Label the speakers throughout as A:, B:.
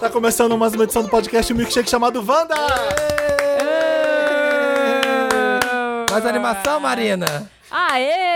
A: Tá começando mais uma edição do podcast Milkshake chamado Wanda!
B: Mais animação, Marina?
C: Ah, é?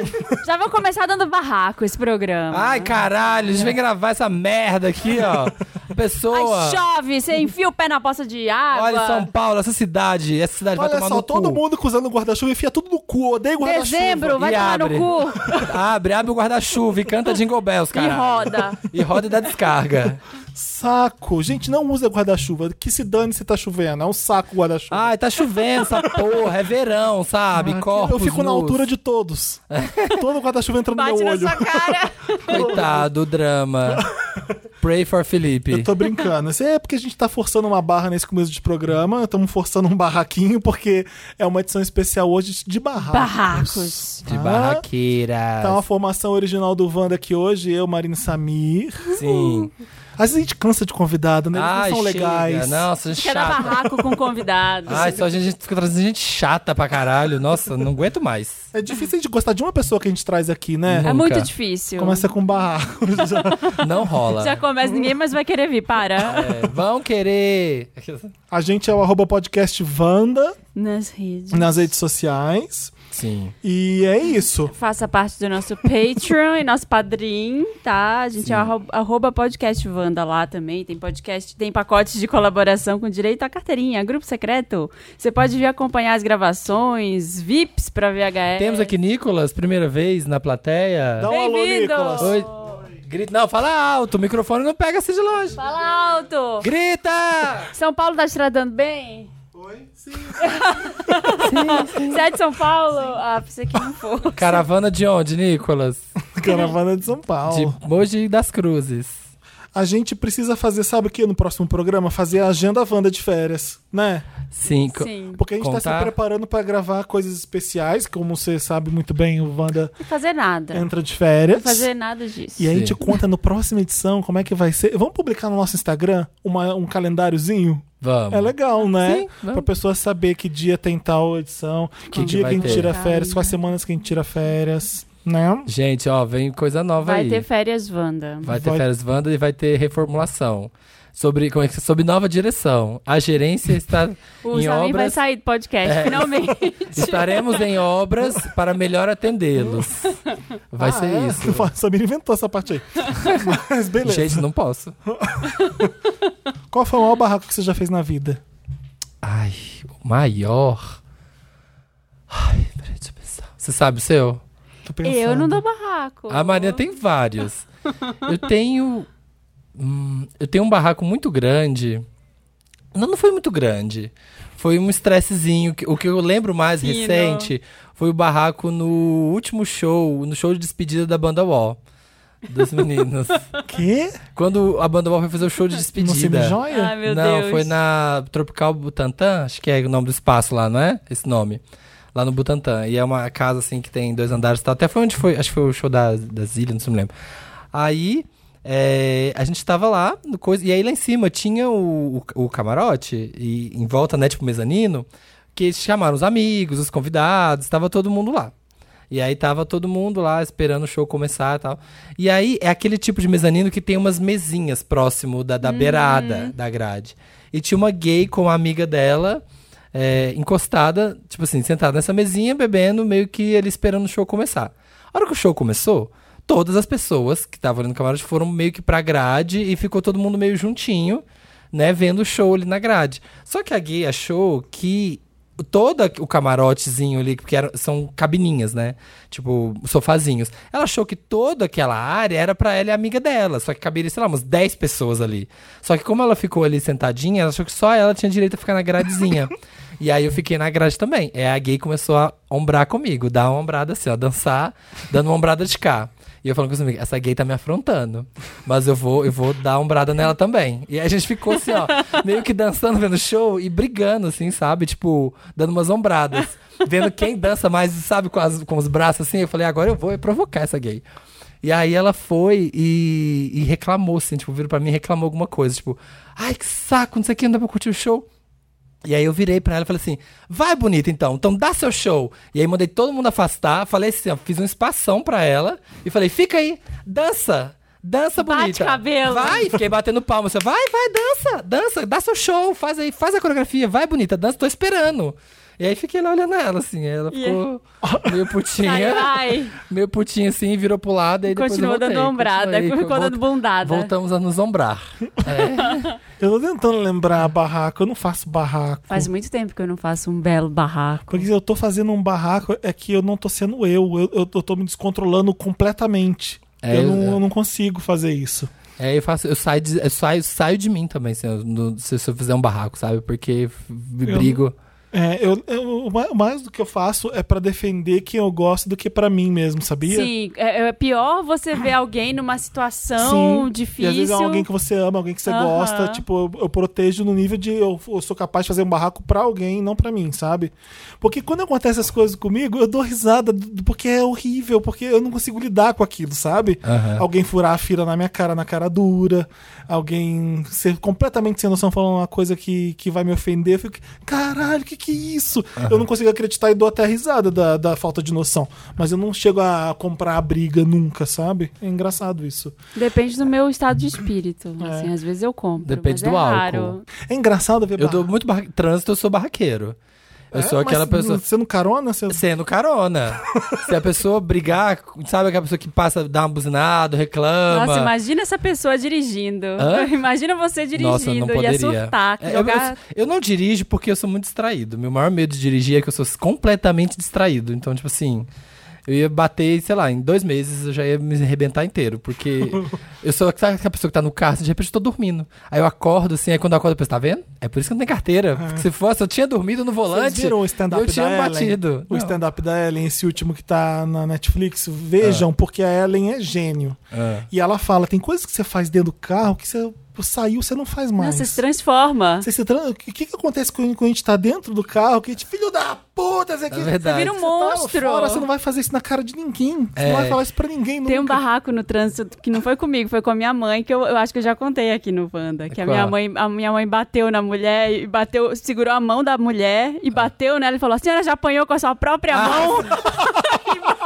C: Aê! Já vou começar dando barraco esse programa.
B: Ai, caralho, a gente vem gravar essa merda aqui, ó. Pessoa.
C: Ai, chove, você enfia o pé na poça de água.
B: Olha um São Paulo, essa cidade. Essa cidade vai
A: Olha
B: tomar
A: só,
B: no
A: todo
B: cu.
A: mundo usando guarda-chuva enfia tudo no cu. Eu Odeio guarda-chuva.
C: Dezembro, vai
B: E
C: tomar
B: abre.
C: no cu
B: Abre, abre o guarda-chuva e canta Jingle Bells,
C: e
B: cara.
C: roda.
B: E roda e dá descarga.
A: Saco. Gente, não usa guarda-chuva. Que se dane se tá chovendo. É um saco o guarda-chuva.
B: Ai, tá chovendo essa porra. É verão, sabe?
C: Ah,
B: Corpos
A: Eu fico na
B: nus.
A: altura de todos. Todo guarda-chuva entra no
C: Bate
A: meu
C: na
A: olho.
C: sua cara.
B: Coitado, o drama. Pray for Felipe.
A: Eu tô brincando. Isso é porque a gente tá forçando uma barra nesse começo de programa. Estamos forçando um barraquinho, porque é uma edição especial hoje de barracos.
C: Barracos.
B: De
A: Ah,
B: barraqueira.
A: Tá uma formação original do Wanda aqui hoje, eu, Marina e Samir.
B: Sim.
A: Às vezes a gente cansa de convidado, né? Eles
B: Ai,
A: uh, não são
B: chega.
A: legais.
B: Nossa, gente
C: Quer dar
B: chata.
C: barraco com convidados.
B: Ai, só Ah, a gente fica trazendo gente chata pra caralho. Nossa, não aguento mais.
A: É difícil a gente gostar de uma pessoa que a gente traz aqui, né?
C: é
B: nunca.
C: muito difícil.
A: Começa com barraco. já.
B: Não rola.
C: Já começa, ninguém mais vai querer vir, para.
B: É, vão querer.
A: A gente é o arroba podcast Wanda
C: Nas redes.
A: nas redes sociais.
B: Sim.
A: E é isso.
C: Faça parte do nosso Patreon e nosso Padrim, tá? A gente é arro- arroba podcast Vanda lá também. Tem podcast, tem pacotes de colaboração com direito à carteirinha, grupo secreto. Você pode vir acompanhar as gravações, VIPs pra VHS.
B: Temos aqui Nicolas, primeira vez na plateia.
A: Dá um alô,
C: Bem-vindo!
A: Nicolas.
B: Oi. Grita. Não, fala alto. O microfone não pega assim de longe.
C: Fala alto!
B: Grita!
C: São Paulo tá te tratando bem? Oi? Sim. Você é de São Paulo? Ah, pensei que não for.
B: Caravana de onde, Nicolas?
A: Caravana é de São Paulo.
B: De Mogi das Cruzes.
A: A gente precisa fazer, sabe o que no próximo programa? Fazer a agenda Wanda de férias, né?
B: Cinco.
C: Sim.
A: Porque a gente tá
B: Contar.
A: se preparando pra gravar coisas especiais, como você sabe muito bem, o Wanda
C: Não fazer nada. Não
A: entra de férias.
C: Então. fazer nada disso.
A: E aí a
B: Sim.
A: gente conta no próxima edição como é que vai ser. Vamos publicar no nosso Instagram uma- um calendáriozinho?
B: Vamos.
A: É legal, né?
B: Sim, vamos.
A: pra pessoa saber que dia tem tal edição, que
B: Quando
A: dia que a
B: vai
A: gente
B: ter.
A: tira férias, quais semanas que a gente tira férias, né?
B: Gente, ó, vem coisa nova
C: Vai
B: aí.
C: ter férias Wanda.
B: Vai ter
A: Vai-
B: férias Wanda e vai ter reformulação. Sobre, como é que- sobre nova direção. A gerência está
C: O
B: em
C: Samir vai
B: obras.
C: sair do podcast,
B: É.
C: finalmente.
B: Estaremos em obras para melhor atendê-los. Vai
A: Ah,
B: ser
A: é?
B: isso.
A: Samir inventou essa parte aí. Mas beleza.
B: Gente, não posso.
A: Qual foi o maior barraco que você já fez na vida?
B: Ai, o maior. Ai, peraí, deixa eu pensar. Você sabe o seu?
A: Tô pensando.
C: Eu não dou barraco.
B: A Maria tem vários. Eu tenho. hum, eu tenho um barraco muito grande. Não, não foi muito grande. Foi um estressezinho. que- O que eu lembro mais
C: Fino.
B: recente foi o barraco no último show, no show de despedida da banda Wall. Dos meninos.
A: Quê?
B: Quando a banda Wall foi fazer o show de despedida.
A: Não se me joia?
C: Ai, Ah, meu
B: não,
C: Deus.
B: foi na Tropical Butantã, acho que é o nome do espaço lá, não é? Esse nome. Lá no Butantã. E é uma casa, assim, que tem dois andares e tal. Até foi onde foi, acho que foi o show da, das ilhas, não se me lembro. Aí, é, a gente tava lá, no coisa, e aí lá em cima tinha o, o, o camarote, e em volta, né, tipo mezanino, que eles chamaram os amigos, os convidados, tava todo mundo lá. E aí tava todo mundo lá esperando o show começar e tal. E aí é aquele tipo de mezanino que tem umas mesinhas próximo da, da beirada da grade. E tinha uma gay com a amiga dela, é, encostada, tipo assim, sentada nessa mesinha, bebendo, meio que ali esperando o show começar. A hora que o show começou, todas as pessoas que estavam ali no camarote foram meio que pra grade e ficou todo mundo meio juntinho, né, vendo o show ali na grade. Só que a gay achou que todo o camarotezinho ali, porque era- são cabininhas, né? Tipo, sofazinhos. Ela achou que toda aquela área era pra ela e a amiga dela. Só que caberia, sei lá, umas 10 pessoas ali. Só que como ela ficou ali sentadinha, ela achou que só ela tinha direito a ficar na gradezinha. e aí eu fiquei na grade também. É a gay começou a ombrar comigo, dar uma ombrada assim, ó, dançar, dando uma ombrada de cá. E eu falando com os amigos, essa gay tá me afrontando. Mas eu vou, eu vou dar uma umbrada nela também. E aí a gente ficou assim, ó, meio que dançando, vendo o show e brigando, assim, sabe? Tipo, dando umas ombradas. Vendo quem dança mais, sabe, com, as- com os braços assim. Eu falei, agora eu vou provocar essa gay. E aí ela foi e, e reclamou, assim, tipo, virou pra mim e reclamou alguma coisa. Tipo, ai, que saco, não sei o que, não dá pra curtir o show. E aí eu virei pra ela e falei assim, vai bonita então, então dá seu show. E aí mandei todo mundo afastar, falei assim, ó, fiz um espação pra ela e falei, fica aí, dança. Dança
C: Bate
B: bonita.
C: cabelo.
B: Vai, fiquei batendo palma. Você vai, vai, dança, dança, dá seu show, faz aí, faz a coreografia, vai, bonita, dança, tô esperando. E aí fiquei lá olhando ela, assim, ela
C: E
B: ficou meio
C: Vai,
B: putinha,
C: vai.
B: meio putinha assim, virou pro lado e depois eu
C: Continuou dando
B: voltei,
C: ombrada,
B: continuei,
C: ficou dando
B: volt-
C: bundada.
B: Voltamos a nos ombrar. É,
A: Eu tô tentando lembrar barraco, eu não faço barraco.
C: Faz muito tempo que eu não faço um belo barraco.
A: Porque eu tô fazendo um barraco, é que eu não tô sendo eu. Eu, eu, tô- eu tô me descontrolando completamente.
B: É,
A: eu,
B: eu-
A: não,
B: é.
A: eu não consigo fazer isso.
B: é, eu, faço, eu, saio de, eu saio, saio de mim também, assim, eu não- se, se eu fizer um barraco, sabe? Porque me
A: Eu-
B: brigo.
A: É, eu, eu- o ma- mais do que eu faço é pra defender quem eu gosto do que pra mim mesmo, sabia?
C: Sim, é, é pior você ver alguém numa situação difícil.
A: E às vezes é alguém que você ama, alguém que você
C: Aham.
A: gosta. Tipo, eu, eu protejo no nível de eu, eu sou capaz de fazer um barraco pra alguém, não pra mim, sabe? Porque quando acontecem essas coisas comigo, eu dou risada, do- porque é horrível, porque eu não consigo lidar com aquilo, sabe?
B: Aham.
A: Alguém furar a fila na minha cara, na cara dura, alguém ser completamente sem noção falando uma coisa que, que vai me ofender, eu fico, caralho, o que, que é isso? Eu não consigo acreditar e dou até risada da, da falta de noção. Mas eu não chego a comprar a briga nunca, sabe? É engraçado isso.
C: Depende do meu estado de espírito.
A: É.
C: Assim, às vezes eu compro.
B: Depende
C: mas
B: do
C: é
B: álcool.
C: raro.
A: É engraçado ver
B: Eu dou
A: barra-
B: muito barra... trânsito, eu sou barraqueiro. Eu
A: É,
B: sou
A: mas
B: aquela pessoa.
A: Sendo carona, você...
B: Sendo carona. Se a pessoa brigar, sabe aquela pessoa que passa, dá uma buzinada, reclama.
C: Nossa, imagina essa pessoa dirigindo.
B: Hã?
C: Imagina você dirigindo.
B: Nossa, eu não
C: Ia
B: poderia.
C: surtar.
B: É, eu-
C: jogar...
B: eu, eu não dirijo porque eu sou muito distraído. Meu maior medo de dirigir é que eu sou completamente distraído. Então, tipo assim, eu ia bater, sei lá, em dois meses eu já ia me arrebentar inteiro. Porque eu sou sabe aquela pessoa que tá no carro, assim, de repente eu tô dormindo. Aí eu acordo, assim, aí quando eu acordo eu penso, tá vendo? É por isso que eu não tenho carteira. Porque se fosse, eu tinha dormido no
A: É. Vocês
B: volante.
A: viram o stand-up
B: eu tinha
A: da Ellen?
B: batido.
A: O
B: Não.
A: stand-up da Ellen, esse último que tá na Netflix, vejam, porque a Ellen é gênio.
B: Ah.
A: E ela fala: tem coisas que você faz dentro do carro que você saiu, você não faz mais.
C: Nossa, se transforma.
A: Você se tran- O que, que acontece quando quando a gente tá dentro do carro? Que a gente, filho da puta, você,
B: É
A: aqui,
B: verdade.
C: vira um
A: você tá lá
C: monstro.
A: fora, você não vai fazer isso na cara de ninguém. Você
B: É.
A: não vai falar isso pra ninguém.
C: Tem um
A: nunca.
C: barraco no trânsito que não foi comigo, foi com a minha mãe, que eu, eu acho que eu já contei aqui no Wanda. Que a
B: Qual?
C: minha, mãe, a minha mãe bateu na mulher e bateu, segurou a mão da mulher e bateu nela e falou: A senhora já apanhou com a sua própria mão?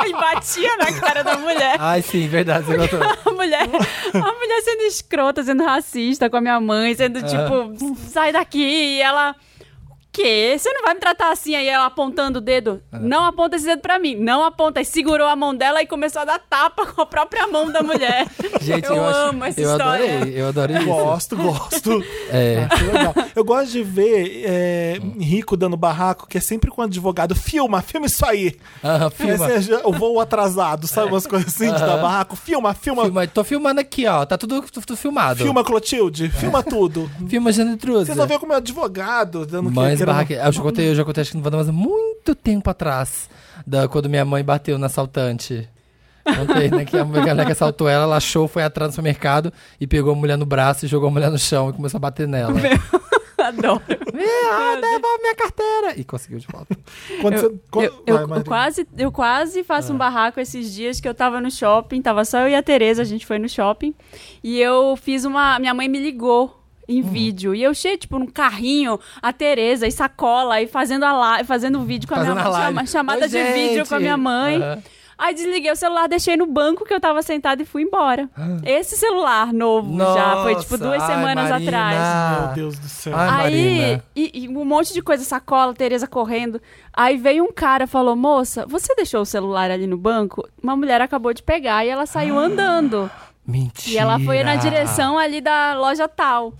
C: e, e batia na cara da mulher.
B: Ai, sim, verdade. Você contou.
C: A mulher, a mulher sendo escrota, sendo racista com a minha mãe,
B: É.
C: sendo tipo, sai daqui, e ela. "O quê? Você não vai me tratar assim aí, ela apontando o dedo.
B: É.
C: Não aponta esse dedo pra mim. Não aponta. E segurou a mão dela e começou a dar tapa com a própria mão da mulher.
B: Gente, eu,
C: eu,
B: acho-
C: amo essa
B: eu
C: história.
B: Adorei, eu adorei isso.
A: Gosto, gosto.
B: É.
A: Ah, que legal. Eu gosto de ver é, rico dando barraco, que é sempre com advogado. Filma, filma isso aí.
B: Aham,
A: Esse
B: filma.
A: é já- o voo atrasado, sabe? Umas coisas assim de dar barraco. Filma, filma, filma,
B: Filma, tô filmando aqui, ó. Tá tudo, tudo, tudo filmado.
A: Clotilde,
B: É.
A: filma tudo.
B: Filma Genetruza.
A: Vocês vão ver como é advogado dando que-
B: Mas
A: querendo-
B: barraque... Eu já contei, eu já contei, acho que não vou dar mais muito tempo atrás, da, quando minha mãe bateu na assaltante. Contei, né? Que a mulher que assaltou ela, ela achou, foi atrás do supermercado e pegou a mulher no braço e jogou a mulher no chão e começou a bater nela.
C: Adoro.
B: Ah, devolve minha carteira! E conseguiu de volta.
A: Quando você- quando-
C: Eu, eu-
A: Vai, Marina.
C: eu quase, eu quase faço um
B: É.
C: barraco esses dias que eu tava no shopping, tava só eu e a Tereza, a gente foi no shopping, e eu fiz uma. Minha mãe me ligou em
B: Uhum.
C: vídeo. E eu cheio, tipo, num carrinho, a Tereza e sacola, e fazendo a live, fazendo um vídeo com a
B: Fazendo
C: minha
B: a
C: mãe.
B: live.
C: chama- chamada
B: Oi,
C: de vídeo
B: gente!
C: com a minha mãe.
B: Aham.
C: Aí desliguei o celular, deixei no banco que eu tava sentada e fui embora. Esse celular novo já, foi tipo
B: Ah. Nossa,
C: duas
B: ai,
C: semanas
B: Marina.
C: atrás.
A: Meu Deus do céu.
B: Ai.
C: Aí,
B: Marina.
C: e, e um monte de coisa, sacola, Tereza correndo. Aí veio um cara e falou: Moça, você deixou o celular ali no banco? Uma mulher acabou de pegar e ela saiu andando.
B: Mentira.
C: E ela foi na direção ali da loja tal.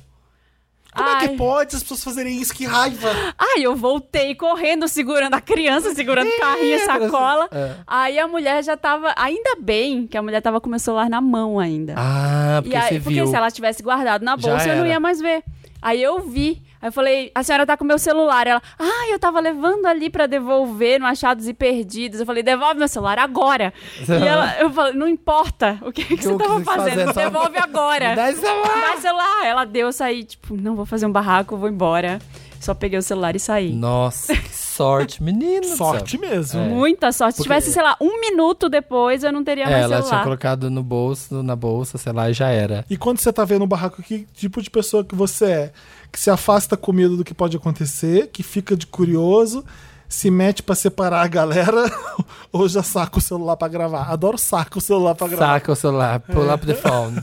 A: Como é
C: Ai,
A: que pode as pessoas fazerem isso? Que raiva!
C: Ai, eu voltei correndo, segurando a criança, segurando o carrinho, sacola.
B: É.
C: Aí a mulher já tava. Ainda bem que a mulher tava com o meu celular na mão ainda.
B: Ah, porque
C: E aí-
B: você
C: porque
B: viu.
C: se ela tivesse guardado na
B: Já
C: bolsa, eu não
B: era.
C: ia mais ver. Aí eu vi. Aí eu falei, a senhora tá com meu celular. Ela, ah, eu tava levando ali pra devolver no Achados e Perdidos. Eu falei, devolve meu celular agora. E ela, eu falei, não importa o que, que você
B: que
C: tava
B: você
C: fazendo,
B: fazendo, só-
C: devolve agora.
B: Me dá esse celular.
C: Dá celular. Ela deu, eu saí, tipo, não vou fazer um barraco, vou embora. Só peguei o celular e saí.
B: Nossa, que sorte, menino. do céu.
A: Sorte mesmo.
B: É.
C: Muita sorte. Se
B: Porque-
C: tivesse, sei lá, um minuto depois, eu não teria
B: É,
C: mais
B: ela tinha
C: celular.
B: colocado no bolso, na bolsa, sei lá, e já era.
A: E quando você tá vendo o barraco, que tipo de pessoa que você é? Que se afasta com medo do que pode acontecer, que fica de curioso, se mete pra separar a galera ou já saca o celular pra gravar. Adoro saca o celular pra gravar.
B: Saca o celular, pull
A: É.
B: up the phone.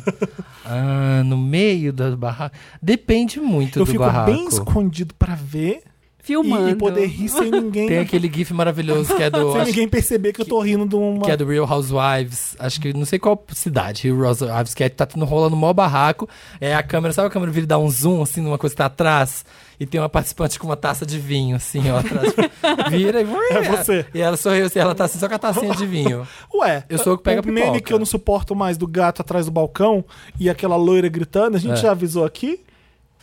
B: Ah, no meio do barraco. Depende muito
A: Eu
B: do
A: fico
B: barraco.
A: bem escondido pra ver
C: Filmando.
A: e, e poder rir sem ninguém,
B: Tem aquele gif maravilhoso que é do.
A: sem
B: acho
A: ninguém perceber que, eu tô rindo de uma.
B: que é do Real Housewives. Acho que não sei qual cidade, Real Housewives, que é, tá tendo rolando o maior barraco. É a câmera, sabe a câmera vira e dá um zoom, assim, numa coisa que tá atrás? E tem uma participante com uma taça de vinho, assim, ó, atrás. Vira e.
A: É você.
B: E ela sorriu assim, ela tá assim, só com a tacinha de vinho.
A: Ué,
B: Eu sou o que pega
A: o meme
B: pipoca.
A: que eu não suporto mais do gato atrás do balcão e aquela loira gritando, a gente
B: É.
A: já avisou aqui?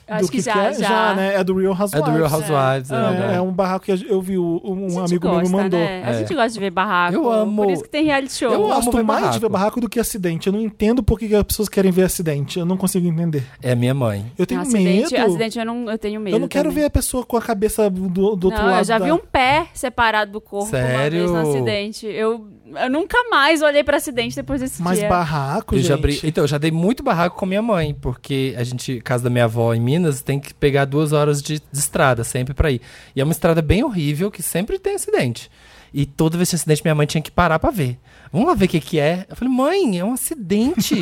C: Acho
A: do
C: que,
A: que
C: já,
A: que é?
C: já.
A: né? É do Real
B: É
A: Housewives.
B: do Real Housewives, é,
A: É,
B: né?
A: é um barraco que eu vi, o- um,
C: A
A: um
C: gente
A: amigo meu me
C: gosta,
A: mandou.
C: né? A
B: É.
C: gente gosta de ver barraco.
B: Eu amo-
C: Por isso que tem reality show.
A: Eu
B: Eu amo
A: gosto
B: ver
A: mais de ver
B: barraco.
A: barraco do que acidente. Eu não entendo por que que as pessoas querem ver acidente. Eu não consigo entender.
B: É minha mãe.
A: Eu tenho
C: acidente,
A: medo.
C: acidente eu, não, eu tenho medo.
A: eu não quero
C: também.
A: ver a pessoa com a cabeça do, do outro
C: não,
A: lado.
C: eu já
A: da-
C: vi um pé separado do corpo
B: Sério?
C: uma vez no acidente. Eu, eu nunca mais olhei pra acidente depois desse
A: Mas
C: dia.
A: barraco,
B: Eu
A: gente.
B: já abri- Então, eu já dei muito barraco com minha mãe, porque a gente, casa da minha avó em Minas, tem que pegar duas horas de, de estrada sempre pra ir. E é uma estrada bem horrível que sempre tem acidente. E toda vez que tinha acidente, minha mãe tinha que parar pra ver. Vamos lá ver o que, que é? Eu falei, mãe, é um acidente.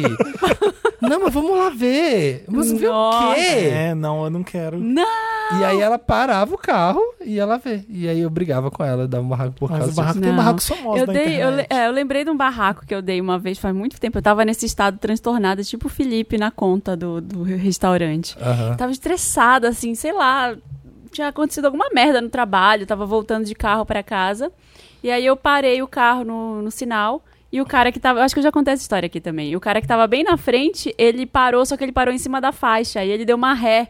B: não, mas vamos lá ver. Mas ver o
C: Nossa.
B: quê?
A: É, não, eu não quero.
C: Não!
B: E aí ela parava o carro e ia lá ver. E aí eu brigava com ela, dava um barraco por
A: Mas
B: causa
A: o barraco
B: disso.
A: tem
C: Não.
A: barracos famosos
C: Eu,
A: na
C: dei, eu, le-
A: internet.
C: é, eu lembrei de um barraco que eu dei uma vez, faz muito tempo. Eu tava nesse estado transtornado, tipo o Felipe na conta do, do restaurante.
B: Aham.
C: Tava estressada, assim, sei lá. Tinha acontecido alguma merda no trabalho, tava voltando de carro pra casa. E aí eu parei o carro no, no sinal. E o cara que tava. Eu acho que eu já contei essa história aqui também. E o cara que tava bem na frente, ele parou, só que ele parou em cima da faixa. E ele deu uma ré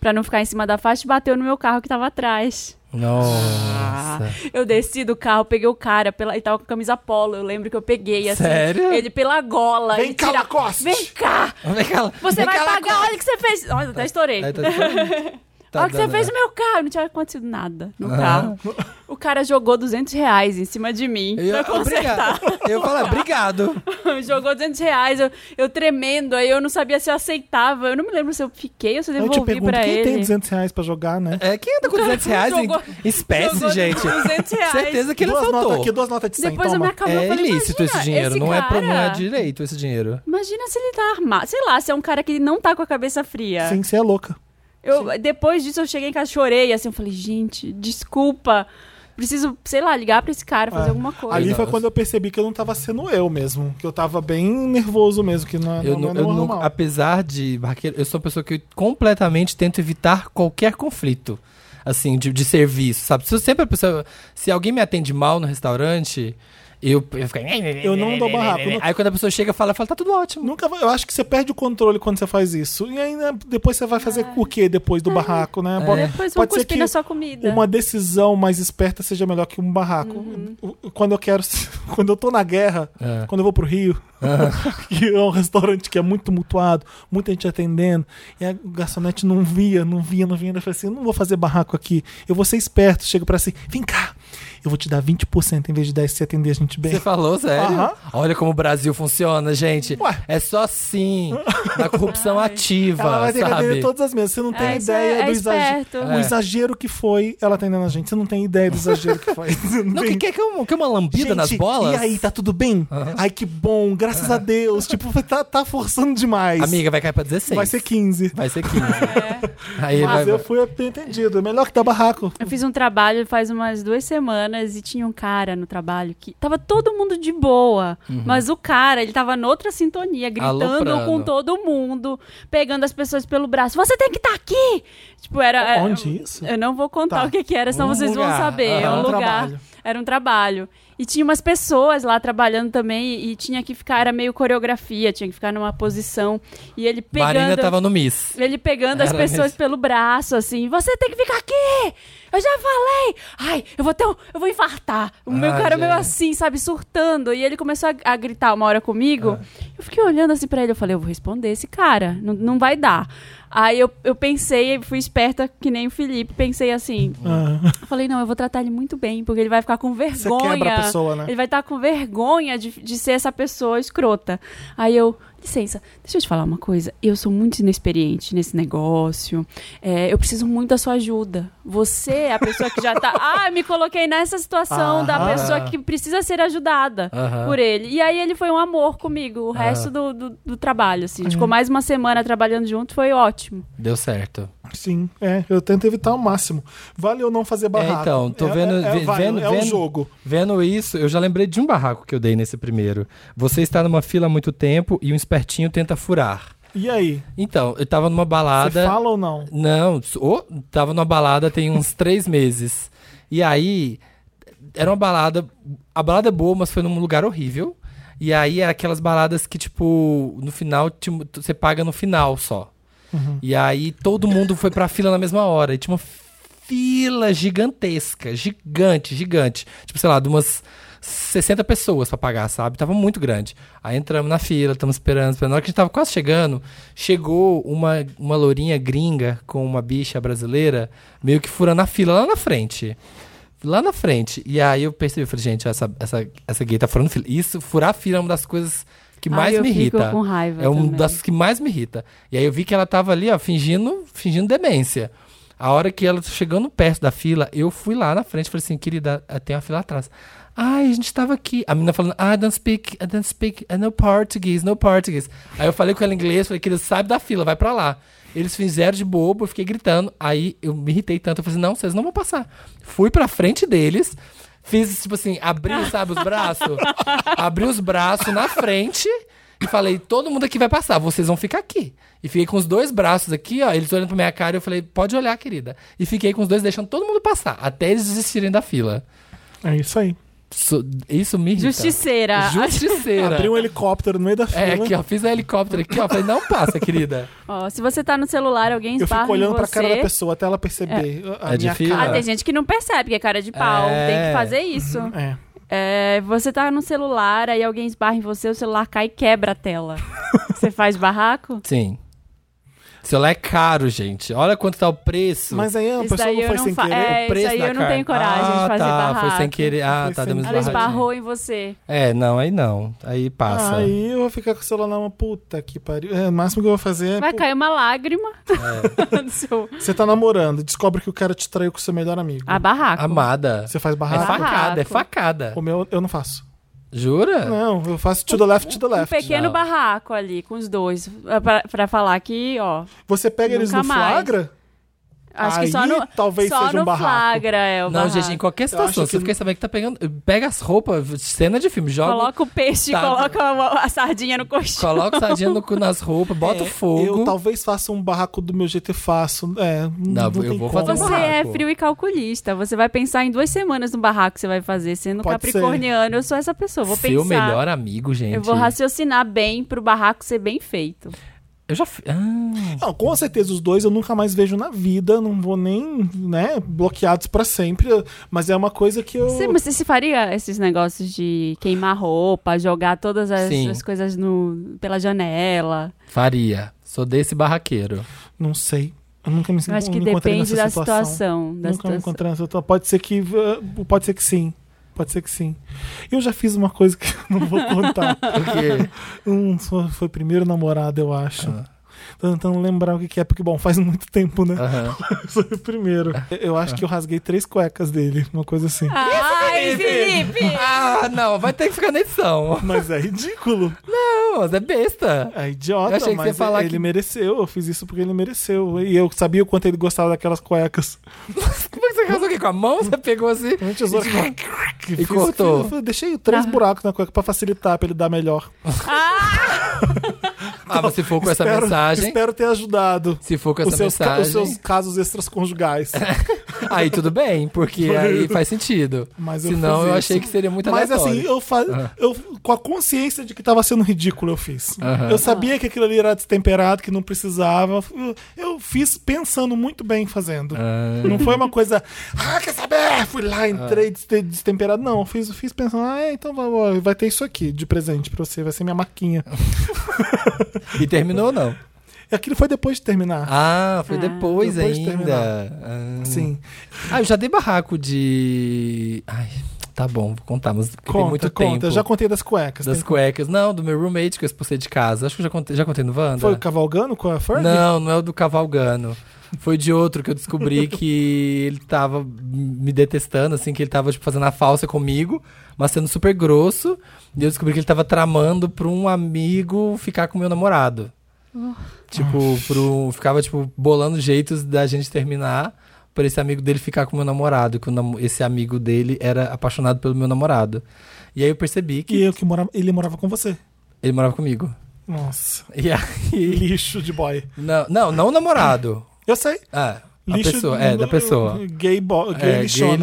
C: pra não ficar em cima da faixa e bateu no meu carro que tava atrás. Ah,
B: Nossa.
C: Eu desci do carro, peguei o cara, pela, ele tava com a camisa polo, eu lembro que eu peguei, assim.
B: Sério?
C: Ele pela gola.
A: Vem
C: ele
A: cá,
C: tira-
A: Lacoste!
C: Vem cá!
B: Vem cá,
C: Você
B: vem
C: vai
B: cá lá
C: pagar, olha o que você fez! Olha, até estourei.
B: Aí tá- tá
C: Olha o que você
B: dando-
C: fez no meu carro. Não tinha acontecido nada no carro. O cara jogou 200 reais em cima de mim
B: Eu ia,
C: pra consertar.
B: obrigado. Eu ia falar, obrigado.
C: jogou 200 reais, eu, eu tremendo. Aí eu não sabia se eu aceitava. Eu não me lembro se eu fiquei ou se eu
A: eu te
C: devolvi
A: pergunto,
C: pra
A: quem
C: ele.
A: tem 200 reais pra jogar, né?
B: É, quem anda com 200 reais em
C: Então, Jogou-
B: espécie,
C: jogou
B: gente?
C: 200 reais.
B: Certeza que ele
A: duas notas
B: assaltou.
A: aqui, duas notas de 100,
C: Depois eu me
A: toma.
C: acabei.
B: É
C: eu falei,
B: ilícito esse
C: "Imagina,
B: dinheiro, não, é pro, não é
C: cara-
B: direito esse dinheiro.
C: Imagina se ele tá armado. Sei lá, se é um cara que não tá com a cabeça fria.
A: Sim, você é louca.
C: Eu, depois disso, eu cheguei em casa, chorei, assim, eu falei, gente, desculpa. Preciso, sei lá, ligar pra esse cara, fazer
A: É.
C: alguma coisa.
A: Ali
B: Exato.
A: foi quando eu percebi que eu não tava sendo eu mesmo. Que eu tava bem nervoso mesmo, que não é,
B: Eu,
A: não,
B: nu-
A: é
B: eu nu-
A: normal.
B: apesar de barraqueiro, eu sou uma pessoa que completamente tento evitar qualquer conflito, assim, de, de serviço, sabe? Se eu sempre a pessoa, se alguém me atende mal no restaurante, eu, eu fico... Eu
A: não dou barraco, não-
B: Aí quando a pessoa chega, fala, fala, tá tudo ótimo.
A: Nunca vai- eu acho que você perde o controle quando você faz isso. E ainda depois você vai fazer o que depois do barraco, né?
B: É.
A: Pode-
C: Ah. Depois vão
A: pode ser
C: cuspir
A: que
C: na sua comida.
A: uma decisão mais esperta seja melhor que um barraco.
C: Uhum.
A: O- Quando eu quero, quando eu tô na guerra,
B: É.
A: quando eu vou pro Rio, que é um restaurante que é muito mutuado, muita gente atendendo, e a garçonete não via, não via, não via, eu falei assim, eu não vou fazer barraco aqui, eu vou ser esperto, chego pra assim, vem cá, eu vou te dar 20% em vez de 10% se atender a gente bem.
B: Você falou, sério?
A: Aham.
B: Olha como o Brasil funciona, gente.
A: Ué.
B: É só assim, da corrupção ativa,
A: Ela vai ter que
B: sabe?
A: atender todas as mesas. Você não tem
C: É, isso
A: ideia
C: é- é
A: do exagero.
C: esperto.
A: O
B: É.
A: exagero que foi ela atendendo a gente. Você não tem ideia do exagero que foi. Você
B: Não, que,
A: tem-
B: que, que, é uma, que é uma lambida
A: Gente,
B: nas bolas?
A: E aí, tá tudo bem? Ai, que bom, graças a Deus. Tipo, tá, tá forçando demais.
B: Amiga, vai cair pra 16.
A: Vai ser 15.
B: Vai ser 15. Aí vai,
A: É. Mas eu
B: vai-
A: fui entendido. É melhor que dar barraco.
C: Eu fiz um trabalho faz umas duas semanas e tinha um cara no trabalho que tava todo mundo de boa, mas o cara, ele tava noutra sintonia, gritando
B: Uhum. Aloprando.
C: com todo mundo, pegando as pessoas pelo braço. Você tem que estar aqui! Tipo, era. era-
A: Onde isso?
C: Eu não vou contar
A: Tá.
C: o que que era, senão
B: Um
C: vocês vão
B: lugar.
C: saber. É
B: Aham.
A: Era
C: um
A: um
C: lugar.
A: trabalho.
C: Era um trabalho. E tinha umas pessoas lá trabalhando também e tinha que ficar, era meio coreografia, tinha que ficar numa posição. E ele pegando.
B: Marina tava no Miss.
C: Ele pegando as
B: Era
C: pessoas
B: mesmo.
C: pelo braço, assim, você tem que ficar aqui! Eu já falei! Ai, eu vou ter um, Eu vou infartar! O meu
B: Ah,
C: cara meio
B: gente.
C: assim, sabe, surtando. E ele começou a, a gritar uma hora comigo.
A: Ah.
C: Eu fiquei olhando assim pra ele, eu falei, eu vou responder esse cara, não, não vai dar. Aí eu, eu pensei, fui esperta que nem o Felipe, pensei assim,
A: Ah,
C: eu falei, não, eu vou tratar ele muito bem, porque ele vai ficar com vergonha.
A: Você quebra a pessoa, né?
C: Ele vai estar com vergonha de, de ser essa pessoa escrota. Aí eu, licença, deixa eu te falar uma coisa. Eu sou muito inexperiente nesse negócio. É, eu preciso muito da sua ajuda. Você é a pessoa que já tá. ah, me coloquei nessa situação da
B: Aham.
C: pessoa que precisa ser ajudada
B: Aham.
C: por ele. E aí ele foi um amor comigo, o resto do, do, do trabalho, assim.
A: É.
C: A gente ficou mais uma semana trabalhando junto, foi ótimo.
B: Deu certo.
A: Sim, é. Eu tento evitar ao máximo. Vale ou não fazer barraco?
B: É, então, tô
A: É-
B: vendo,
A: é, é,
B: ve-
A: vale,
B: vendo,
A: é
B: vendo,
A: um jogo.
B: Vendo isso, eu já lembrei de um barraco que eu dei nesse primeiro. Você está numa fila há muito tempo e um espertinho tenta furar.
A: E aí?
B: Então, eu tava numa
A: Você
B: balada.
A: fala ou não?
B: Não, ou tava numa balada tem uns três meses. E aí, era uma balada. A balada é boa, mas foi num lugar horrível. E aí é aquelas baladas que, tipo, no final, te- você paga no final só. E aí todo mundo foi pra fila na mesma hora. E tinha uma fila gigantesca, gigante, gigante. Tipo, sei lá, de umas 60 pessoas pra pagar, sabe? Tava muito grande. Aí entramos na fila, estamos esperando, esperando. Na hora que a gente tava quase chegando, chegou uma, uma lourinha gringa com uma bicha brasileira, meio que furando a fila lá na frente. Lá na frente. E aí eu percebi, eu falei, gente, essa, essa, essa gay tá furando fila. Isso, furar fila é uma das coisas que
C: Ai,
B: mais
C: eu
B: me
C: fico
B: irrita.
C: com raiva
B: É um
C: também.
B: das que mais me irrita. E aí eu vi que ela tava ali, ó, fingindo, fingindo demência. A hora que ela chegando perto da fila, eu fui lá na frente e falei assim, querida, tem uma fila atrás. Ai, a gente tava aqui. A menina falando, ah, I don't speak, I don't speak, I no Portuguese, no Portuguese. Aí eu falei com ela em inglês, falei, querida, sai da fila, vai pra lá. Eles fizeram de bobo, eu fiquei gritando. Aí eu me irritei tanto, eu falei assim, não, vocês não vão passar. Fui pra frente deles, fiz, tipo assim, abri, sabe, os braços? abri os braços na frente e falei, todo mundo aqui vai passar, vocês vão ficar aqui. E fiquei com os dois braços aqui, ó, eles olhando pra minha cara, eu falei, pode olhar, querida. E fiquei com os dois, deixando todo mundo passar, até eles desistirem da fila.
A: É isso aí.
B: Isso, isso me irrita.
C: Justiceira.
B: Justiceira.
A: Abri um helicóptero no meio da fila.
B: É, aqui, ó, fiz um helicóptero aqui, ó, falei, não passa, querida.
C: Ó, se você tá no celular, alguém
A: eu
C: esbarra
A: fico
C: em
A: olhando
C: você.
A: pra cara da pessoa até ela perceber. A minha
B: É difícil,
A: cara.
C: Ah, tem gente que não percebe que é cara de pau.
B: É.
C: Tem que fazer isso.
A: É.
C: É, você tá no celular, aí alguém esbarra em você, o celular cai e quebra a tela. você faz barraco?
B: Sim. Seu lá é caro, gente. Olha quanto tá o preço.
A: Mas aí a
C: Isso
A: pessoa
C: daí
A: não
C: eu
A: foi
C: não
A: sem
C: fa-
A: querer.
C: É, isso
B: preço
C: aí
B: da
C: eu não
B: carne.
C: tenho coragem de
B: Ah,
C: fazer
B: tá, foi
C: barraco.
B: sem querer. Ah,
A: Foi
B: tá,
A: sem-
B: dando
C: Ela
A: Barraquinho.
C: esbarrou em você.
B: É, não, aí não. Aí passa.
A: Aí eu vou ficar com o celular na mão. Puta que pariu. É, o máximo que eu vou fazer é.
C: Vai
A: pô,
C: cair uma lágrima. do seu...
A: Você tá namorando, descobre que o cara te traiu com o seu melhor amigo.
C: A barraco.
B: Amada.
A: Você faz
B: É
A: barraco.
C: Barraco.
B: facada, é facada.
A: O meu eu não faço.
B: Jura?
C: É.
A: Não, eu faço to the left, to the
C: Um
A: left.
C: pequeno
B: Não.
C: barraco ali, com os dois. é, Pra, pra falar que, ó.
A: Você pega eles no
C: Nunca mais.
A: flagra?
C: Acho que só
A: Aí
C: no.
A: talvez
C: só
A: seja um
C: no
A: barraco.
C: flagra é o
B: Não,
C: barraco.
B: gente, em qualquer situação,
A: acho
B: você
A: que-
B: fica sabendo que tá pegando. Pega as roupas, cena de filme, joga. Coloca,
C: Coloca o peixe, e
B: Tá.
C: coloca a, a sardinha no colchão.
B: coloca sardinha no cu nas roupas, bota
A: É,
B: fogo.
A: Eu talvez faça um barraco do meu jeito e faço. É, não,
B: eu
A: tem como.
B: vou fazer um
C: Você
B: barraco.
C: é frio e calculista. Você vai pensar em duas semanas no barraco que você vai fazer. Sendo
A: Pode
C: capricorniano, eu sou essa pessoa. Vou
B: Seu
C: pensar.
B: melhor amigo, gente.
C: Eu vou raciocinar bem pro barraco ser bem feito.
B: Eu já. fi- Ah,
A: Não, com certeza os dois eu nunca mais vejo na vida, não vou nem, né, bloqueados pra sempre, mas é uma coisa que eu
C: Você, mas você se faria esses negócios de queimar roupa, jogar todas as,
B: Sim.
C: as coisas no- pela janela?
B: faria. Sou desse barraqueiro.
A: não sei. Eu nunca me,
C: Eu acho
A: me
C: que
A: encontrei
C: depende
A: nessa
C: da situação. da
A: nunca me
C: situação.
A: encontrei nessa situação. Pode ser que uh, pode ser que sim. Pode ser que sim. Eu já fiz uma coisa que eu não vou contar.
B: Porque
A: Hum, foi foi primeiro namorado, eu acho.
B: Ah.
A: Tô tentando lembrar o que que é, porque, bom, faz muito tempo, né?
B: Aham.
A: Foi o primeiro. Eu
B: Ah.
A: acho que eu rasguei três cuecas dele, uma coisa assim.
C: Ai,
B: Felipe!
C: Felipe!
B: Ah, não, vai ter que ficar na edição.
A: Mas é ridículo.
B: Não, mas é besta.
A: É
B: Eu
A: idiota,
B: achei que
A: mas
B: você ia falar
A: ele
B: que-
A: mereceu. Eu fiz isso porque ele mereceu. E eu sabia o quanto ele gostava daquelas cuecas.
B: Como é que você casou aqui com a mão? Você pegou assim.
A: Um tesouro que fiz-
B: cortou.
A: fiz- deixei três buracos na cueca pra facilitar, pra ele dar melhor.
B: Ah, mas se for com essa
A: Espero-
B: mensagem.
A: Espero ter ajudado.
B: Se for com
A: Os
B: essa
A: seus, ca- os
B: mensagem.
A: seus casos extras conjugais.
B: Aí tudo bem, porque aí faz sentido.
A: Mas eu
B: Senão
A: fiz
B: eu
A: isso.
B: achei que seria muito
A: Mas
B: aleatório.
A: assim, eu, fa... eu com a consciência de que tava sendo ridículo, eu fiz.
B: Aham.
A: Eu sabia que aquilo ali era destemperado, que não precisava. Eu- Eu fiz pensando muito bem fazendo.
B: Ah,
A: Não foi uma coisa, ah, quer saber? Fui lá, entrei deste- destemperado. Não, eu fiz, fiz pensando, ah, é, então vai- vai- vai ter isso aqui de presente pra você, vai ser minha maquinha.
B: e terminou ou não?
A: E aquilo foi depois de terminar.
B: Ah, hum, foi
C: Ah,
B: depois,
A: depois de
B: ainda.
A: terminar.
B: Ah.
A: Sim.
B: Ah, eu já dei barraco de. Ai, tá bom, vou contar, mas porque tem
A: Conta,
B: muito
A: conta.
B: tempo.
A: Eu já contei das cuecas.
B: das
A: Tem-
B: cuecas. Não, do meu roommate que eu expulsei de casa. Acho que eu já contei, já contei no Wanda.
A: Foi o cavalgando com a Ferg?
B: é. Não, não é o do cavalgando. Foi de outro que eu descobri que ele tava me detestando, assim, que ele tava tipo, fazendo a falsa comigo, mas sendo super grosso. E eu descobri que ele tava tramando pra um amigo ficar com meu namorado. Tipo, pro, ficava, tipo, bolando jeitos da gente terminar pra esse amigo dele ficar com meu namorado. Que o namo- esse amigo dele era apaixonado pelo meu namorado. E aí eu percebi que
A: E eu que morava. Ele morava com você.
B: ele morava comigo.
A: Nossa.
B: E aí.
A: Lixo de boy.
B: Não, não, não o namorado.
A: Eu sei.
B: Ah, a
A: Lixo
B: pessoa, é, da pessoa.
A: Gay, bo... gay
B: É,
A: lixona.
B: gay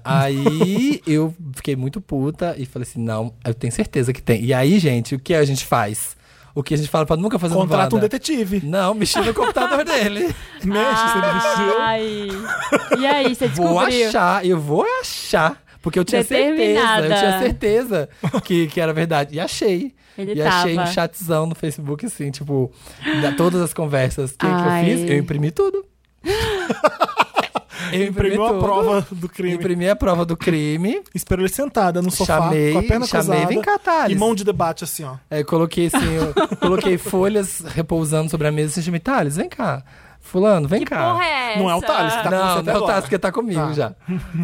B: Aí eu fiquei muito puta e falei assim, não, eu tenho certeza que tem. E aí, gente, o que a gente faz? O que a gente fala pra nunca fazer no
A: Contrata um
B: Wanda?
A: detetive.
B: Não, mexi no computador dele.
A: Mexe, você
C: Ah.
A: mexeu.
C: Ai. E aí, você
B: Vou
C: descobriu?
B: achar, eu vou achar. Porque eu tinha certeza, eu
C: Determinada.
B: tinha certeza que, que era verdade. E achei.
C: Ele
B: e achei um
C: tava.
B: chatzão no Facebook, assim, tipo, da, todas as conversas. O que, que eu
C: Ai.
B: fiz? Eu imprimi tudo. eu imprimi
A: Imprimiu a
B: tudo.
A: prova do crime.
B: Imprimi a prova do crime.
A: Esperou ele sentada no sofá,
B: Chamei,
A: com a perna
B: chamei,
A: cruzada.
B: vem cá, Thales.
A: E mão de debate, assim, ó.
B: É, eu coloquei assim, eu coloquei folhas repousando sobre a mesa assim, chamei, Thales, vem cá. Fulano, vem
C: Que
B: cá.
C: porra é essa?
A: Não é o Thales que tá com você
B: não,
A: até
B: não é o
A: agora.
B: Tasca, tá comigo
A: Tá.
B: já.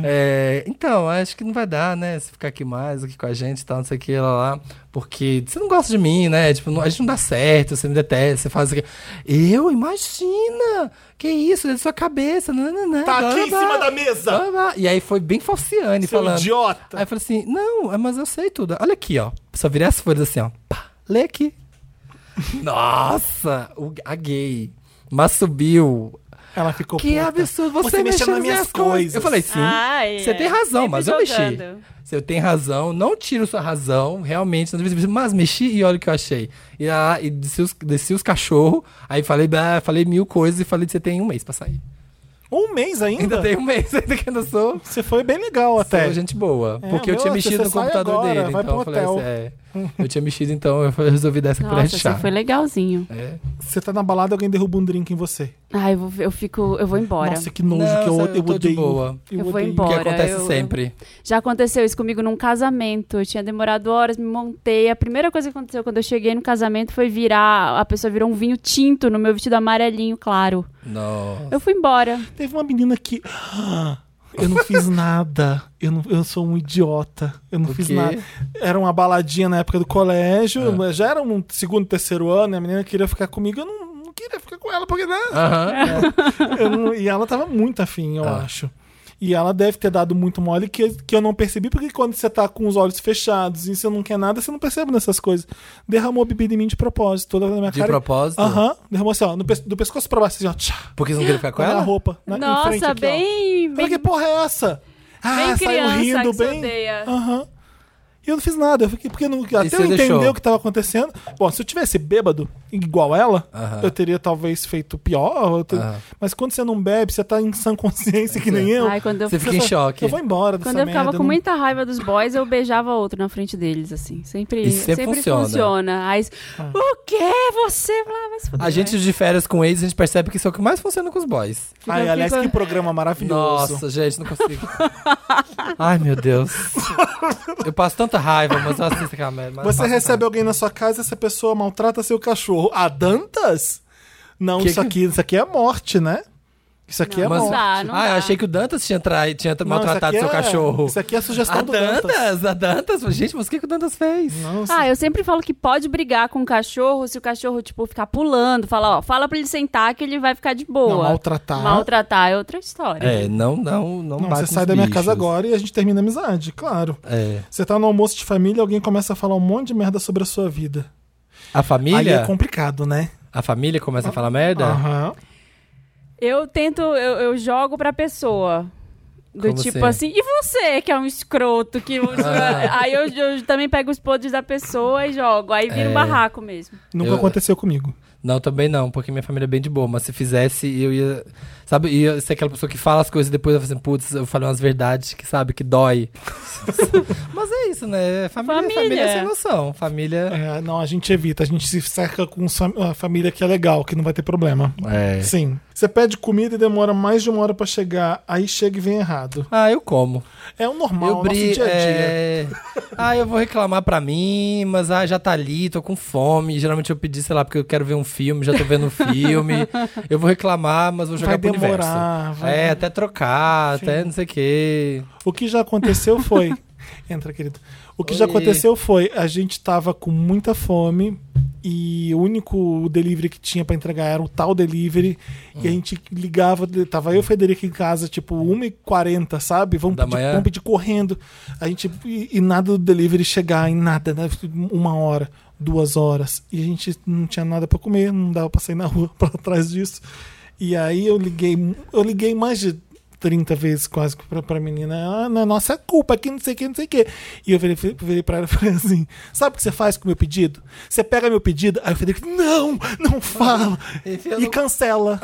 B: É, então, acho que não vai dar, né? Se ficar aqui mais, aqui com a gente e tal, não sei o que, lá, lá. Porque você não gosta de mim, né? Tipo, não- a gente não dá certo, você me detesta, você faz isso aqui. Eu? Imagina! Que isso, dentro da sua cabeça. Não, não, não,
A: Tá
B: blá,
A: aqui em
B: blá,
A: cima
B: blá,
A: da mesa,
B: blá, blá. E aí foi bem falciane
A: seu
B: falando. Aí
A: idiota.
B: eu falei assim, não, é, mas eu sei tudo. Olha aqui, ó. Só virei as folhas assim, ó. Pá, lê aqui. Nossa, o, a gay. Mas subiu.
A: Ela ficou
B: Que
A: puta.
B: absurdo, você,
A: Você mexeu
B: mexeu
A: nas
B: nas
A: minhas
B: minhas coisas.
A: coisas.
B: Eu falei, sim,
C: Ai,
B: você
C: é.
B: tem razão,
C: Sempre
B: mas eu mexi.
C: jogando.
B: Você tem razão, não tiro sua razão, realmente, não devia ser, mas mexi e olha o que eu achei. E, ah, e desci os, desci os cachorros, aí falei, bah, falei mil coisas e falei que você tem um mês pra sair.
A: Um mês ainda?
B: Ainda tem um mês, ainda que eu não sou.
A: Você foi bem legal até.
B: Sou gente boa.
A: É,
B: porque eu
A: meu,
B: tinha
A: você
B: mexido no
A: sai
B: computador
A: agora,
B: dele.
A: vai
B: então eu
A: pro
B: falei assim, é. Eu tinha mexido, então eu resolvi dar essa colher
C: Nossa,
B: de
C: você
B: chá.
C: foi legalzinho.
B: É.
A: Você tá na balada alguém derruba um drink em você.
C: Ai, eu, vou- eu fico. Eu vou embora.
A: Nossa, que nojo
B: Não,
A: que eu,
B: eu
A: eu
B: tô de
A: odeio. um
B: boa.
C: Eu vou
A: odeio.
B: O que
C: embora. Bora,
B: acontece
C: eu-
B: sempre.
C: Já aconteceu isso comigo num casamento. Eu tinha demorado horas, me montei. A primeira coisa que aconteceu quando eu cheguei no casamento foi virar. A pessoa virou um vinho tinto no meu vestido amarelinho, claro.
B: Não.
C: Eu fui embora.
A: Teve uma menina que. "Ah, Eu não fiz nada. Eu, não, eu sou um idiota. Eu não
B: O
A: fiz
B: quê? Ah.
A: nada. Era uma baladinha na época do colégio. Já era um segundo, terceiro ano. E a menina queria ficar comigo. Eu não, não queria ficar com ela, porque. Né?
B: Aham.
A: Eu não- e ela tava muito afim, eu
B: Ah.
A: acho. E ela deve ter dado muito mole que, que eu não percebi, porque quando você tá com os olhos fechados e você não quer nada, você não percebe nessas coisas. Derramou bebida em mim de propósito, toda na minha
B: De
A: cara.
B: propósito?
A: Aham, derramou assim, ó, no pes- do pescoço pra baixo, assim, ó, tchá,
B: Porque você não queria ficar com
A: na minha
B: ela?
A: roupa. Na,
C: Nossa,
A: em frente, aqui, ó.
C: bem.
A: Olha
C: bem
A: que porra é essa? Ah,
C: Bem
A: saiu
C: criança
A: rindo,
C: que se
A: bem. Ah,
C: odeia.
A: Aham. E eu não fiz nada, eu fiquei, porque eu não, até
B: você
A: eu entender
B: deixou?
A: o que tava acontecendo. Bom, se eu tivesse bêbado igual ela,
B: Aham.
A: eu teria talvez feito pior. eu ter-
B: Aham.
A: Mas quando você não bebe, você tá em sã consciência que nem eu.
C: Ai, quando eu,
B: Você fica em
A: só-
B: choque.
A: Eu vou embora dessa
C: quando eu ficava
A: merda,
C: com
A: não-
C: muita raiva dos boys, eu beijava outro na frente deles, assim. Sempre,
B: Isso sempre funciona.
C: Aí,
A: Ah.
C: o quê? Você? Ah, vai se fuder,
B: A gente
C: vai.
B: de férias com ex, a gente percebe que isso é o que mais funciona com os boys.
A: Ai,
C: eu
A: aliás,
C: fico-
A: que programa maravilhoso.
B: Nossa, gente, não consigo. Ai, meu Deus. Eu passo tanta raiva, mas eu assisto aquela merda. mas eu
A: Você
B: passo
A: recebe alguém na sua casa e essa pessoa maltrata seu cachorro. Ah, Dantas? Não,
B: Que
A: isso,
B: que-
A: Aqui, isso aqui é morte, né? Isso aqui é
C: Não,
B: Mas-
A: morte.
C: dá, não
B: ah, eu
C: dá.
B: achei que o Dantas tinha, trai... tinha tra-
A: Não, isso
B: maltratado
A: aqui
B: seu
A: é-
B: cachorro.
A: Isso aqui é a sugestão
B: a
A: do
B: Dantas,
A: Dantas.
B: a Dantas. Gente, mas o que, que o Dantas fez?
A: Nossa.
C: Ah, eu sempre falo que pode brigar com o cachorro se o cachorro, tipo, ficar pulando. Fala, ó, fala pra ele sentar que ele vai ficar de boa.
A: Não, maltratar.
C: Maltratar é outra história.
B: É, não, não, não,
A: Não,
B: bate
A: você
B: nos
A: sai da minha casa
B: bichos.
A: agora e a gente termina a amizade, claro.
B: É.
A: Você tá no almoço de família e alguém começa a falar um monte de merda sobre a sua vida.
B: A
A: Aí
B: família? É.
A: é Ah. complicado, né?
B: A família começa a falar merda?
A: Aham.
C: Eu tento, eu, eu jogo pra pessoa. Do
B: Como
C: tipo
B: assim?
C: assim, e você que é um escroto que usa. aí eu, eu também pego os podres da pessoa e jogo. Aí vira
B: É.
C: um barraco mesmo.
A: Nunca
B: Eu-
A: aconteceu comigo.
B: Não, também não, porque minha família é bem de boa. Mas se fizesse, eu ia. Sabe, ia ser aquela pessoa que fala as coisas e depois eu falo assim, putz, eu falei umas verdades que sabe, que dói. mas é isso, né? Família, família.
C: Família.
B: é sem noção. Família.
A: É, não, a gente evita, a gente se cerca com sa- a família que é legal, que não vai ter problema.
B: É.
A: Sim. Você pede comida e demora mais de uma hora pra chegar, aí chega e vem errado. errado.
B: Ah, eu como.
A: É o normal,
B: Eu
A: o nosso
B: bri...
A: dia a dia.
B: é... Ah, eu vou reclamar pra mim, mas ah, já tá ali, tô com fome. Geralmente eu pedi, sei lá, porque eu quero ver um filme, já tô vendo um filme. Eu vou reclamar, mas vou jogar
A: Vai
B: pro universo.
A: demorar. vai-
B: É, até trocar,
A: Sim.
B: até não sei o quê.
A: O que já aconteceu foi. Entra, querido. O que já
B: Oi.
A: aconteceu foi, a gente tava com muita fome e o único delivery que tinha pra entregar era o tal delivery.
B: Hum.
A: E a gente ligava, tava eu e o Federico em casa, tipo 1h40, sabe? Vamos
B: Da
A: pedir,
B: manhã?
A: vamos pedir correndo. A gente, e, e nada do delivery chegar, em nada, né? Uma hora, duas horas. E a gente não tinha nada pra comer, não dava pra sair na rua pra trás disso. E aí eu liguei, eu liguei mais de 30 vezes quase pra, pra menina. Ah, não é nossa culpa, que não sei o que, não sei o que. E eu virei, virei pra ela e falei assim: sabe o que você faz com o meu pedido? Você pega meu pedido, aí eu falei, não, não fala.
B: Enfia
A: E
B: no-
A: cancela.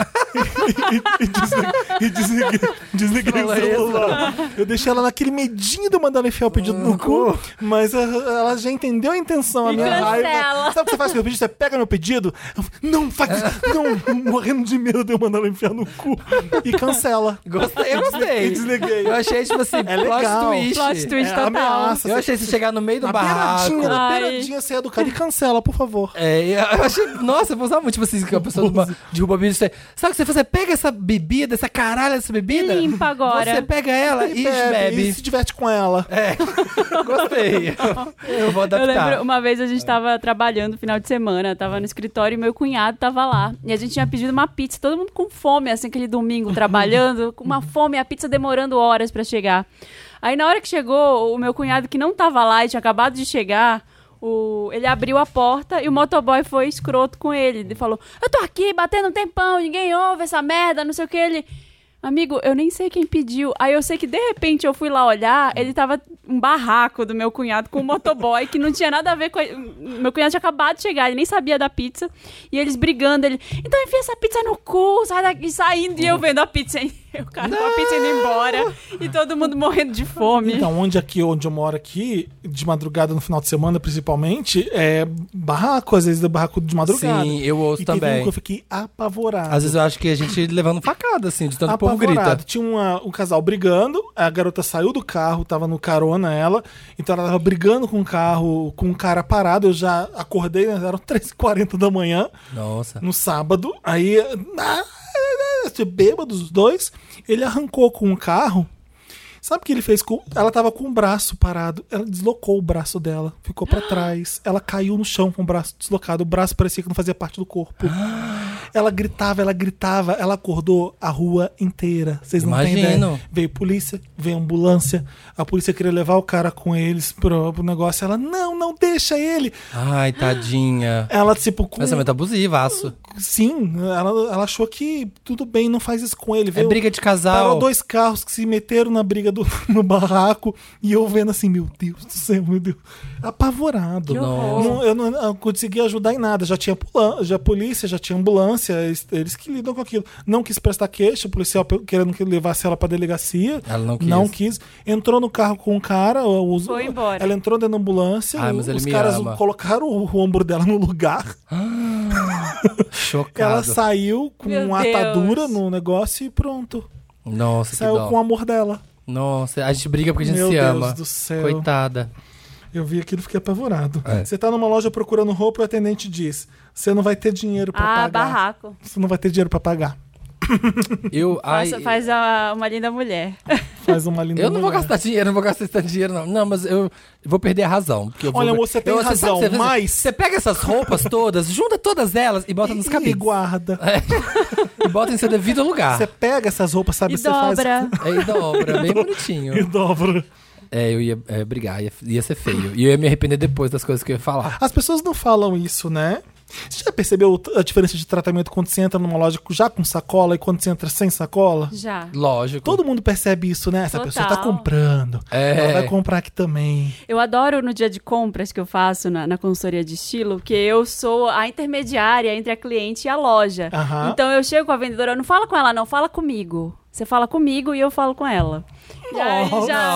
A: e desliga- e desliguei, desliguei
B: Fala
A: o
B: isso.
A: celular. Eu deixei ela naquele medinho de eu mandar ela enfiar o pedido no cu, mas eh, ela já entendeu a intenção, a
C: E
A: minha
C: cancela.
A: raiva. Sabe o que você faz com o meu pedido? Você pega meu pedido, eu falo, não faz isso,
B: É.
A: não, morrendo de medo de eu mandar ela enfiar no cu. E cancela.
B: Gostei, eu
A: E
B: gostei.
A: desliguei.
B: Eu achei, tipo assim, plot
A: É legal.
B: twist.
C: Plot twist
A: É,
C: total.
A: ameaça.
B: Eu achei se chegar no meio do
A: Na
B: barraco.
A: beiradinha, na
C: Ai.
A: beiradinha, você é educado e cancela, por favor.
B: É, eu achei. Nossa, eu vou usar muito, tipo assim, que a pessoa derruba- derruba a bebida. Você, sabe o que você faz? Você pega essa bebida, essa caralho, essa bebida.
C: E limpa agora.
B: Você pega ela É, e
A: bebe, e
B: bebe.
A: se diverte com ela.
B: É, gostei. Eu vou
C: Eu
B: adaptar. É.
C: lembro, uma vez a gente tava trabalhando no final de semana, tava no escritório e meu cunhado tava lá. E a gente tinha pedido uma pizza, todo mundo com fome, assim, aquele domingo trabalhando, com uma fome, a pizza demorando horas pra chegar. Aí na hora que chegou, o meu cunhado que não tava lá e tinha acabado de chegar, o- ele abriu a porta e o motoboy foi escroto com ele. Ele falou: Eu tô aqui batendo um tempão, ninguém ouve essa merda, não sei o que. Ele. Amigo, eu nem sei quem pediu. Aí eu sei que de repente eu fui lá olhar, ele tava um barraco do meu cunhado com um motoboy que não tinha nada a ver com. a- Meu cunhado tinha acabado de chegar, ele nem sabia da pizza. E eles brigando, ele. Então enfia essa pizza no cu, sai daqui, saindo. E eu vendo a pizza, e o cara com a pizza indo embora. E todo mundo morrendo de
B: Né?
C: fome.
A: Então, onde aqui, onde eu moro aqui, de madrugada no final de semana, principalmente, é barraco, às vezes é barraco de madrugada.
B: Sim, eu ouço
A: e teve
B: também.
A: um que eu fiquei apavorado.
B: Às vezes eu acho que a gente levando facada, assim, de tanto que o povo grita.
A: Apavorado. Tinha uma- um casal brigando, a garota saiu do carro, tava no carona ela, então ela tava brigando com o carro, com o cara parado, eu já acordei, né, eram 3h40 da manhã,
B: Nossa.
A: no sábado, aí, ah, bêbado os dois, ele arrancou com o carro, sabe o que ele fez? com- Ela tava com o braço parado, ela deslocou o braço dela, ficou pra trás, ela caiu no chão com o braço deslocado, o braço parecia que não fazia parte do corpo. Ela gritava, ela gritava, ela acordou a rua inteira. Vocês não têm
B: Imagino.
A: ideia. Veio polícia, veio ambulância. A polícia queria levar o cara com eles pro, pro negócio. Ela, não, não deixa ele.
B: Ai, tadinha. tá
A: Ela, tipo, com,
B: Pensamento abusivaço.
A: Sim, ela, ela achou que tudo bem, não faz isso com ele.
B: É
A: Veio,
B: briga de
A: Parou
B: casal.
A: dois carros que se meteram na briga do, no barraco e eu vendo assim, meu Deus do céu, meu Deus. Apavorado.
C: Que horror.
A: Não, eu não, eu consegui ajudar em nada. Já tinha pulan- já polícia, já tinha ambulância, eles, eles que lidam com aquilo. Não quis prestar queixa, o policial pe- querendo que levasse ela pra delegacia.
B: Ela não quis.
A: quis. Entrou no carro com o cara. Os,
C: Foi embora.
A: Ela entrou dentro da ambulância.
B: Ai, mas ele
A: os
B: me
A: caras
B: ama.
A: colocaram o, o ombro dela no lugar.
B: Chocado.
A: Ela saiu com
C: Meu
A: uma
C: Deus.
A: atadura no negócio e pronto.
B: Nossa, que
A: Saiu
B: dó.
A: com o amor dela.
B: Nossa, a gente briga porque a gente
A: Meu
B: se
A: Deus
B: ama.
A: do céu.
B: Coitada.
A: Eu vi aquilo e fiquei apavorado.
B: É.
A: Você tá numa loja procurando roupa e o atendente diz: Você não vai ter dinheiro pra
C: Ah,
A: pagar.
C: barraco.
A: Você não vai ter dinheiro pra pagar.
B: Eu, ai,
C: Faça- faz a- uma linda mulher.
A: Faz uma linda
B: eu não vou
A: mulher.
B: gastar dinheiro, não vou gastar esse tanto de dinheiro, não. Não, mas eu vou perder a razão. Porque eu vou-
A: Olha, amor, você tem
B: eu- sabe
A: razão,
B: o que você faz?
A: mas-
B: Você pega essas roupas todas, junta todas elas e bota nos
A: E, e
B: cabides.
A: guarda.
B: Ah. E bota em seu devido lugar.
A: Você pega essas roupas, sabe?
C: E
A: você faz.
C: dobra.
B: Aí dobra, bem
A: E
B: bonitinho.
A: dobra.
B: É, eu ia é, brigar, ia, ia ser feio. E eu ia me arrepender depois das coisas que eu ia falar.
A: As pessoas não falam isso, né? Você já percebeu a diferença de tratamento quando você entra numa loja já com sacola e quando você entra sem sacola?
C: Já.
B: Lógico.
A: Todo mundo percebe isso, né? Essa
C: Total.
A: pessoa tá comprando.
B: É.
A: Ela vai comprar aqui também.
C: Eu adoro no dia de compras que eu faço na, na consultoria de estilo, que eu sou a intermediária entre a cliente e a loja.
A: Aham.
C: Então eu chego com a vendedora, eu não falo com ela, não, fala comigo. Você fala comigo e eu falo com ela. E aí já,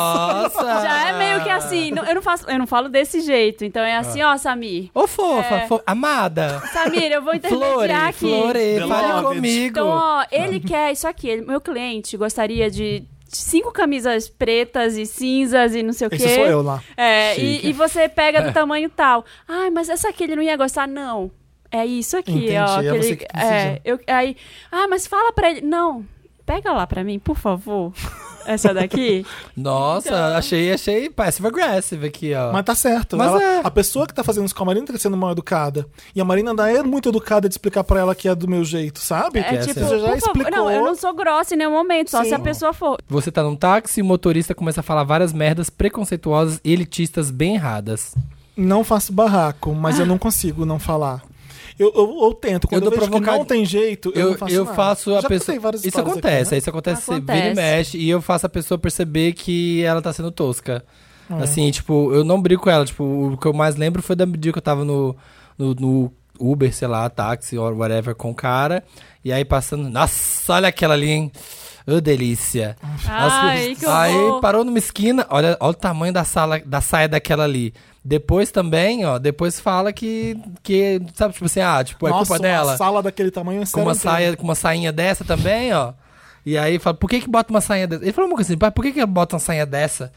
B: Nossa!
C: já é meio que assim, não- eu, não faço, eu não falo desse jeito. Então é assim, ó, Samir.
B: Ô, fofa,
C: É.
B: fo- amada.
C: Samir, eu vou
B: Flore,
C: intermediar aqui.
B: Flore,
A: Então,
B: fale
A: ó,
B: comigo.
C: Então, ó, ele quer isso aqui. Ele- meu cliente gostaria de cinco camisas pretas e cinzas e não sei o quê.
A: Esse
B: né?
A: sou eu lá.
C: É, e,
B: Chique.
C: e você pega
A: É.
C: do tamanho tal. Ai, mas essa aqui ele não ia gostar, não. É isso aqui,
A: Entendi,
C: ó.
A: é
C: aquele-
A: você que decide.
C: é, eu, aí, ah, mas fala pra ele. Não, pega lá pra mim, por favor. Essa daqui.
B: Nossa, achei, achei passive aggressive aqui, ó.
A: Mas tá certo.
B: Mas
A: Ela-
B: é.
A: A pessoa que tá fazendo isso com a Marina tá sendo mal educada. E a Marina ainda é muito educada de explicar pra ela que é do meu jeito, sabe?
C: É
B: essa?
C: tipo,
A: Você já
C: por favor.
A: explicou.
C: Não, eu não sou grossa em nenhum momento, só
A: Sim.
C: se a pessoa for.
B: Você tá num táxi e o motorista começa a falar várias merdas preconceituosas e elitistas bem erradas.
A: Não faço barraco, mas eu não consigo não falar. Eu, eu, eu tento. Quando eu,
B: dou
A: vejo que
B: provocadinha.
A: não tem jeito, eu, não
B: Eu,
A: faço
B: eu
A: nada.
B: faço
A: Já
B: a
A: contei
B: pessoa.
A: várias
B: Isso
A: histórias aqui,
B: acontece,
A: né?
B: isso acontece,
C: Acontece.
B: vira e mexe, e eu faço a pessoa perceber que ela tá sendo tosca.
A: É.
B: Assim, tipo, eu não brigo com ela. Tipo, o que eu mais lembro foi da dia que eu tava no, no, no Uber, sei lá, táxi or whatever com o cara. E aí passando. Nossa, olha aquela ali, hein? Ô, delícia.
C: Ai,
B: As-
C: que
B: aí
C: horror.
B: parou numa esquina, olha, olha o tamanho da sala, da saia daquela ali. Depois também, ó, depois fala que, que sabe, tipo assim, ah, tipo, é
A: Nossa,
B: culpa dela
A: Uma sala daquele tamanho é
B: com uma
A: sério,
B: saia, com uma sainha dessa também, ó. E aí fala, por que que bota uma sainha dessa? Ele falou uma coisa assim, pai, por que que bota uma sainha dessa?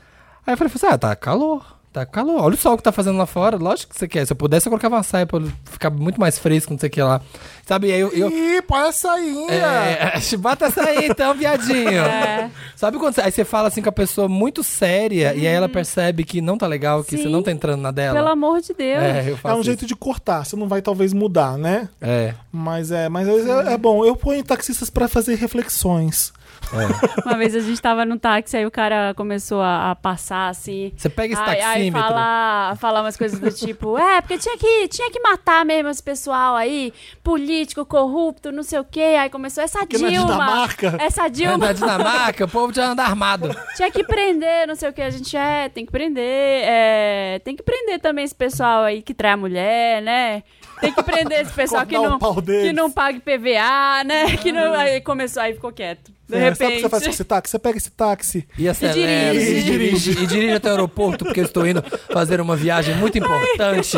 B: Aí eu falei assim, ah, tá calor, tá calor. Olha o sol que tá fazendo lá fora, lógico que você quer. Se eu pudesse, eu colocava uma saia pra eu ficar muito mais fresco, não sei o que lá. Sabe, e aí eu... eu
A: né? Ih, põe a sainha.
B: é, bota essa aí então, viadinho.
C: É.
B: Sabe quando você, aí você fala assim com a pessoa muito séria e aí ela percebe que não tá legal, que você
C: Uhum. Sim.
B: não tá entrando na dela?
C: Pelo amor de Deus.
B: É, eu
A: É
B: faço
A: um
B: isso.
A: jeito de cortar, você não vai talvez mudar, né?
B: É,
A: Mas é, mas é, é bom. Eu ponho taxistas pra fazer reflexões.
B: é.
C: Uma vez a gente tava num táxi, aí o cara começou a, a passar assim.
B: Você pega esse
C: Ai, ai,
B: taxímetro.
C: falar, falar umas coisas do tipo, é, porque tinha que, tinha que matar mesmo esse pessoal aí, político, corrupto, não sei o quê. Aí começou essa
A: na
C: Dilma.
A: é Dinamarca- É,
C: Essa Dilma.
B: Na Dinamarca, o povo já anda armado.
C: Tinha que prender, não sei o que. A gente é, tem que prender. É, tem que prender também esse pessoal aí que trai a mulher, né? Tem que prender esse pessoal que
A: Cortar o
C: não,
A: pau deles.
C: que não pague PVA, né? Que não. Aí começou, aí ficou quieto. De
A: É, Sabe o que
C: repente.
A: você faz com esse táxi? Você pega esse táxi.
B: E acelera,
C: dirige.
B: e dirige, e dirige até o aeroporto, porque eu estou indo fazer uma viagem muito importante.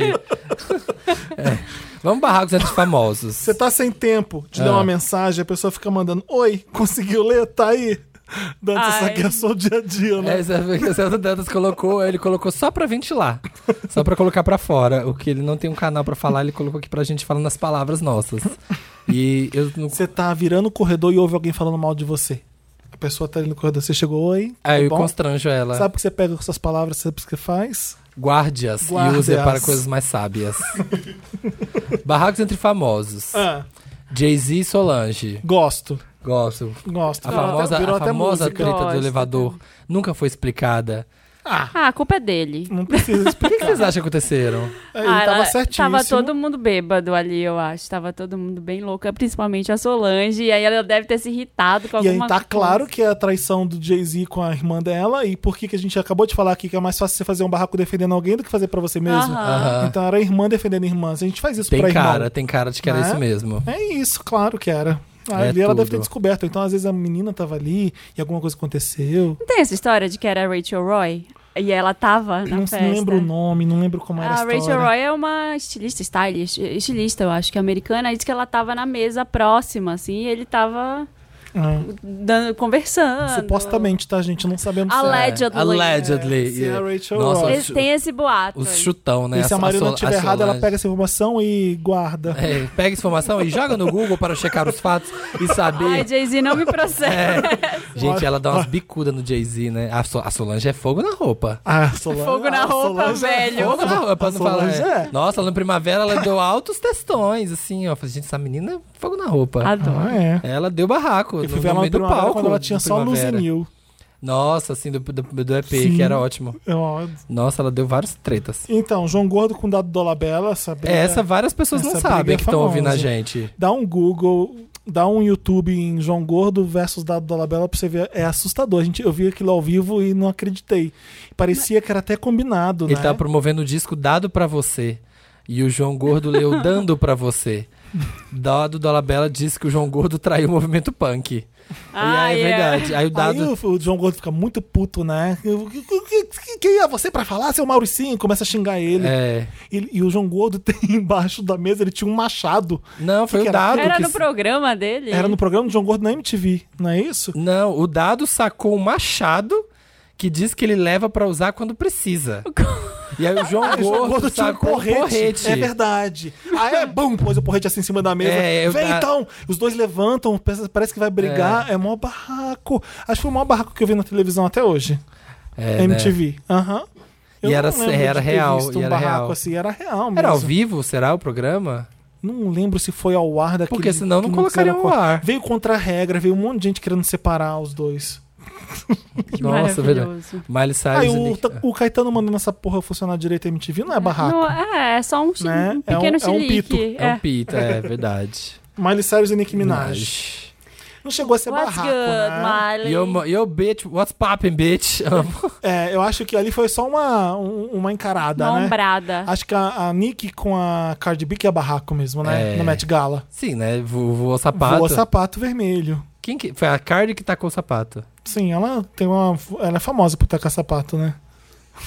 B: É. Vamos barrar com os antes famosos.
A: Você tá sem tempo de
B: É.
A: dar uma mensagem, a pessoa fica mandando: Oi, conseguiu ler? Tá aí. Dante, isso
C: Ai.
A: aqui é o seu dia a dia, né?
B: Essa foi que É, o Celso Dantas colocou, ele colocou só pra ventilar. Só pra colocar pra fora. O que ele não tem um canal pra falar, ele colocou aqui pra gente falando as palavras nossas. E eu não.
A: Você tá virando o corredor e ouve alguém falando mal de você. A pessoa tá ali no corredor, você chegou, oi. tudo
B: Aí É, eu
A: é bom?
B: constranjo ela.
A: Sabe o que você pega com suas palavras, sabe o que você faz?
B: Guardias, e
A: Guardias.
B: use para coisas mais sábias. Barracos entre famosos.
A: Ah,
B: Jay-Z e Solange.
A: gosto.
B: Gosto.
A: Gosto.
B: A
A: Virou
B: famosa,
A: até- virou
B: a
A: até
B: famosa
A: música.
B: treta do
C: Gosto. né?
B: elevador nunca foi explicada.
C: Ah, a culpa é dele.
A: Não precisa
B: O
A: explicar.
B: que, que vocês acham que aconteceram?
A: É, Ele
C: Ah,
A: tava
C: ela-
A: certíssimo.
C: Tava todo mundo bêbado ali, eu acho. Tava todo mundo bem louco, principalmente a Solange. E aí ela deve ter se irritado com
A: E
C: alguma
A: aí tá
C: coisa.
A: claro que é a traição do Jay-Z com a irmã dela, e por que que a gente acabou de falar aqui que é mais fácil você fazer um barraco defendendo alguém do que fazer pra você mesmo.
C: Aham.
B: Aham.
A: Então era a irmã defendendo a irmã. Se a gente faz isso pra
B: Tem
A: irmão.
B: cara, tem cara de que era
A: Né?
B: isso mesmo.
A: É isso, claro que era.
B: É
A: Ali ela
B: tudo.
A: deve ter descoberto. Então, às vezes, a menina tava ali e alguma coisa aconteceu.
C: Não tem essa história de que era a Rachel Roy? E ela tava na
A: Não,
C: Tá festa.
A: não lembro o nome, não lembro como era a
C: A
A: história.
C: Rachel Roy é uma estilista, stylist, estilista, eu acho que é americana. E diz que ela tava na mesa próxima, assim, e ele tava
A: Ah,
C: dando- conversando.
A: supostamente, tá, gente? Não sabemos se é.
C: Allegedly.
B: É, allegedly.
A: Se é a Rachel
B: Nossa,
A: Ross.
C: Eles
B: os,
C: têm esse boato.
B: os
C: aí.
B: chutão, né?
A: E se a Marina
B: Sol-
A: tiver errada, ela
B: Solange.
A: pega essa informação e guarda.
B: É, pega essa informação e joga no Google para checar os fatos e saber.
C: Ai, Jay-Z, não me processa.
B: Gente, ela dá umas bicudas no Jay-Z, né? A, Sol- a Solange é fogo na roupa.
A: Ah, Solange.
C: Fogo na
A: ah,
C: roupa,
A: Solange é
C: velho.
B: Fogo na roupa,
A: A
B: não fala.
A: Solange
B: é.
A: é.
B: Nossa, no Primavera ela deu altos testões, assim, ó. Falei, gente, essa menina é fogo na roupa.
C: Adoro.
A: Ah, é.
B: Ela deu barraco.
A: Eu
B: no,
A: fui ver
B: no
A: ela no
B: meio do
A: primavera
B: palco.
A: quando ela tinha
B: no
A: só
B: Primavera.
A: luzinil.
B: Nossa, assim, do, do, do EP,
A: Sim.
B: que era ótimo.
A: Ó,
B: Nossa, ela deu várias tretas.
A: Então, João Gordo com Dado Dolabella, sabe?
B: É, essa várias pessoas não
A: Essa briga
B: sabem
A: é
B: que estão ouvindo a
A: famosa.
B: gente.
A: Dá um Google, dá um YouTube em João Gordo versus Dado Dolabella pra você ver. É assustador. A gente, eu vi aquilo ao vivo e não acreditei. Parecia que era até combinado,
B: Ele um
A: né?
B: tá promovendo o disco Dado Pra Você. E o João Gordo leu Dando Pra Você. Dado Dolabella disse que o João Gordo traiu o movimento punk.
C: Ah,
B: e aí, é
C: yeah.
B: verdade. Aí o Dado.
A: Aí o, o João Gordo fica muito puto, né? Eu- que- que- que- Quem é você pra falar, seu Mauricinho? Começa a xingar ele.
B: É.
A: Ele- E, o João Gordo tem embaixo da mesa, ele tinha um machado.
B: Não, foi
A: que
B: o
A: era?
B: Dado.
C: Era
B: que...
C: no programa dele?
A: Era no programa do João Gordo na MTV, não é isso?
B: Não, o Dado sacou um machado que diz que ele leva pra usar quando precisa. E aí o João
A: Ah, o João
B: Gordo
A: Gordo tinha um
B: sacou um
A: porrete.
B: porrete.
A: É verdade. Aí é bom, pôs o porrete assim em cima da mesa.
B: É, eu
A: Vem
B: da-
A: então! Os dois levantam, parece- parece que vai brigar. É, mó barraco. Acho que foi o maior barraco que eu vi na televisão até hoje.
B: É, né?
A: MTV. Aham. Eu
B: E
A: não
B: era-
A: lembro
B: era
A: de ter
B: real,
A: visto
B: e
A: um
B: era
A: barraco
B: real.
A: assim, era real mesmo.
B: Era ao vivo, será o programa?
A: Não lembro se foi ao ar daquele...
B: Porque senão não
A: que
B: colocariam
A: quiseram
B: ao ar.
A: Veio contra a regra, veio um monte de gente querendo separar os dois.
C: Que
B: Nossa, verdade.
C: maravilhoso.
B: Miley Cyrus.
A: Aí o,
B: ele-
A: Ta- o Caetano mandando essa porra funcionar direito a MTV não é barraco.
C: Não, é, é só um, chi-
A: Né?
C: um
A: É um- é
C: pequeno
A: um
C: chilique.
B: É um pita, é verdade.
A: Miley Cyrus e Nicki Minaj.
B: Minaj.
A: Não chegou a ser
C: What's
A: é barraco,
C: good,
A: né?
C: Miley?
B: Yo, mo- yo, bitch, what's poppin', bitch? Amo.
A: É, eu acho que ali foi só uma, um- uma encarada,
C: Uma
A: né?
C: ombrada.
A: Acho que a, a Nick com a Cardi B que é barraco mesmo, né?
B: É.
A: No Met Gala.
B: Sim, né? Vo- Voou sapato.
A: Voou sapato vermelho.
B: Quem que... Foi a Cardi que tacou o sapato.
A: Sim, ela tem uma. Ela é famosa por tacar sapato, né?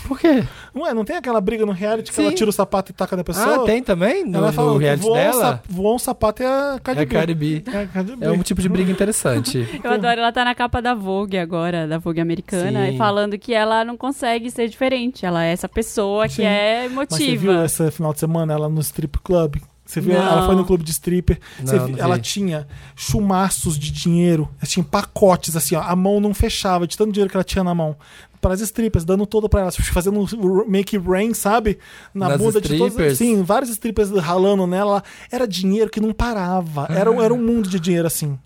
B: Por quê?
A: Não é? Não tem aquela briga no reality que
B: Sim.
A: ela tira o sapato e taca da pessoa?
B: ah, tem também? No,
A: Ela fala,
B: no reality
A: voou, Um
B: dela?
A: sap- voou um sapato e a Cardi
B: É a
A: B.
B: Cardi B.
A: É a Cardi B.
B: É um tipo de briga interessante.
C: Eu adoro, ela tá na capa da Vogue agora, da Vogue americana,
B: Sim.
C: e falando que ela não consegue ser diferente. Ela é essa pessoa
A: Sim.
C: que é
A: Mas você viu
C: emotiva.
A: esse final de semana ela no strip club? Você viu?
C: Não.
A: Ela foi no clube de stripper. Você
B: Não,
A: vi-
B: não vi.
A: ela tinha chumaços de dinheiro. Ela tinha pacotes, assim, ó. A mão não fechava de tanto dinheiro que ela tinha na mão. Para as strippers, dando todo pra elas. Fazendo um make rain, sabe? Na
B: Nas
A: bunda de todas.
B: strippers?
A: Sim, vários strippers ralando nela. Era dinheiro que não parava. Era, era
B: Ah.
A: um mundo de dinheiro, assim.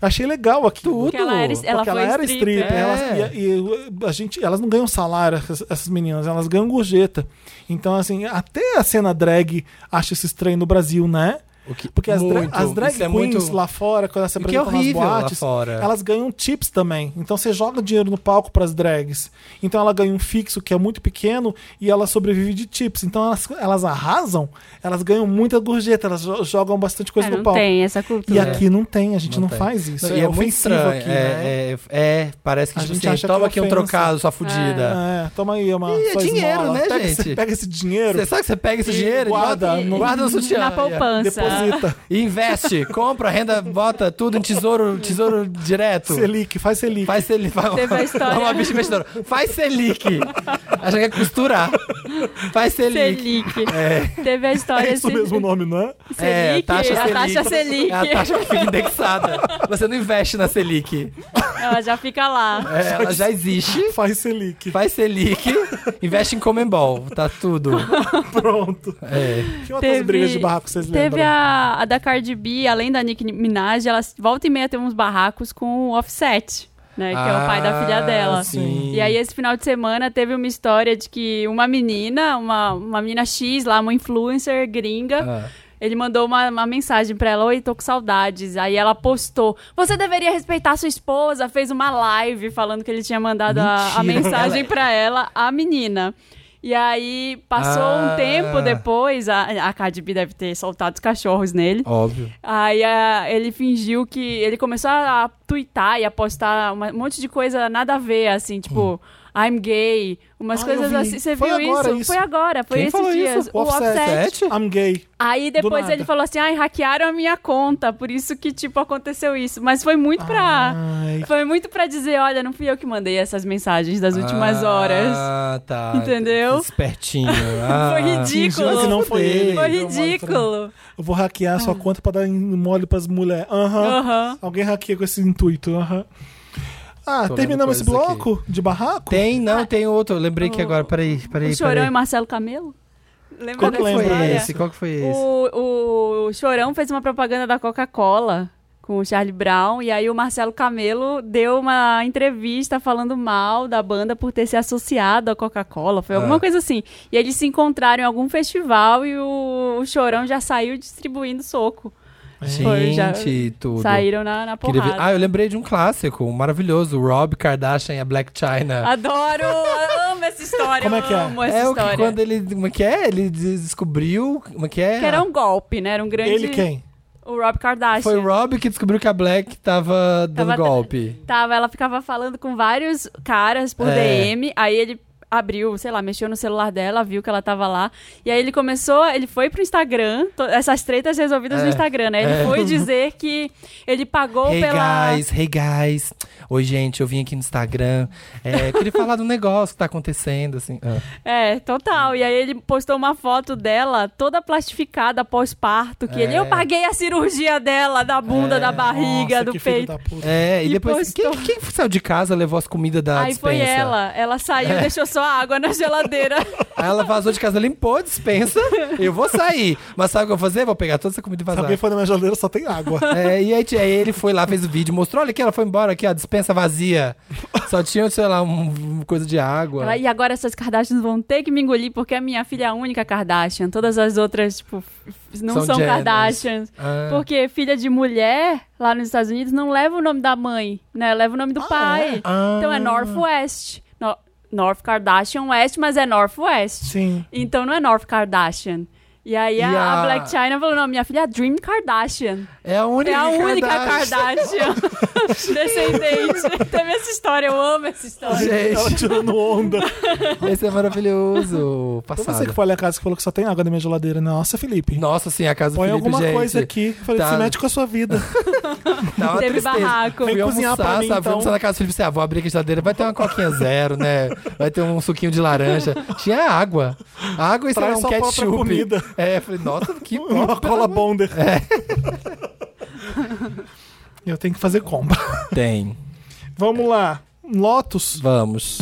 A: Achei legal aqui.
B: Tudo. É.
C: Porque ela, era, ela
A: Porque ela
C: foi
A: era
C: stripper.
A: stripper, elas, e, e a gente, elas não ganham salário, essas, essas meninas, elas ganham gorjeta. Então, assim, até a cena drag acha isso estranho no Brasil, né?
B: O que-
A: Porque as, dra-
B: muito,
A: as drag
B: isso é
A: queens
B: muito-
A: lá fora, quando elas se
B: O que é
A: apresentam nas
B: horrível lá
A: boates,
B: fora.
A: elas ganham tips também. Então você joga dinheiro no palco pras drags. Então ela ganha um fixo que é muito pequeno e ela sobrevive de tips. Então elas, elas arrasam, elas ganham muita gorjeta, elas jo- jogam bastante coisa
C: É,
A: no
C: não
A: palco.
C: tem essa
A: E
C: cultura.
A: aqui não tem, a gente não,
B: tem.
A: faz isso.
B: É. Não,
A: é,
B: e muito
A: ofensivo
B: estranho,
A: aqui,
B: é,
A: né?
B: é, é, parece que
A: A
B: tipo
A: gente
B: assim,
A: acha que
B: toma
A: é
B: aqui um
A: ofensa.
B: trocado, sua fudida.
A: É, toma aí uma.
B: E é
A: sua
B: dinheiro,
A: esmola.
B: né,
A: pega Esse,
B: gente?
A: pega esse dinheiro,
B: Você sabe que você pega esse
A: É. E
B: dinheiro
A: guarda
B: e bota-
A: no-
B: guarda no sutiã.
C: Na poupança.
A: deposita.
B: E investe, compra, renda, bota tudo em tesouro, tesouro direto.
A: Selic, faz Selic.
B: Faz Selic.
C: Teve a história-
B: Uma bicha investidora. Faz Selic. Acha que é costurar. Faz Selic.
C: Selic. Teve a história
A: É isso
C: Selic,
A: mesmo o nome, não é?
B: É, taxa
C: a
B: Selic.
C: taxa Selic.
B: É a taxa que fica indexada. Você não investe na Selic.
C: Ela já fica lá.
B: É, ela já existe.
A: Faz Selic.
B: Faz Selic, investe em Comembol, tá tudo.
A: Pronto.
B: É.
A: Que outras
C: Teve-
A: brigas de barraco vocês
C: Teve
A: lembram? né?
C: a, a da Cardi B, além da Nicki Minaj, ela volta e meia tem uns barracos com o Offset, né? Que é o pai da filha dela.
B: Ah, Sim.
C: E aí, esse final de semana, teve uma história de que uma menina, uma, uma menina X lá, uma influencer gringa,
B: Ah.
C: ele mandou uma, uma mensagem pra ela: Oi, tô com saudades. Aí ela postou: Você deveria respeitar sua esposa. Fez uma live falando que ele tinha mandado a, a
B: Mentira.
C: mensagem pra ela, a menina. E aí, passou
B: Ah.
C: um tempo depois, a, a Cardi B deve ter soltado os cachorros nele.
B: Óbvio.
C: Aí a- ele fingiu que. Ele começou a, a twittar e a postar uma- um monte de coisa nada a ver, assim, tipo, I'm gay, umas
A: Ah, Hum. eu
C: coisas
A: vi.
C: assim. Você
A: Foi
C: viu
A: agora
C: isso?
A: isso.
C: Foi agora, foi
B: Quem falou
C: esses dias.
B: isso?
C: O offset.
A: I'm gay.
C: Aí
A: Do
C: depois
A: nada.
C: ele falou assim: ai, hackearam a minha conta, por isso que, tipo, aconteceu isso. Mas foi muito pra.
A: Ai,
C: Foi muito pra dizer: olha, não fui eu que mandei essas mensagens das últimas horas.
B: Ah, tá.
C: Entendeu?
B: Espertinho. Ah.
C: Foi
A: fingiu
C: ridículo.
A: que não foi ele.
C: Foi
A: Deu uma outra-
C: ridículo.
A: eu vou hackear sua
B: Ah.
A: conta pra dar em- mole pras mulheres. Aham.
C: Aham.
A: Alguém hackeia com esse intuito. Aham. Ah,
B: Tô
A: terminamos esse
B: lendo coisas
A: bloco de barraco?
B: Tem, não, tem outro. Eu lembrei aqui
C: O-
B: agora. Peraí, peraí.
C: O Chorão
B: peraí.
C: e Marcelo Camelo? Lembra
A: Qual
B: Qual
A: que
B: que
C: dessa
B: foi
A: lembra?
C: história?
B: esse? Qual que foi esse?
C: O, o Chorão fez uma propaganda da Coca-Cola com o Charlie Brown e aí o Marcelo Camelo deu uma entrevista falando mal da banda por ter se associado à Coca-Cola, foi alguma
B: Ah.
C: coisa assim. E eles se encontraram em algum festival e o, o Chorão já saiu distribuindo soco. Foi, já-
B: Gente, tudo.
C: Saíram na, na
B: Queria ver-
C: porrada.
B: Ah, eu lembrei de um clássico um maravilhoso. Rob Kardashian e a Black China.
C: Adoro, amo essa história,
A: Como é que é?
C: amo Ah, essa
B: Ah, é o
C: história.
B: que quando ele. Como é que é? Ele des- descobriu. Como é que é?
C: Que era um golpe, né? Era um grande...
A: Ele quem?
C: O Rob Kardashian.
B: Foi o Rob que descobriu que a Black tava dando
C: Tava-
B: golpe.
C: Tava, ela ficava falando com vários caras por
B: É.
C: DM, aí ele abriu, sei lá, mexeu no celular dela, viu que ela tava lá, e aí ele começou, ele foi pro Instagram, to- essas tretas resolvidas
B: É.
C: no Instagram, né? Ele
B: É.
C: foi dizer que ele pagou
B: hey
C: pela...
B: guys, hey guys. Oi, gente, eu vim aqui no Instagram. É, queria falar do negócio que tá acontecendo, assim. Ah.
C: É, total. E aí ele postou uma foto dela toda plastificada pós-parto, que ele,
B: É.
C: eu paguei a cirurgia dela, da bunda, da barriga,
A: Nossa,
C: do
A: que filho
C: peito.
A: da puta.
B: É, e,
C: E
B: depois. Quem,
C: postou.
B: quem saiu de casa levou as comidas da
C: Aí
B: dispensa? É.
C: foi ela, ela saiu, e deixou só a água na geladeira.
B: Aí ela vazou de casa, limpou a dispensa. eu vou sair. Mas sabe o que eu vou fazer? Vou pegar toda essa comida e
A: Se
B: vazar.
A: alguém for Tá na minha geladeira, só tem água.
B: É, e aí, t- aí ele foi lá, fez o vídeo, mostrou, olha aqui, ela foi embora aqui, ó, a dispensa vazia. Só tinha, sei lá, um, uma coisa de água.
C: Ela, e agora essas Kardashians vão ter que me engolir porque a minha filha é a única Kardashian. Todas as outras, tipo, f- não
B: São
C: são,
B: Jenners.
C: Kardashians.
B: Ah.
C: Porque filha de mulher lá nos Estados Unidos não leva o nome da mãe, né? Leva o nome do pai.
B: Ah.
C: Então é Northwest. No- North Kardashian West, mas é Northwest.
A: Sim.
C: Então não é North Kardashian. E aí
B: E
C: a,
B: a-
C: a Black China falou: não, minha filha é a Dream Kardashian.
B: É a única
C: É a única
B: Kardashian.
C: Kardashian descendente. Teve essa história, eu amo essa história.
A: Ela
B: Gente,
A: tirando onda.
B: esse é maravilhoso.
A: Foi
B: Passado.
A: você que foi lá em casa que falou que só tem água na minha geladeira. Nossa, Felipe.
B: Nossa, sim, a casa
A: Põe
B: do Felipe,
A: alguma
B: gente.
A: coisa aqui. Eu Falei,
B: Tá.
A: se mete com a sua vida.
B: Tá uma
C: Teve
B: tristeza.
C: barraco.
B: Fui
A: Vem cozinhar
B: almoçar,
A: pra mim,
B: sabe? Fui
A: então.
B: almoçar na casa do Felipe, assim, ah, vou abrir aqui a geladeira, vai ter uma coquinha zero, né? Vai ter um suquinho de laranja. Tinha água. Água e sei lá,
A: Traz
B: um
A: sua própria
B: ketchup.
A: comida.
B: É, falei, nossa, que É.
A: Uma cola bonder. Eu tenho que fazer compra.
B: Tem.
A: Vamos lá. Lotus.
B: Vamos.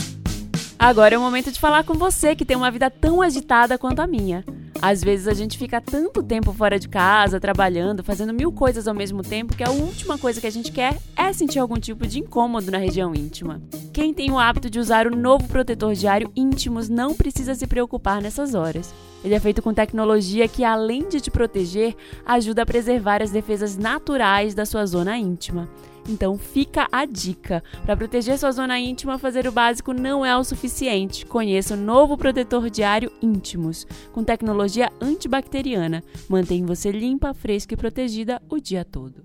C: Agora é o momento de falar com você que tem uma vida tão agitada quanto a minha. Às vezes a gente fica tanto tempo fora de casa, trabalhando, fazendo mil coisas ao mesmo tempo que a última coisa que a gente quer é sentir algum tipo de incômodo na região íntima. Quem tem o hábito de usar o novo protetor diário íntimos não precisa se preocupar nessas horas. Ele é feito com tecnologia que, além de te proteger, ajuda a preservar as defesas naturais da sua zona íntima. Então fica a dica. Para proteger sua zona íntima, fazer o básico não é o suficiente. Conheça o novo protetor diário Íntimos, com tecnologia antibacteriana. Mantém você limpa, fresca e protegida o dia todo.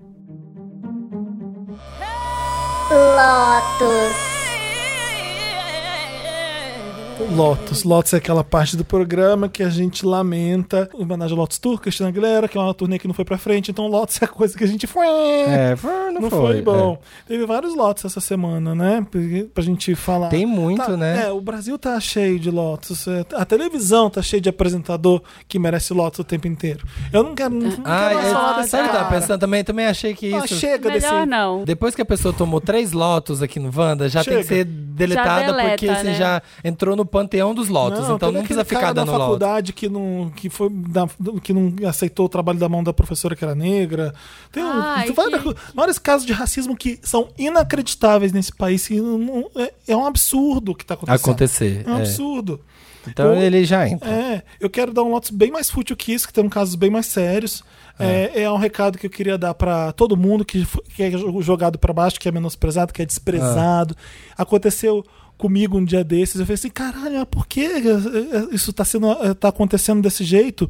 A: Lotus. Lotus é aquela parte do programa que a gente lamenta. Em homenagem ao Lotus Tour, Cristina Aguilera, que é uma turnê que não foi pra frente. Então, Lotus é a coisa que a gente foi.
B: É, foi- é. não,
A: não foi, bom. Teve vários Lotus essa semana, né? Porque- Pra gente falar.
B: é. Tem muito,
A: Tá,
B: né?
A: É, o Brasil tá cheio de Lotus. é, A televisão tá cheia de apresentador que merece Lotus o tempo inteiro. Eu não quero, não quero
B: Ah,
A: mais
B: é,
A: falar
C: Nossa,
A: desse
B: sabe o que eu tava
A: cara.
B: pensando também? Também achei que
A: Ah,
B: isso.
A: chega desse...
C: Melhor não.
B: Depois que a pessoa tomou três lotos aqui no Wanda, já tem
A: Chega.
B: que ser deletada,
C: deleta,
B: porque assim,
C: né?
B: já entrou no panteão dos lotos. então
A: teve
B: não precisa
A: aquele cara
B: ficar dando
A: da
B: lotos.
A: faculdade que não que foi da- que não aceitou o trabalho da mão da professora que era negra. Tem um-
C: Ai,
A: tem vários,
C: que-
A: vários casos de racismo que são inacreditáveis nesse país. que não- não- é, é um absurdo o que tá acontecendo.
B: Acontecer.
A: É um
B: é.
A: absurdo.
B: Então
A: Eu-
B: ele já entra.
A: É, eu quero dar um lotus bem mais fútil que isso, que tem um casos bem mais sérios. É, é um recado que eu queria dar pra todo mundo que, fo- que é jo- jogado pra baixo, que é menosprezado, que é desprezado. Aconteceu comigo um dia desses, eu falei assim, caralho, mas por que eh, eh, isso tá, sendo, eh, tá acontecendo desse jeito?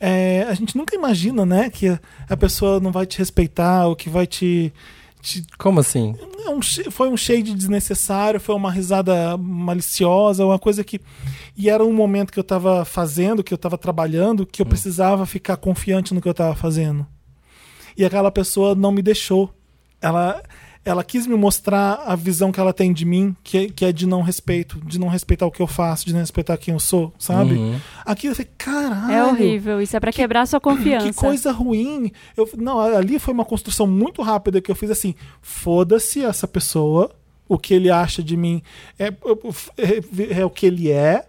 A: É, a gente nunca imagina, né, que a- a pessoa não vai te respeitar ou que vai te- te
B: Como assim?
A: é um sh- foi um shade desnecessário, foi uma risada maliciosa, uma coisa que. E era um momento que eu tava fazendo, que eu tava trabalhando, que eu precisava ficar confiante no que eu tava fazendo. E aquela pessoa não me deixou. Ela, ela quis me mostrar a visão que ela tem de mim, que, é- que é de não respeito, de não respeitar o que eu faço, de não respeitar quem eu sou, sabe?
B: Uhum.
A: Aquilo eu falei, caralho.
C: É horrível, isso é para quebrar sua confiança.
A: Que coisa ruim. Eu, não, ali foi uma construção muito rápida que eu fiz assim: foda-se essa pessoa, o que ele acha de mim é, é- é o que ele é,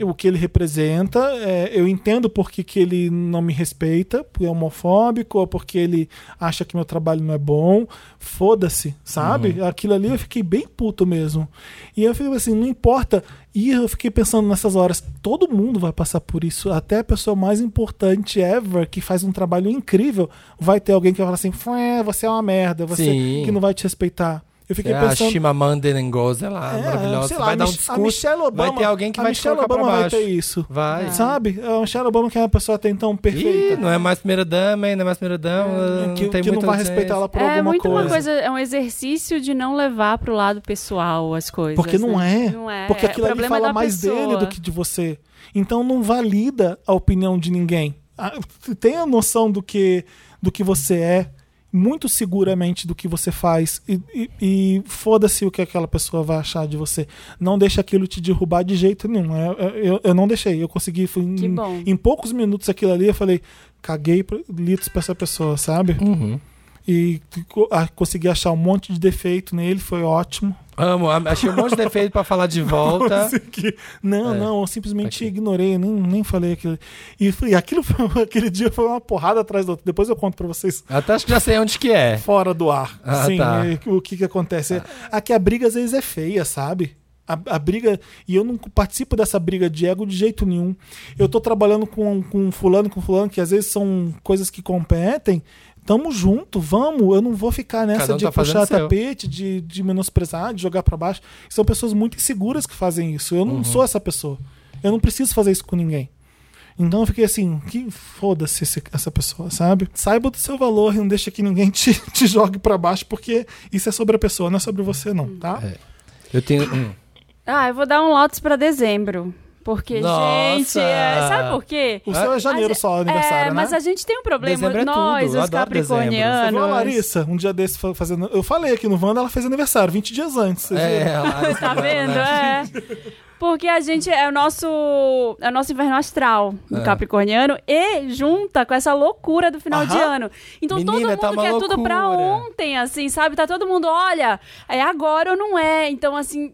A: o que ele representa. é, eu entendo porque que ele não me respeita, porque é homofóbico, ou porque ele acha que meu trabalho não é bom. Foda-se, sabe? Aquilo ali eu fiquei bem puto mesmo. E eu fico assim, não importa. E eu fiquei pensando nessas horas, todo mundo vai passar por isso. Até a pessoa mais importante ever, que faz um trabalho incrível, vai ter alguém que vai falar assim, "Fué, você é uma merda, você
B: Sim.
A: que não vai te respeitar. Eu fiquei
B: É,
A: pensando.
B: A Shimamanda Ngozi, ela é,
A: É,
B: maravilhosa.
A: sei lá,
B: vai
A: a
B: dar um
A: Mich- a
B: discurso.
A: Michelle Obama,
B: vai ter alguém que
A: a
B: vai te
A: Michelle
B: colocar
A: Obama
B: pra baixo.
A: vai ter isso.
B: Vai.
C: Ah.
A: Sabe? A Michelle Obama que é uma pessoa até então
B: Ih,
A: perfeita.
B: não é mais primeira dama, hein? Não é mais primeira dama.
A: que
B: não tem
A: que não
B: muito
A: vai
B: a dizer.
A: respeitar ela por
C: É
A: alguma
C: muito
A: coisa.
C: uma coisa, é um exercício de não levar pro lado pessoal as coisas.
A: Porque não
C: né?
A: é.
C: Não é.
A: Porque
C: é,
A: aquilo
C: o
A: ali
C: problema
A: fala
C: da
A: mais
C: pessoa.
A: dele do que de você. Então não valida a opinião de ninguém. Ah, Tenha noção do que, do que você é, muito seguramente do que você faz. E, e- e foda-se o que aquela pessoa vai achar de você. Não deixa aquilo te derrubar de jeito nenhum. É- é- Eu, eu não deixei. Eu consegui. fui em,
C: Que bom.
A: em poucos minutos aquilo ali, eu falei, caguei pra- litros pra essa pessoa, sabe?
B: Uhum.
A: E co- ah, consegui achar um monte de defeito nele, foi ótimo.
B: Amo, am- achei um monte de defeito pra falar de volta.
A: Consegui. Não,
B: Tá. É.
A: não, eu simplesmente
B: Aqui.
A: ignorei, nem, nem falei aquilo. E, foi- e aquilo foi- aquele dia foi uma porrada atrás do outro. Depois eu conto pra vocês
B: Até acho que já sei onde que é.
A: fora do ar.
B: Ah,
A: Sim,
B: tá. Ah.
A: é, o que que acontece. É, Aqui a briga às vezes é feia, sabe? A, a briga, e eu não participo dessa briga de ego de jeito nenhum. Eu tô trabalhando com, com fulano, com fulano, que às vezes são coisas que competem. Tamo junto, vamos. Eu não vou ficar nessa
B: Cada um
A: Né? de
B: tá fazendo
A: puxar
B: o seu.
A: tapete, de, de menosprezar, de jogar pra baixo. São pessoas muito inseguras que fazem isso. Eu não
B: Uhum.
A: sou essa pessoa. Eu não preciso fazer isso com ninguém. Então eu fiquei assim, que foda-se esse- essa pessoa, sabe? Saiba do seu valor e não deixa que ninguém te, te jogue pra baixo, porque isso é sobre a pessoa, não é sobre você
C: Hum.
A: não, tá?
B: É. Eu tenho. hum.
C: Ah, eu vou dar um lotus pra dezembro. Porque,
B: Nossa!
C: gente, é, sabe por quê?
A: O seu é janeiro
C: Mas-
A: só, o aniversário,
C: é,
A: né?
C: mas a gente tem um problema,
B: Dezembro é
C: nós,
B: tudo, eu
C: os
B: adoro dezembro.
A: Você
C: capricornianos.
A: viu a Larissa, um dia desse fa- fazendo. Eu falei aqui no Wanda, ela fez aniversário, 20 dias antes. vocês viram?
B: É, ela-
C: Tá vendo?
B: né?
C: É. Porque a gente é o nosso, é o nosso inverno astral do
B: É.
C: Capricorniano e junta com essa loucura do final de
A: Aham.
C: ano. Então todo
B: Menina,
C: mundo
B: tá uma
C: quer tudo pra
B: loucura.
C: ontem, assim, sabe? Tá todo mundo, olha, é agora ou não é. Então, assim.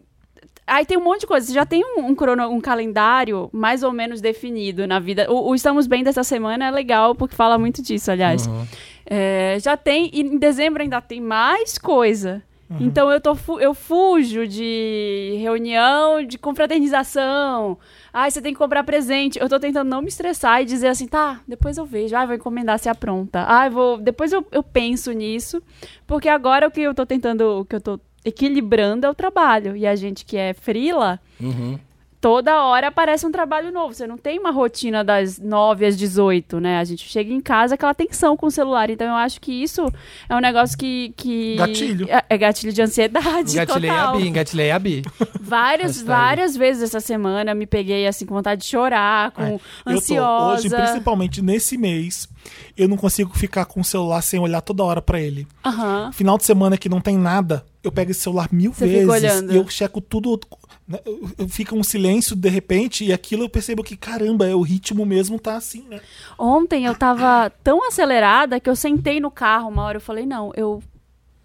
C: Aí tem um monte de coisa. Você já tem um, um, crono- um calendário mais ou menos definido na vida. O, o Estamos Bem dessa semana é legal, porque fala muito disso, aliás.
B: Uhum.
C: É, já tem, e em dezembro ainda tem mais coisa.
B: Uhum.
C: Então eu, tô, fu- eu fujo de reunião, de confraternização. Ai, você tem que comprar presente. Eu tô tentando não me estressar e dizer assim, tá, depois eu vejo. Ai, vou encomendar se apronta. Ai, vou. Depois eu, eu penso nisso. Porque agora o que eu tô tentando, o que eu tô equilibrando é o trabalho. E a gente que é frila,
B: Uhum.
C: toda hora aparece um trabalho novo. Você não tem uma rotina das 9 às 18, né? A gente chega em casa aquela tensão com o celular. Então eu acho que isso é um negócio que. que-
A: Gatilho.
C: É, é gatilho de ansiedade.
B: Engatilhei a
C: total.
B: Bi, engatilhei a Bi.
C: Várias,
B: Hashtag.
C: várias vezes essa semana eu me peguei assim com vontade de chorar, com
A: É, Eu tô
C: ansiosa.
A: hoje, principalmente nesse mês, eu não consigo ficar com o celular sem olhar toda hora pra ele.
C: Aham.
A: Final de semana que não tem nada, eu pego esse celular mil
C: Você
A: vezes
C: fica olhando.
A: e eu checo tudo. né, eu- eu- Fica um silêncio de repente e aquilo eu percebo que, caramba, é o ritmo mesmo tá assim, né?
C: Ontem eu tava tão acelerada que eu sentei no carro uma hora. Eu falei, não, eu.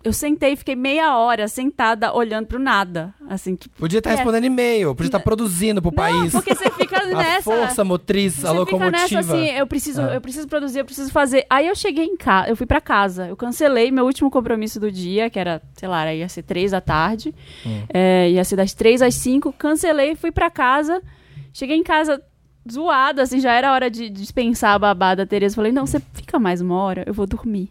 C: Eu sentei e fiquei meia hora sentada olhando pro nada. Assim, tipo.
B: Podia estar respondendo e-mail, podia estar produzindo pro país.
C: Porque você fica
B: a
C: nessa.
B: força motriz,
C: Você
B: a
C: fica
B: locomotiva.
C: nessa assim, eu preciso,
B: Ah.
C: eu preciso produzir, eu preciso fazer. Aí eu cheguei em casa, eu fui pra casa, eu cancelei meu último compromisso do dia, que era, sei lá, ia ser três da tarde,
B: Hum.
C: É, ia ser das três às cinco, cancelei, fui pra casa, cheguei em casa zoada, assim, já era hora de dispensar a babada, Tereza, falei, não, você fica mais uma hora, eu vou dormir.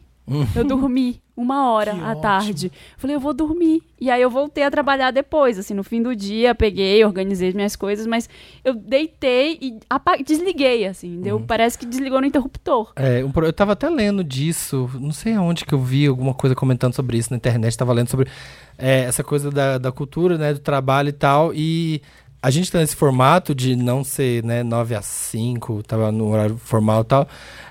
C: Eu dormi uma hora
A: Hum. Que
C: à
A: ótimo.
C: tarde. Falei, eu vou dormir. E aí eu voltei a trabalhar depois, assim, no fim do dia, peguei, organizei as minhas coisas, mas eu deitei e apa- desliguei, assim.
A: Uhum.
C: Deu, Parece que desligou no interruptor.
B: É, um pro- eu tava até lendo disso, não sei aonde que eu vi alguma coisa comentando sobre isso na internet, tava lendo sobre é, essa coisa da, da cultura, né, do trabalho e tal, e a gente tá nesse formato de não ser, né, 9 a 5, tava no horário formal e tal,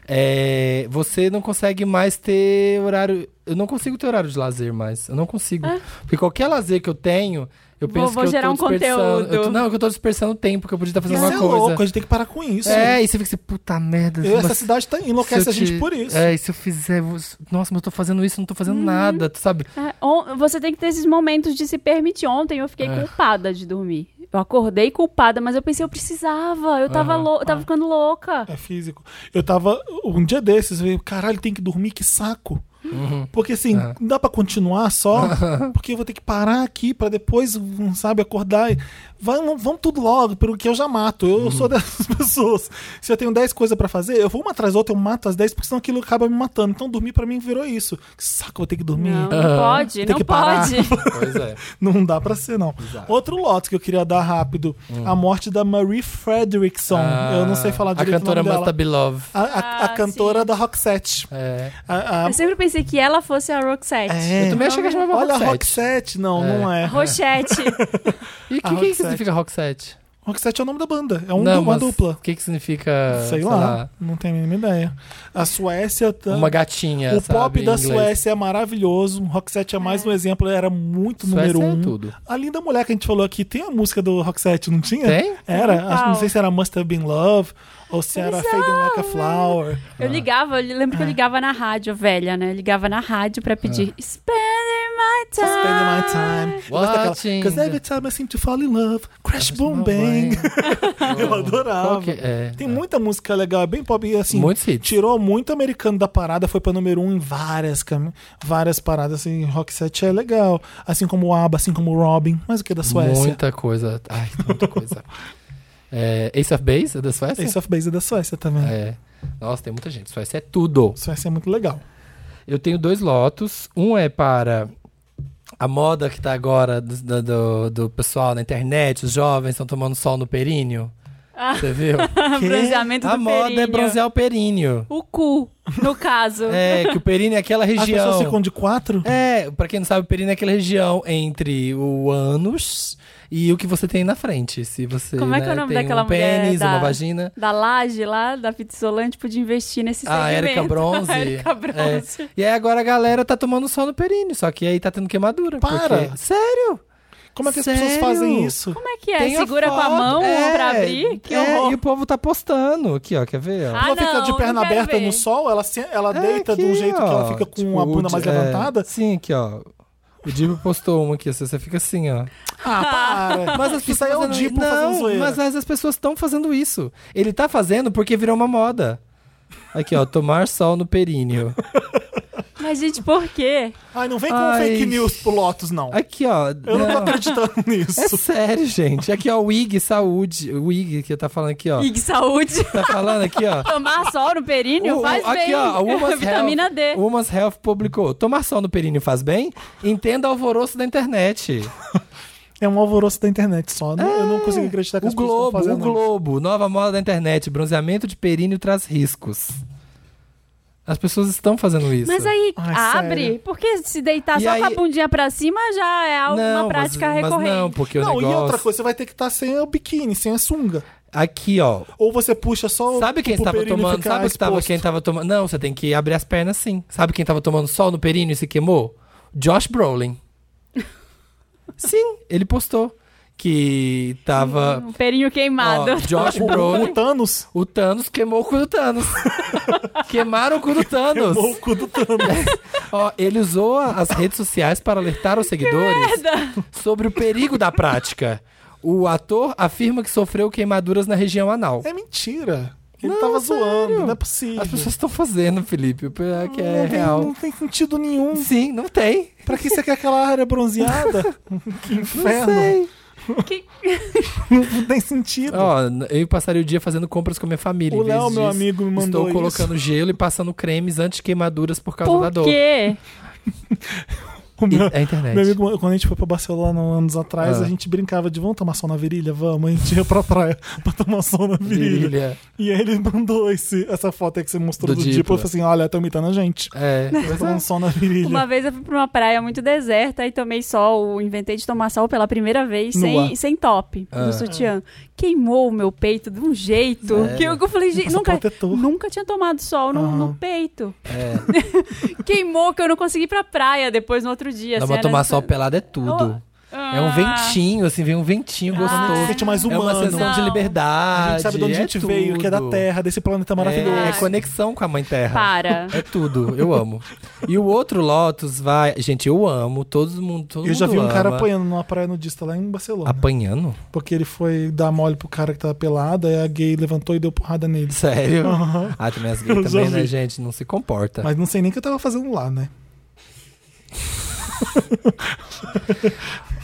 B: é, você não consegue mais ter horário, eu não consigo ter horário de lazer mais, eu não consigo, porque qualquer lazer que eu tenho, eu
C: É. Vou-
B: penso
C: vou
B: que
C: gerar
B: eu
C: um
B: tô desperdiçando, eu tô-
C: conteúdo.
B: não, que eu tô desperdiçando tempo, que eu podia estar fazendo
A: Isso é
B: alguma coisa.
A: louco, a gente tem que parar com isso.
B: É, e você fica assim, puta merda.
A: Eu-
B: mas-
A: essa cidade tá, enlouquece
B: se eu
A: a gente
B: te-
A: por isso. Uhum.
B: É, e se eu fizer. vou- Nossa, mas eu tô fazendo isso, eu não tô fazendo nada, tu sabe?
A: Ah.
C: É, on- Você tem que ter esses momentos de se permitir. Ontem eu fiquei
B: É.
C: culpada de dormir. Eu acordei culpada, mas eu pensei, eu precisava. Eu tava,
B: Aham.
C: lou- eu
A: Ah.
C: tava ficando louca.
A: É físico. Eu tava. Um dia desses, eu falei, caralho, tem que dormir, que saco.
B: Uhum.
A: Porque assim,
B: É.
A: não dá pra continuar só, porque eu vou ter que parar aqui pra depois, sabe, acordar. e- Vai, não- vamos tudo logo, pelo que eu já mato. Eu
B: Uhum.
A: sou dessas pessoas. Se eu tenho 10 coisas pra fazer, eu vou uma atrás da outra, eu mato as 10, porque senão aquilo acaba me matando. Então dormir pra mim virou isso. Que saco, eu vou ter que dormir.
C: Não,
B: Aham.
C: não pode,
A: Tem
C: não
A: que parar.
C: pode.
B: Pois é.
A: Não dá pra ser, não. Outro lote que eu queria dar rápido: a morte da Marie Fredrickson. eu não sei falar
B: Hum. A
A: direito
B: cantora
A: o nome
B: Must
A: dela.
B: Be Love.
A: A, a- a
C: Ah,
A: cantora
C: sim.
A: da Roxette.
B: É.
A: A- a-
C: Eu sempre pensei que ela fosse a Roxette.
A: É.
B: Eu também achei que ela chamava
A: Olha a
B: Roxette.
A: Roxette. Não, não é.
C: Rochette.
B: E o
A: A
B: que, que
A: Roxette.
B: significa Roxette?
A: Roxette é o nome da banda. É um
B: Não,
A: du- uma
B: mas é,
A: dupla.
B: O que, que significa.
A: Sei, lá. Não tenho a mínima ideia. A Suécia. Tá...
B: Uma gatinha.
A: o
B: sabe,
A: pop
B: em
A: da
B: inglês.
A: Suécia é maravilhoso. Roxette é mais um exemplo. Era muito
B: Suécia
A: número
B: é
A: um.
B: tudo.
A: A linda mulher que a gente falou aqui tem a música do Roxette, não tinha?
B: Tem?
A: Era.
C: Qual?
A: acho- não sei se era Must Have Been Love ou se era Fading Like a Flower.
C: Eu ligava, eu lembro que eu
B: É.
C: ligava na rádio, velha, né? Eu ligava na rádio pra pedir Spending My Time.
A: Spending my time. Eu gosto daquela,
B: Watching.
A: Cause every time I seem to fall in love. Crash, boom, bang. Eu adorava.
B: Qual que é?
A: Tem muita música legal, é bem pop. E assim,
B: Muitos hits.
A: tirou muito americano da parada, foi pra número um em várias, cam- várias paradas. Assim, rock set é legal. Assim como o ABBA, assim como o Robin. Mas o que é da Suécia?
B: Muita coisa. Ai, muita coisa. É, Ace of Base é da Suécia?
A: Ace of Base é da Suécia também.
B: É. Nossa, tem muita gente. Suécia é tudo.
A: Suécia é muito legal.
B: Eu tenho dois lotos. Um é para a moda que tá agora do, do- do- do pessoal na internet, os jovens estão tomando sol no períneo. Você viu?
A: Que?
C: Ah. Bronzeamento do
B: a moda é
C: períneo.
B: bronzear o períneo.
C: O cu, no caso.
B: É, que o períneo é aquela
A: As
B: região.
A: pessoas ficam de quatro?
B: É, pra quem não sabe, o períneo é aquela região entre o ânus e o que você tem na frente. Se você
C: Como é
B: né,
C: que é o nome
B: tem
C: daquela
B: um
C: mulher
B: pênis,
C: da-
B: uma vagina.
C: Da laje lá, da Pizzolante, podia investir nesse segmento.
B: A Erika Ah, Bronze. É.
C: A Erika Bronze.
B: E aí agora a galera tá tomando sol no períneo, só que aí tá tendo queimadura.
A: Para!
B: porque- Sério?
A: Como é que as
B: Sério?
A: pessoas fazem isso?
C: Como é que é?
B: Tem a
C: Segura com a
B: foto.
C: mão
B: É,
C: pra abrir? Que
B: é,
C: horror.
B: e o povo tá postando aqui, ó, quer ver? ó?
C: Ah,
A: ela fica
C: não,
A: de
C: não
A: perna
C: quero
A: aberta
C: ver.
A: no sol, ela, se- ela
B: É
A: deita de um
B: aqui,
A: jeito que
B: ó,
A: ela fica com
B: tipo,
A: a bunda
B: o
A: mais
B: Di- é,
A: levantada.
B: Sim, aqui, ó. O Divo postou uma aqui, você fica assim, ó.
A: Ah, para!
B: Mas as
A: Isso aí é o
B: fazendo-
A: Dipo
B: não,
A: fazendo zoeira.
B: Mas as, as pessoas estão fazendo isso. Ele tá fazendo porque virou uma moda. Aqui, ó, tomar sol no períneo.
C: Mas, gente, por quê?
A: Ai, não vem com
B: Ai.
A: fake news pro Lotus, não.
B: Aqui, ó.
A: Eu não tô
B: não.
A: acreditando
B: É
A: nisso.
B: sério, gente. Aqui, ó, o IG Saúde. O IG que tá falando aqui, ó.
C: Ig Saúde.
B: Tá falando aqui, ó.
C: Tomar sol no períneo
B: O- o-
C: faz
B: aqui,
C: bem.
B: ó, a Woman's
C: Vitamina
B: Health,
C: D.
B: Woman's Health publicou. Tomar sol no períneo faz bem? Entenda o alvoroço da internet.
A: É um alvoroço da internet só. né? Eu não consigo acreditar que
B: O
A: as pessoas estão
B: Globo, o
A: fazendo isso.
B: Globo. Nova moda da internet. Bronzeamento de períneo traz riscos. As pessoas estão fazendo isso.
C: Mas aí,
A: Ai,
C: abre.
A: sério.
C: Porque se deitar
B: E
C: só com a
B: aí-
C: bundinha pra cima já é algo-
B: não,
C: uma prática
B: mas,
C: recorrente.
B: Mas não, porque
A: Não,
B: o é um negócio...
A: e outra coisa, você vai ter que estar sem o biquíni, sem a sunga.
B: Aqui, ó.
A: Ou você puxa só o.
B: Sabe quem
A: pro
B: estava
A: períneo
B: tomando?
A: ficar
B: Sabe que tava,
A: exposto.
B: quem tava tomando? Não, você tem que abrir as pernas sim. Sabe quem tava tomando sol no períneo e se queimou? Josh Brolin. sim, ele postou que tava.
C: Um perinho queimado.
B: Ó, Josh
A: O,
B: Brolin.
A: o Thanos
B: O Thanos queimou o cu do Thanos. Queimaram o cu do Thanos.
A: queimou o cu do Thanos.
B: Ó, ele usou a- as redes sociais para alertar os seguidores sobre o perigo da prática. O ator afirma que sofreu queimaduras na região anal.
A: é mentira. Ele
B: Não,
A: tava
B: sério.
A: zoando, não é possível.
B: As pessoas estão fazendo, Felipe. O pior é que é
A: não, tem,
B: real.
A: não tem sentido nenhum.
B: Sim, não tem.
A: Pra que você quer aquela área bronzeada? que inferno. Não,
C: Que-
A: tem sentido.
B: Ó, n- eu passaria o dia fazendo compras com a minha família.
A: O
B: Em vez
A: Léo, meu
B: disso,
A: amigo, me mandou
B: Estou colocando gelo e passando cremes anti-queimaduras por causa da
C: Por
B: dor.
C: quê?
A: O
B: E-
A: meu,
B: É a internet.
A: meu amigo, quando a gente foi pra Barcelona um anos atrás,
B: Ah.
A: a gente brincava de vamos tomar sol na virilha? Vamos. A gente ia pra praia pra tomar sol na virilha.
B: Virilha.
A: E aí ele mandou esse, essa foto aí que você mostrou
B: Do
A: do, Dipo.
B: Diplo.
A: Eu falei assim: olha, tá imitando a gente.
B: É.
A: Tomando sol na virilha. Tipo,
C: Uma vez eu fui pra uma praia muito deserta e tomei sol, inventei de tomar sol pela primeira vez,
A: Nua.
C: sem, sem top,
B: Ah.
C: no sutiã. Queimou o meu peito de um jeito
B: Sério?
C: que eu, eu falei, gente,
A: Passa
C: nunca,
A: protetor.
C: nunca tinha tomado sol no,
A: Aham.
C: no peito.
B: é.
C: Queimou que eu não consegui ir pra praia depois no outro dia.
B: Dá
C: assim,
B: pra
C: era
B: tomar
C: essa-
B: sol pelado é tudo. É um
C: Ah.
B: ventinho, assim, vem um ventinho
A: Quando a gente
B: gostoso.
A: se sente mais humano.
B: É uma sensação de
C: Não.
B: liberdade.
A: A gente sabe de onde
B: é
A: a gente veio, que é da
B: tudo.
A: Terra, desse planeta maravilhoso.
B: É conexão com a mãe terra.
C: Para.
B: É tudo, eu amo. E o outro Lotus vai. Gente, eu amo, todo mundo. Todo
A: Eu já
B: mundo
A: vi um cara
B: ama.
A: apanhando numa praia nudista lá em Barcelona.
B: Apanhando?
A: Porque ele foi dar mole pro cara que tava pelado, aí a gay levantou e deu porrada nele.
B: Sério?
A: Aham.
B: Ah, também as
A: Eu
B: gays
A: já
B: também, né,
A: vi.
B: gente? Não se comporta.
A: Mas não sei nem o que eu tava fazendo lá, né?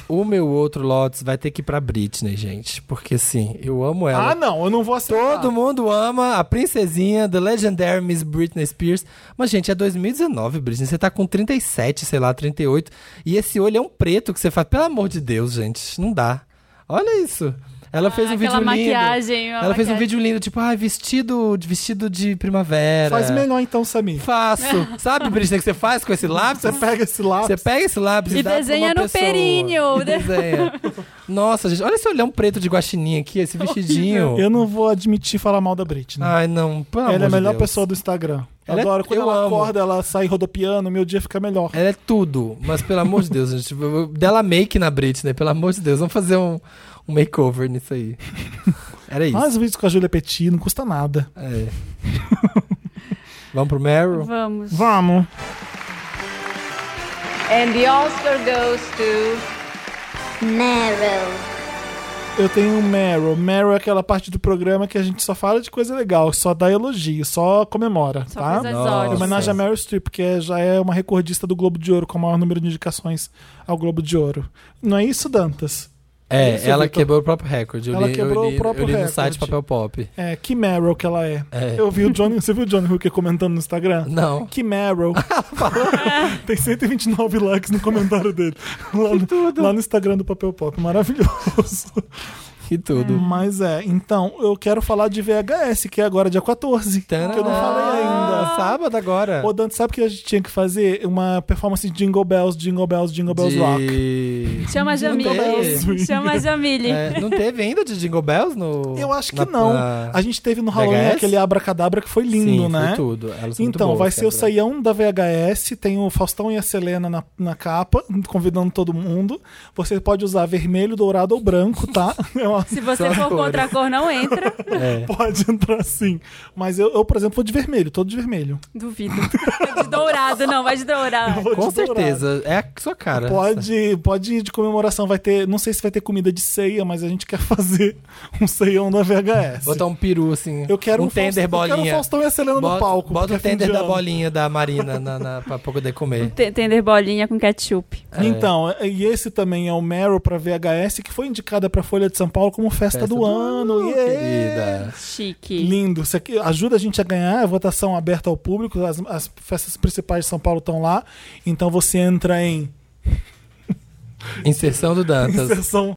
B: O meu outro Lotus vai ter que ir pra Britney, gente. Porque assim, eu amo ela.
A: Ah, não, eu não vou aceitar.
B: Todo mundo ama a princesinha, The Legendary Miss Britney Spears. Mas, gente, é 2019, Britney. Você tá com 37, sei lá, 38. E esse olho é um preto que você faz. Pelo amor de Deus, gente. Não dá. Olha isso. Ela fez um
C: Ah,
B: vídeo
C: aquela
B: lindo.
C: maquiagem. uma
B: Ela fez um
C: maquiagem.
B: vídeo lindo, tipo, ah, vestido, vestido de primavera.
A: Faz melhor então, Samir.
B: Faço. Sabe, Britney, que você faz com esse lápis?
A: Você pega esse lápis.
B: Ah. Você pega esse lápis e,
C: E
B: dá pra
C: desenha
B: uma
C: no
B: pessoa.
C: perinho.
B: E desenha. Nossa, gente, olha esse olhão preto de guaxininha aqui, esse vestidinho.
A: Eu não vou admitir falar mal da Britney.
B: Ai, não, pelo
A: ela é
B: amor
A: a
B: de
A: melhor
B: Deus.
A: pessoa do Instagram.
B: Ela é-
A: Adoro. Quando
B: eu
A: ela
B: amo.
A: acorda, ela sai rodopiando, meu dia fica melhor.
B: Ela é tudo, mas pelo amor de Deus, gente. eu- eu- Dela make na Britney, pelo amor de Deus. Vamos fazer um, um makeover nisso aí. Era isso.
A: Mais vídeos com a Julia Petit, não custa nada.
B: É. Vamos pro Meryl?
C: Vamos.
A: Vamos.
D: And the Oscar goes to
E: Meryl.
A: Eu tenho o Meryl. Meryl é aquela parte do programa que a gente só fala de coisa legal, só dá elogio, só comemora,
C: Só
A: tá?
C: coisa
B: Nossa.
A: Em
C: exótica.
A: homenagem a Meryl Streep, que já é uma recordista do Globo de Ouro, com o maior número de indicações ao Globo de Ouro. Não é isso, Dantas?
B: É,
A: Isso,
B: ela
A: Vitor.
B: quebrou o próprio recorde. Eu
A: Ela
B: li, eu
A: quebrou o
B: li-
A: próprio
B: eu li no
A: recorde.
B: site Papel Pop.
A: É, que Meryl que ela é.
B: É.
A: Eu vi o Johnny, você viu o Johnny Hooker comentando no Instagram?
B: Não. Ah,
A: Que Meryl. Tem 129 likes no comentário dele. Lá no, lá no Instagram do Papel Pop. Maravilhoso.
B: E tudo.
A: Mas é, então, eu quero falar de VHS, que é agora dia 14. Que eu não falei ainda.
B: Sábado agora.
A: Ô, Dante, sabe o que a gente tinha que fazer? Uma performance de Jingle Bells, Jingle Bells, Jingle Bells Rock.
B: De-
C: Chama a Jamile.
A: Bells.
C: Chama a Jamile.
B: É, não teve ainda de Jingle Bells no.
A: Eu acho que
B: na-
A: não.
B: na-
A: A gente teve no Halloween
B: VHS?
A: aquele abracadabra que foi lindo,
B: Sim,
A: né?
B: Foi tudo. Elas são muito
A: Então,
B: boas,
A: vai ser o
B: cara.
A: Saião da VHS, tem o Faustão e a Selena na, na capa, convidando todo mundo. Você pode usar vermelho, dourado ou branco, tá? É uma-
C: Se
B: Só
C: você
B: as
C: for
B: cores.
C: contra a cor, não entra.
B: É.
A: Pode entrar sim. Mas eu, eu, por exemplo, vou de vermelho, todo de vermelho.
C: Duvido. De dourado, não, vai de
A: Eu
C: dourado.
A: vou
B: Ah, Com
A: de dourado.
B: certeza. É a sua cara.
A: Pode, pode ir de comemoração, vai ter. Não sei se vai ter comida de ceia, mas a gente quer fazer um ceião da VHS.
B: Botar um peru assim.
A: Eu quero
B: um,
A: um
B: tender
A: Faustão- eu
B: bolinha.
A: quero um Faustão e a Selena no
B: bota,
A: palco,
B: Bota um
A: porque
B: o
A: é fim
B: tender
A: de
B: da
A: ano.
B: bolinha da Marina na, na, pra poder comer.
C: T- Tender bolinha com ketchup.
B: É.
A: Então, e esse também é o Meryl pra VHS, que foi indicada pra Folha de São Paulo como festa, do, ano. Yeah!
B: querida.
C: Chique.
A: Lindo. Isso aqui ajuda a gente a ganhar, é votação aberta ao público, as, as festas principais de São Paulo estão lá. Então você entra em
B: Inserção do Dantas.
A: inserção.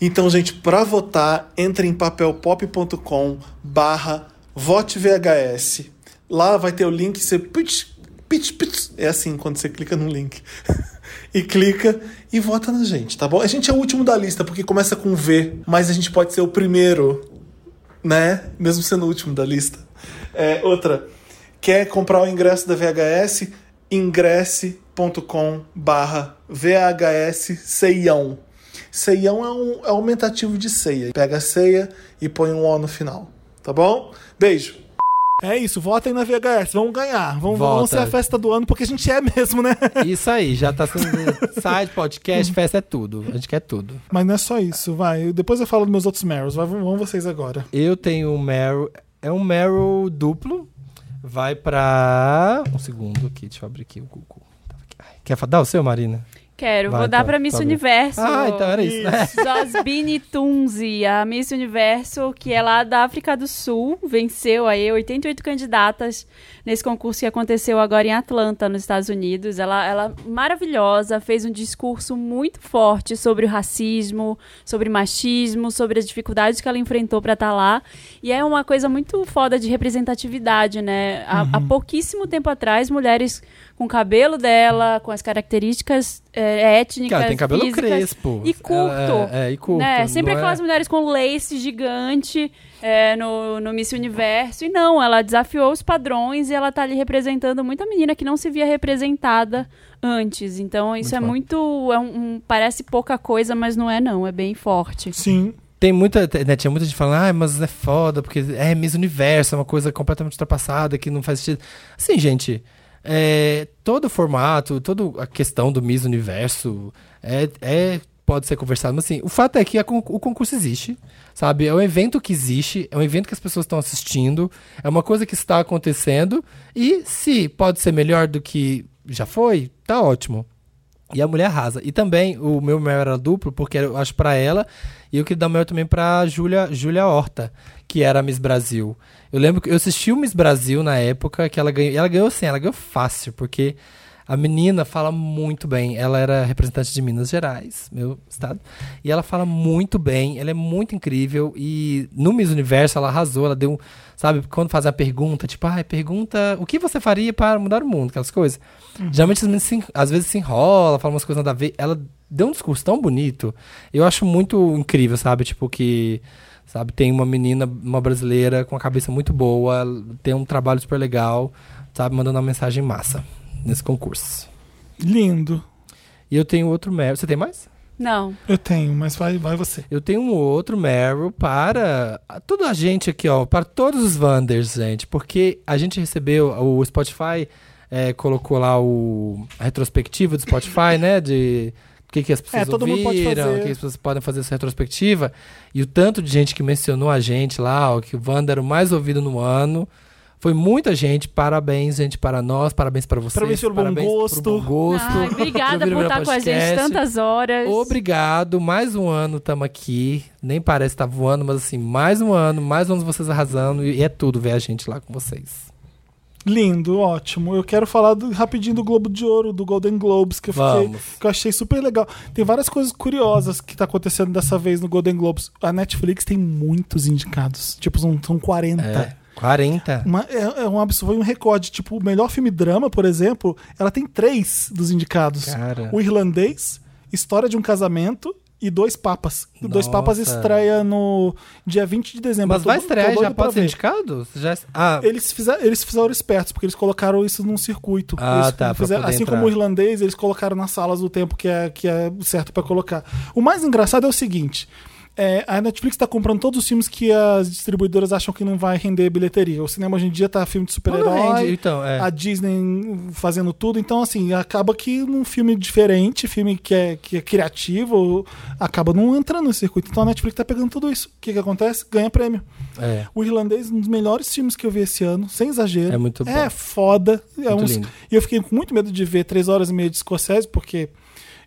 A: Então, gente, pra votar, entre em papelpop.com barra vote VHS. Lá vai ter o link, você... pitch, pitch, pitch. É assim, quando você clica no link. e clica e vota na gente, tá bom? A gente é o último da lista, porque começa com V, mas a gente pode ser o primeiro né? Mesmo sendo o último da lista. É, outra, quer comprar o ingresso da VHS? ingresse.com barra VHS Ceião. Ceião é um é um aumentativo de ceia. Pega a ceia e põe um O no final, tá bom? Beijo! É isso, votem na VHS, vamos ganhar, vamos,
B: Vota.
A: vamos ser a festa do ano, porque a gente é mesmo, né?
B: Isso aí, já tá sendo site, podcast, festa é tudo. A gente quer tudo.
A: Mas não é só isso, vai. Eu- Depois eu falo dos meus outros Meryls, vai, vão vocês agora.
B: Eu tenho um Meryl. É um Meryl duplo. Vai pra. Um segundo aqui, deixa eu abrir aqui o Google. Tava aqui. Ai, Quer fa- dar o seu, Marina?
C: Quero,
B: Vai,
C: vou
B: tá,
C: dar pra Miss
B: tá bom.
C: Universo.
B: Ah, então era isso, né?
C: Josbini Tunzi, a Miss Universo, que é lá da África do Sul, venceu aí 88 candidatas nesse concurso que aconteceu agora em Atlanta, nos Estados Unidos. Ela, ela maravilhosa, fez um discurso muito forte sobre o racismo, sobre machismo, sobre as dificuldades que ela enfrentou para estar lá. E é uma coisa muito foda de representatividade, né?
B: Uhum.
C: Há, há pouquíssimo tempo atrás, mulheres com o cabelo dela, com as características eh, é, étnicas,
B: Cara, tem cabelo
C: físicas,
B: crespo.
C: E curto.
B: Ela É, é, e curto.
C: né? Sempre
B: não é-
C: aquelas mulheres com lace gigante é, no, no Miss Universo. E não, ela desafiou os padrões e ela tá ali representando muita menina que não se via representada antes. Então isso é muito. É um, um- parece pouca coisa, mas não é, não. É bem forte.
A: Sim.
B: Tem muita, né, tinha muita gente falando, ah, mas é foda, porque é Miss Universo, é uma coisa completamente ultrapassada, que não faz sentido. Assim, gente, é, todo o formato, toda a questão do Miss Universo é, é- pode ser conversado, mas assim, o fato é que a con- o concurso existe, sabe? É um evento que existe, é um evento que as pessoas estão assistindo, é uma coisa que está acontecendo, e se pode ser melhor do que já foi, tá ótimo. E a mulher arrasa. E também o meu maior era duplo, porque eu acho pra ela, e eu queria dar o meu também pra Júlia Júlia Horta, que era a Miss Brasil. Eu lembro que eu assisti o Miss Brasil na época que ela ganhou, e ela ganhou assim, ela ganhou fácil, porque a menina fala muito bem. Ela era representante de Minas Gerais, meu estado. E ela fala muito bem, ela é muito incrível. E no Miss Universo ela arrasou, ela deu, um- sabe, quando faz a pergunta, tipo, ah, pergunta o que você faria para mudar o mundo, aquelas coisas. Geralmente as meninas se en- às vezes se enrola, fala umas coisas nada a ver. Ela deu um discurso tão bonito. Eu acho muito incrível, sabe? Tipo, que. Sabe, tem uma menina, uma brasileira com a cabeça muito boa, tem um trabalho super legal, sabe, mandando uma mensagem massa nesse concurso.
A: Lindo.
B: E eu tenho outro Meryl. Você tem mais?
C: Não.
A: Eu tenho, mas vai, vai você.
B: Eu tenho um outro Meryl para a- toda a gente aqui, ó. Para todos os Wanders, gente. Porque a gente recebeu, o Spotify eh, colocou lá o a retrospectiva do Spotify, né? De o que, que as pessoas
A: É, todo mundo
B: ouviram,
A: pode
B: o
A: fazer.
B: que as pessoas podem fazer essa retrospectiva. E o tanto de gente que mencionou a gente lá, ó, que o Wanda era o mais ouvido no ano. Foi muita gente. Parabéns, gente, para nós. Parabéns para vocês.
A: Parabéns pelo bom
B: pro
A: gosto.
B: bom gosto.
C: Ai, obrigada
B: Júlia
C: por estar com a gente
B: Podcast.
C: tantas horas.
B: Obrigado, mais um ano estamos aqui. Nem parece estar voando, mas assim, mais um ano, mais um ano vocês arrasando. E é tudo ver a gente lá com vocês.
A: Lindo, ótimo. Eu quero falar do- rapidinho do Globo de Ouro, do Golden Globes, que eu, fiquei,
B: Vamos.
A: que eu achei super legal. Tem várias coisas curiosas que tá acontecendo dessa vez no Golden Globes. A Netflix tem muitos indicados, tipo, são, são 40.
B: É, 40.
A: Uma- é, é um absurdo, foi um recorde. Tipo, o melhor filme drama, por exemplo, ela tem três dos indicados:
B: Cara.
A: O Irlandês, História de um Casamento e Dois Papas. O Dois
B: Nossa.
A: Papas estreia no dia 20 de dezembro.
B: Mas
A: Tô-
B: vai
A: tô
B: estrear,
A: doido
B: já
A: pra
B: pode ser
A: ver.
B: indicado? Já... Ah,
A: Eles fizeram, eles fizeram espertos, porque eles colocaram isso num circuito.
B: Ah,
A: Eles
B: tá, pra
A: fizeram-
B: poder
A: assim
B: entrar.
A: como o irlandês, eles colocaram nas salas o tempo que é, que é certo pra colocar. O mais engraçado é o seguinte. é, a Netflix tá comprando todos os filmes que as distribuidoras acham que não vai render bilheteria. O cinema hoje em dia tá filme de
B: Não rende,
A: super-herói,
B: então, é.
A: a Disney fazendo tudo. Então, assim, acaba que um filme diferente, filme que é, que é criativo, acaba não entrando no circuito. Então a Netflix tá pegando tudo isso. O que, que acontece? Ganha prêmio.
B: é.
A: O Irlandês, um dos melhores filmes que eu vi esse ano, sem exagero.
B: É muito bom.
A: É foda. É
B: Muito
A: uns-
B: lindo.
A: E eu fiquei com muito medo de ver três horas e meia de Scorsese, porque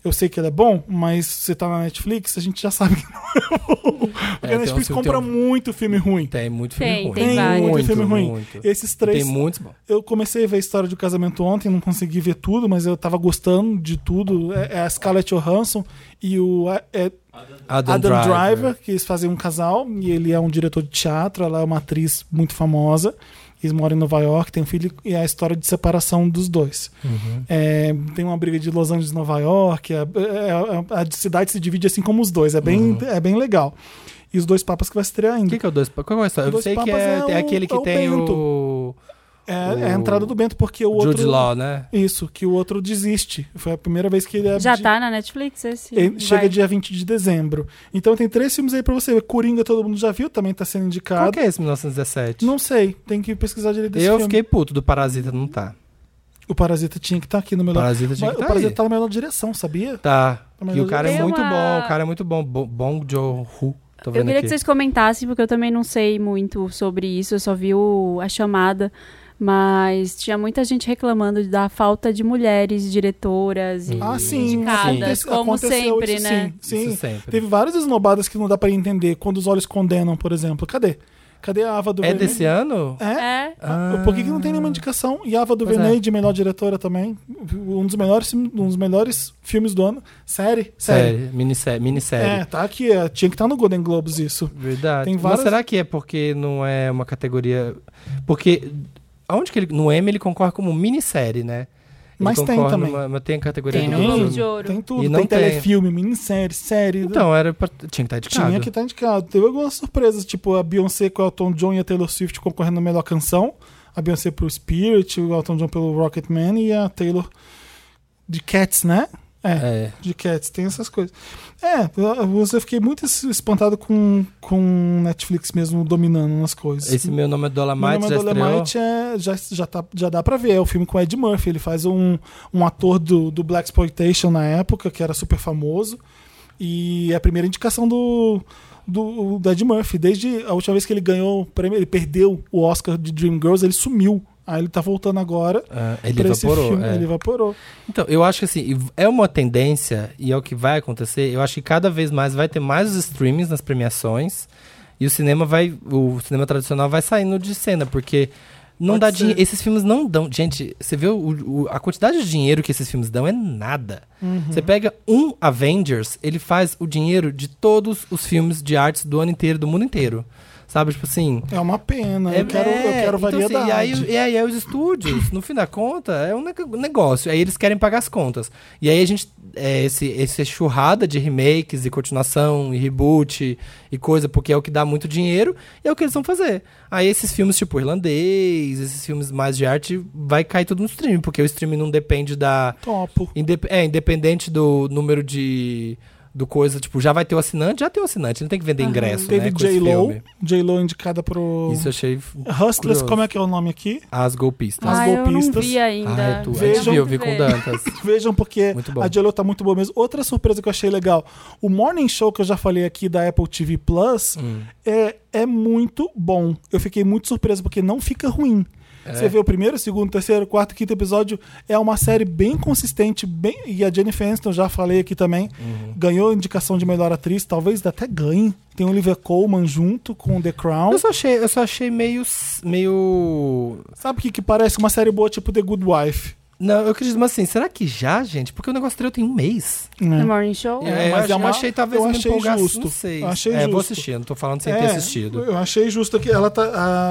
A: eu sei que ele é bom, mas se tá na Netflix, a gente já sabe que não é bom. Porque
B: tem
A: a Netflix
B: um- tem
A: compra
B: um-
A: muito filme ruim.
B: Tem muito filme
C: Tem,
B: ruim.
C: tem vários.
A: muito,
B: Muito,
A: filme ruim.
B: muito.
A: Esses três.
B: Tem muitos bom.
A: Eu comecei a ver a história de um casamento ontem, não consegui ver tudo, mas eu tava gostando de tudo. É, é a Scarlett Johansson e o é,
B: Adam,
A: Adam Driver.
B: Driver.
A: que eles fazem um casal, e ele é um diretor de teatro, ela é uma atriz muito famosa. Eles moram em Nova York, tem um filho, e é a história de separação dos dois.
B: Uhum.
A: É, tem uma briga de Los Angeles e Nova York, é- é- é- a cidade se divide assim como os dois, é bem, é bem legal. E os dois papas que vai estrear
B: O
A: ainda.
B: Uhum. que, que é o dois? Qual é a história? Eu
A: Dois
B: sei que
A: Papas
B: é,
A: é
B: tem
A: o-
B: aquele que
A: é o
B: tem
A: Bento.
B: o.
A: É,
B: o-
A: é a entrada do Bento, porque o
B: o Jude
A: outro.
B: Law, né?
A: Isso, que o outro desiste. Foi a primeira vez que ele é
C: Já
A: de-
C: tá na Netflix esse?
A: Ele
C: Vai.
A: chega dia 20 de dezembro. Então tem três filmes aí pra você ver. Coringa todo mundo já viu, também tá sendo
B: Qual
A: indicado.
B: que é esse 1917?
A: Não sei, tem que pesquisar direito desse
B: eu
A: filme.
B: fiquei puto do Parasita, não tá.
A: O Parasita tinha que estar aqui no melhor.
B: Parasita tinha que
A: o
B: tá
A: Parasita
B: aí.
A: tá na melhor direção, sabia?
B: Tá.
A: Também
B: E o
A: não-
B: cara é
C: Tem
B: muito
C: uma-
B: bom, o cara é muito bom. Bo- Bong Joon-ho. Tô
C: Eu
B: vendo
C: queria
B: aqui.
C: que vocês comentassem, porque eu também não sei muito sobre isso, eu só vi o- a chamada. Mas tinha muita gente reclamando da falta de mulheres diretoras.
B: Hum.
C: E...
A: Ah, sim.
C: Indicadas,
A: aconte-
C: como
A: aconteceu
C: sempre,
A: isso,
C: né?
A: Sim, sim.
B: Isso sempre.
A: Teve várias esnobadas que não dá pra entender. Quando os olhos condenam, por exemplo. Cadê? Cadê a Ava do
B: É desse ano?
A: um É.
C: É.
A: Ah, Por que, que não tem nenhuma indicação? E Ava do
B: Pois é.
A: Vernay, de melhor diretora também. Um dos melhores, um dos melhores filmes do ano. Série? Série.
B: Série, minissérie. minissérie.
A: É, tá aqui. é, Tinha que estar no Golden Globes isso.
B: Verdade.
A: Tem
B: Mas
A: várias-
B: será que é porque não é uma categoria. Porque. Aonde que ele. No M ele concorre como minissérie, né?
A: Mas tem
B: concorre
A: também.
B: numa- mas tem a categoria
C: Tem
B: do
C: no Globo
B: Globo.
C: de Ouro.
A: Tem tudo.
B: E não
A: tem
B: tem.
A: telefilme, minissérie, série.
B: Então, era pra... tinha que estar indicado.
A: Tinha que estar indicado. Teve algumas surpresas, tipo a Beyoncé com o Elton John e a Taylor Swift concorrendo na melhor canção. A Beyoncé pro Spirit, o Elton John pelo Rocketman e a Taylor de Cats, né?
B: É.
A: de Cats, tem essas coisas. É, eu eu fiquei muito es- espantado com, com Netflix mesmo dominando nas coisas.
B: Esse meu nome é Dolomite, já
A: Meu Nome é
B: estreou.
A: Dolomite é, já, já, tá- já dá pra ver. É o filme com o Ed Murphy. Ele faz um, um ator do, do Black Exploitation na época, que era super famoso. E é a primeira indicação do, do, do Ed Murphy. Desde a última vez que ele ganhou o prêmio, ele perdeu o Oscar de Dreamgirls, ele sumiu. Aí ele tá voltando agora.
B: Ah, ele
A: pra esse
B: evaporou,
A: filme.
B: é.
A: Ele evaporou.
B: Então, eu acho que assim, é uma tendência e é o que vai acontecer. Eu acho que cada vez mais vai ter mais os streamings nas premiações e o cinema vai, o cinema tradicional vai saindo de cena, porque não
A: Pode
B: dá
A: ser.
B: dinheiro. Esses filmes não dão. Gente, você vê o- o- a quantidade de dinheiro que esses filmes dão é nada.
A: Uhum.
B: Você pega um Avengers, ele faz o dinheiro de todos os filmes de artes do ano inteiro, do mundo inteiro. Sabe, tipo assim.
A: É uma pena. eu quero, eu quero
B: então, assim,
A: variedade.
B: e, aí, e aí é os estúdios, no fim da conta, é um neg- negócio. Aí eles querem pagar as contas. E aí a gente. É, esse, esse churrada de remakes e continuação e reboot e coisa, porque é o que dá muito dinheiro e é o que eles vão fazer. Aí esses filmes tipo irlandês, esses filmes mais de arte, vai cair tudo no streaming, porque o streaming não depende da.
A: Topo.
B: Indep- é, independente do número de. Do coisa, tipo, já vai ter o assinante, já tem o assinante, não tem que vender ingresso. né,
A: Teve
B: com esse
A: J-Lo.
B: filme.
A: J-Lo indicada pro.
B: Isso eu achei. f-
A: Hustlers,
B: curioso.
A: como é que é o nome aqui?
B: As golpistas.
A: As
C: Ah, eu não
A: golpistas.
C: vi ainda.
B: Ah, é tu. A gente
A: Vejam.
B: viu, eu vi com o Dantas.
A: Vejam, porque
B: Muito bom.
A: a Jello tá muito boa mesmo. Outra surpresa que eu achei legal: o Morning Show que eu já falei aqui da Apple TV Plus
B: Hum.
A: é, é muito bom. Eu fiquei muito surpreso, porque não fica ruim.
B: É.
A: Você vê o primeiro, o segundo, o terceiro, o quarto, o quinto episódio. É uma série bem consistente, bem. E a Jennifer Aniston, eu já falei aqui também,
B: Uhum.
A: ganhou indicação de melhor atriz, talvez até ganhe. Tem Olivia Colman junto com The Crown.
B: Eu só achei, eu só achei meio, s- meio...
A: Sabe o que, que parece uma série boa, tipo The Good Wife?
B: Não, eu acredito, mas assim, será que já, gente? Porque o negócio estreou tem um mês.
C: No Morning Show?
A: É, mas é
B: eu
A: uma-
B: achei talvez
A: eu
B: uma
A: achei
B: empolgação,
A: justo.
B: não sei.
A: Eu achei
B: é, vou
A: justo.
B: assistir, não tô falando sem ter
A: É,
B: assistido.
A: Eu achei justo que ela tá.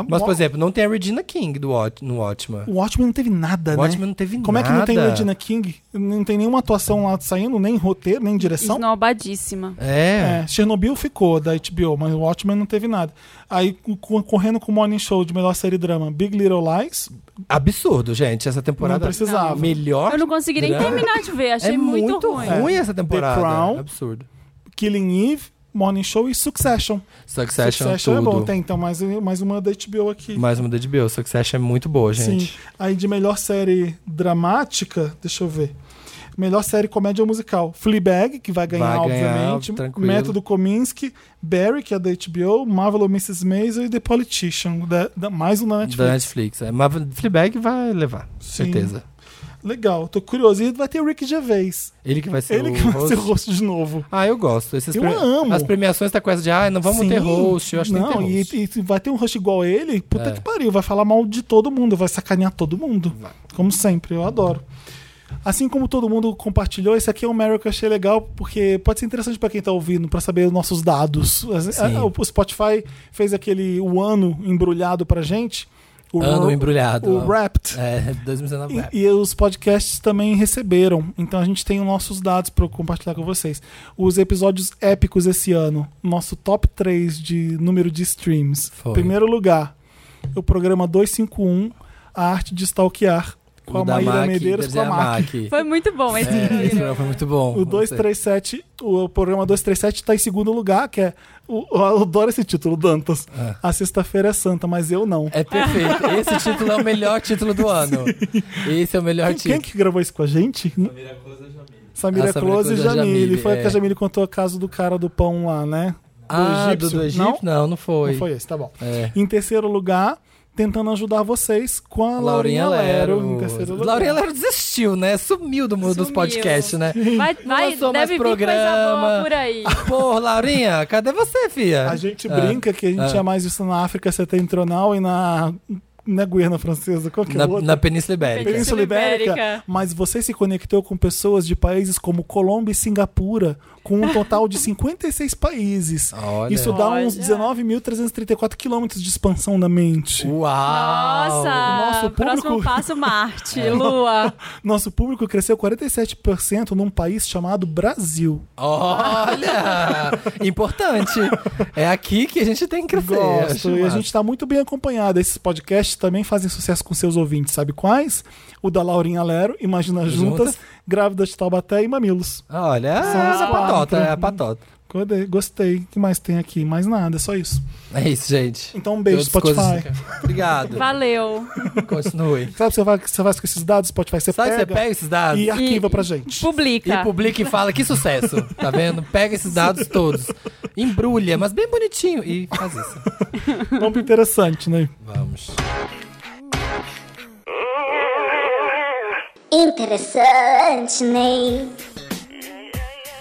A: a-
B: Mas, por
A: Wa-
B: exemplo, não tem a Regina King do, Wat- no Watchman.
A: O Watchmen não teve nada,
B: O
A: né?
B: Watchmen não teve
A: Como é que não tem
B: nada.
A: Regina King? Não tem nenhuma atuação lá saindo, nem roteiro, nem direção?
C: Esnobadíssima.
B: É.
A: É, Chernobyl ficou da HBO, mas o Watchmen não teve nada. Aí co- correndo com o Morning Show de melhor série drama, Big Little Lies,
B: Absurdo, gente. Essa
A: não
B: temporada...
A: precisava.
B: Melhor...
C: Eu não consegui nem
B: drama.
C: terminar de ver, achei
B: é
C: muito, ruim.
B: essa temporada.
A: Crown.
B: Absurdo.
A: Killing Eve, Morning Show e Succession.
B: Succession,
A: Succession é
B: tudo.
A: bom, tem então mais, mais uma da HBO aqui.
B: Mais uma da HBO. Succession é muito boa, gente.
A: Sim. Aí de melhor série dramática, deixa eu ver. Melhor série comédia musical. Fleabag, que vai ganhar,
B: Vai ganhar,
A: obviamente.
B: tranquilo.
A: Método Kominsky, Barry, que é da HBO, Marvel Mrs. Maisel e The Politician. Da, da- mais um da Netflix.
B: Da Netflix. É, mas Fleabag vai levar,
A: Sim.
B: certeza.
A: Legal, tô curioso. E vai ter o Rick Gervais.
B: Ele que vai ser
A: Ele
B: o
A: que vai
B: host.
A: ser o rosto de novo.
B: Ah, eu gosto. Esses
A: Eu
B: pre-
A: amo.
B: As premiações tá com essa de, ah, não vamos
A: Sim.
B: ter host. Eu acho
A: não,
B: que tem que ter host.
A: E, e vai ter um rosto igual a ele, puta
B: É.
A: que pariu, vai falar mal de todo mundo, vai sacanear todo mundo. Como sempre, eu adoro. Assim como todo mundo compartilhou, esse aqui é um Meryl que eu achei legal, porque pode ser interessante pra quem tá ouvindo, pra saber os nossos dados. As-
B: Sim.
A: ah, O Spotify fez aquele o ano embrulhado pra gente. O
B: Ano
A: Ra-
B: embrulhado.
A: O Wrapped.
B: É, 2019 Wrapped.
A: E, e os podcasts também receberam. Então a gente tem os nossos dados para compartilhar com vocês. Os episódios épicos esse ano. Nosso top 3 de número de streams.
B: Foi.
A: Primeiro lugar, o programa 251, A Arte de Stalkear. Com a
B: O da
A: Maíra
B: Mac,
A: Medeiros
B: quer
A: com
B: dizer,
A: a Mac.
B: Mac.
C: Foi muito bom esse
B: É, esse
C: programa.
B: programa foi muito bom.
A: O 237, o programa 237 está tá em segundo lugar, que é. o- eu adoro esse título, Dantas. A Sexta-feira é Santa, mas eu não.
B: É perfeito. Esse título é o melhor título do ano. Esse é o melhor
A: Quem, quem
B: título.
A: que gravou isso com a gente? Samira
B: Ah, Samira
A: Close e
B: Close e
A: Jamile.
B: Jamile,
A: Foi a que a
B: é.
A: Jamile contou o caso do cara do pão lá, né? Do
B: ah, do, do Egito?
A: Não?
B: Não, não, foi.
A: Não foi esse, tá bom.
B: É.
A: Em terceiro lugar, tentando ajudar vocês com a Laurinha, Lero. Em terceiro lugar.
B: Laurinha Lero desistiu, né? Sumiu do mundo dos
C: Sumiu.
B: podcasts, né?
C: Vai, vai,
B: lançou mais
C: deve vir coisa boa
B: programa.
C: por aí.
B: Pô, Laurinha, cadê você, fia?
A: A gente
B: Ah.
A: brinca que a gente
B: Ah.
A: é mais visto na África Setentrional e na na Guiana Francesa, é qualquer
B: Ah, Na,
A: outra.
B: na Península Ibérica.
A: Península Ibérica,
C: Ibérica.
A: mas você se conectou com pessoas de países como Colômbia e Singapura, com um total de 56 países.
B: Olha.
A: Isso dá uns
C: Olha.
A: 19.334 quilômetros de expansão da mente.
B: Uau!
C: Nossa,
A: Nosso
C: próximo
A: público-
C: passo Marte,
B: É.
C: Lua.
A: Nosso público cresceu 47% num país chamado Brasil.
B: Olha! Importante. É aqui que a gente tem que crescer.
A: Gosto.
B: acho
A: E a
B: massa.
A: gente está muito bem acompanhado. Esses podcasts também fazem sucesso com seus ouvintes, sabe quais? O da Laurinha Lero, Imagina Juntas,
B: Juntas.
A: Grávidas de Taubaté e Mamilos.
B: Olha,
A: São
B: é
A: os
B: a patota,
A: quatro.
B: é a patota.
A: Gostei, Gostei. O que mais tem aqui? Mais nada, é só isso.
B: É isso, gente.
A: Então, um beijo,
B: Todas as
A: Spotify.
B: coisas- Obrigado.
C: Valeu.
B: Continue.
A: Sabe o que você vai- que você faz com esses dados? Spotify, você
B: Sabe que você
A: pega,
B: pega esses dados?
A: e arquiva
C: E-
A: pra gente.
C: Publica.
B: E publica e fala que sucesso, tá vendo? Pega esses dados todos, embrulha, mas bem bonitinho e faz isso.
A: Vamos pro interessante, né?
B: Vamos.
E: Interessante, Ney.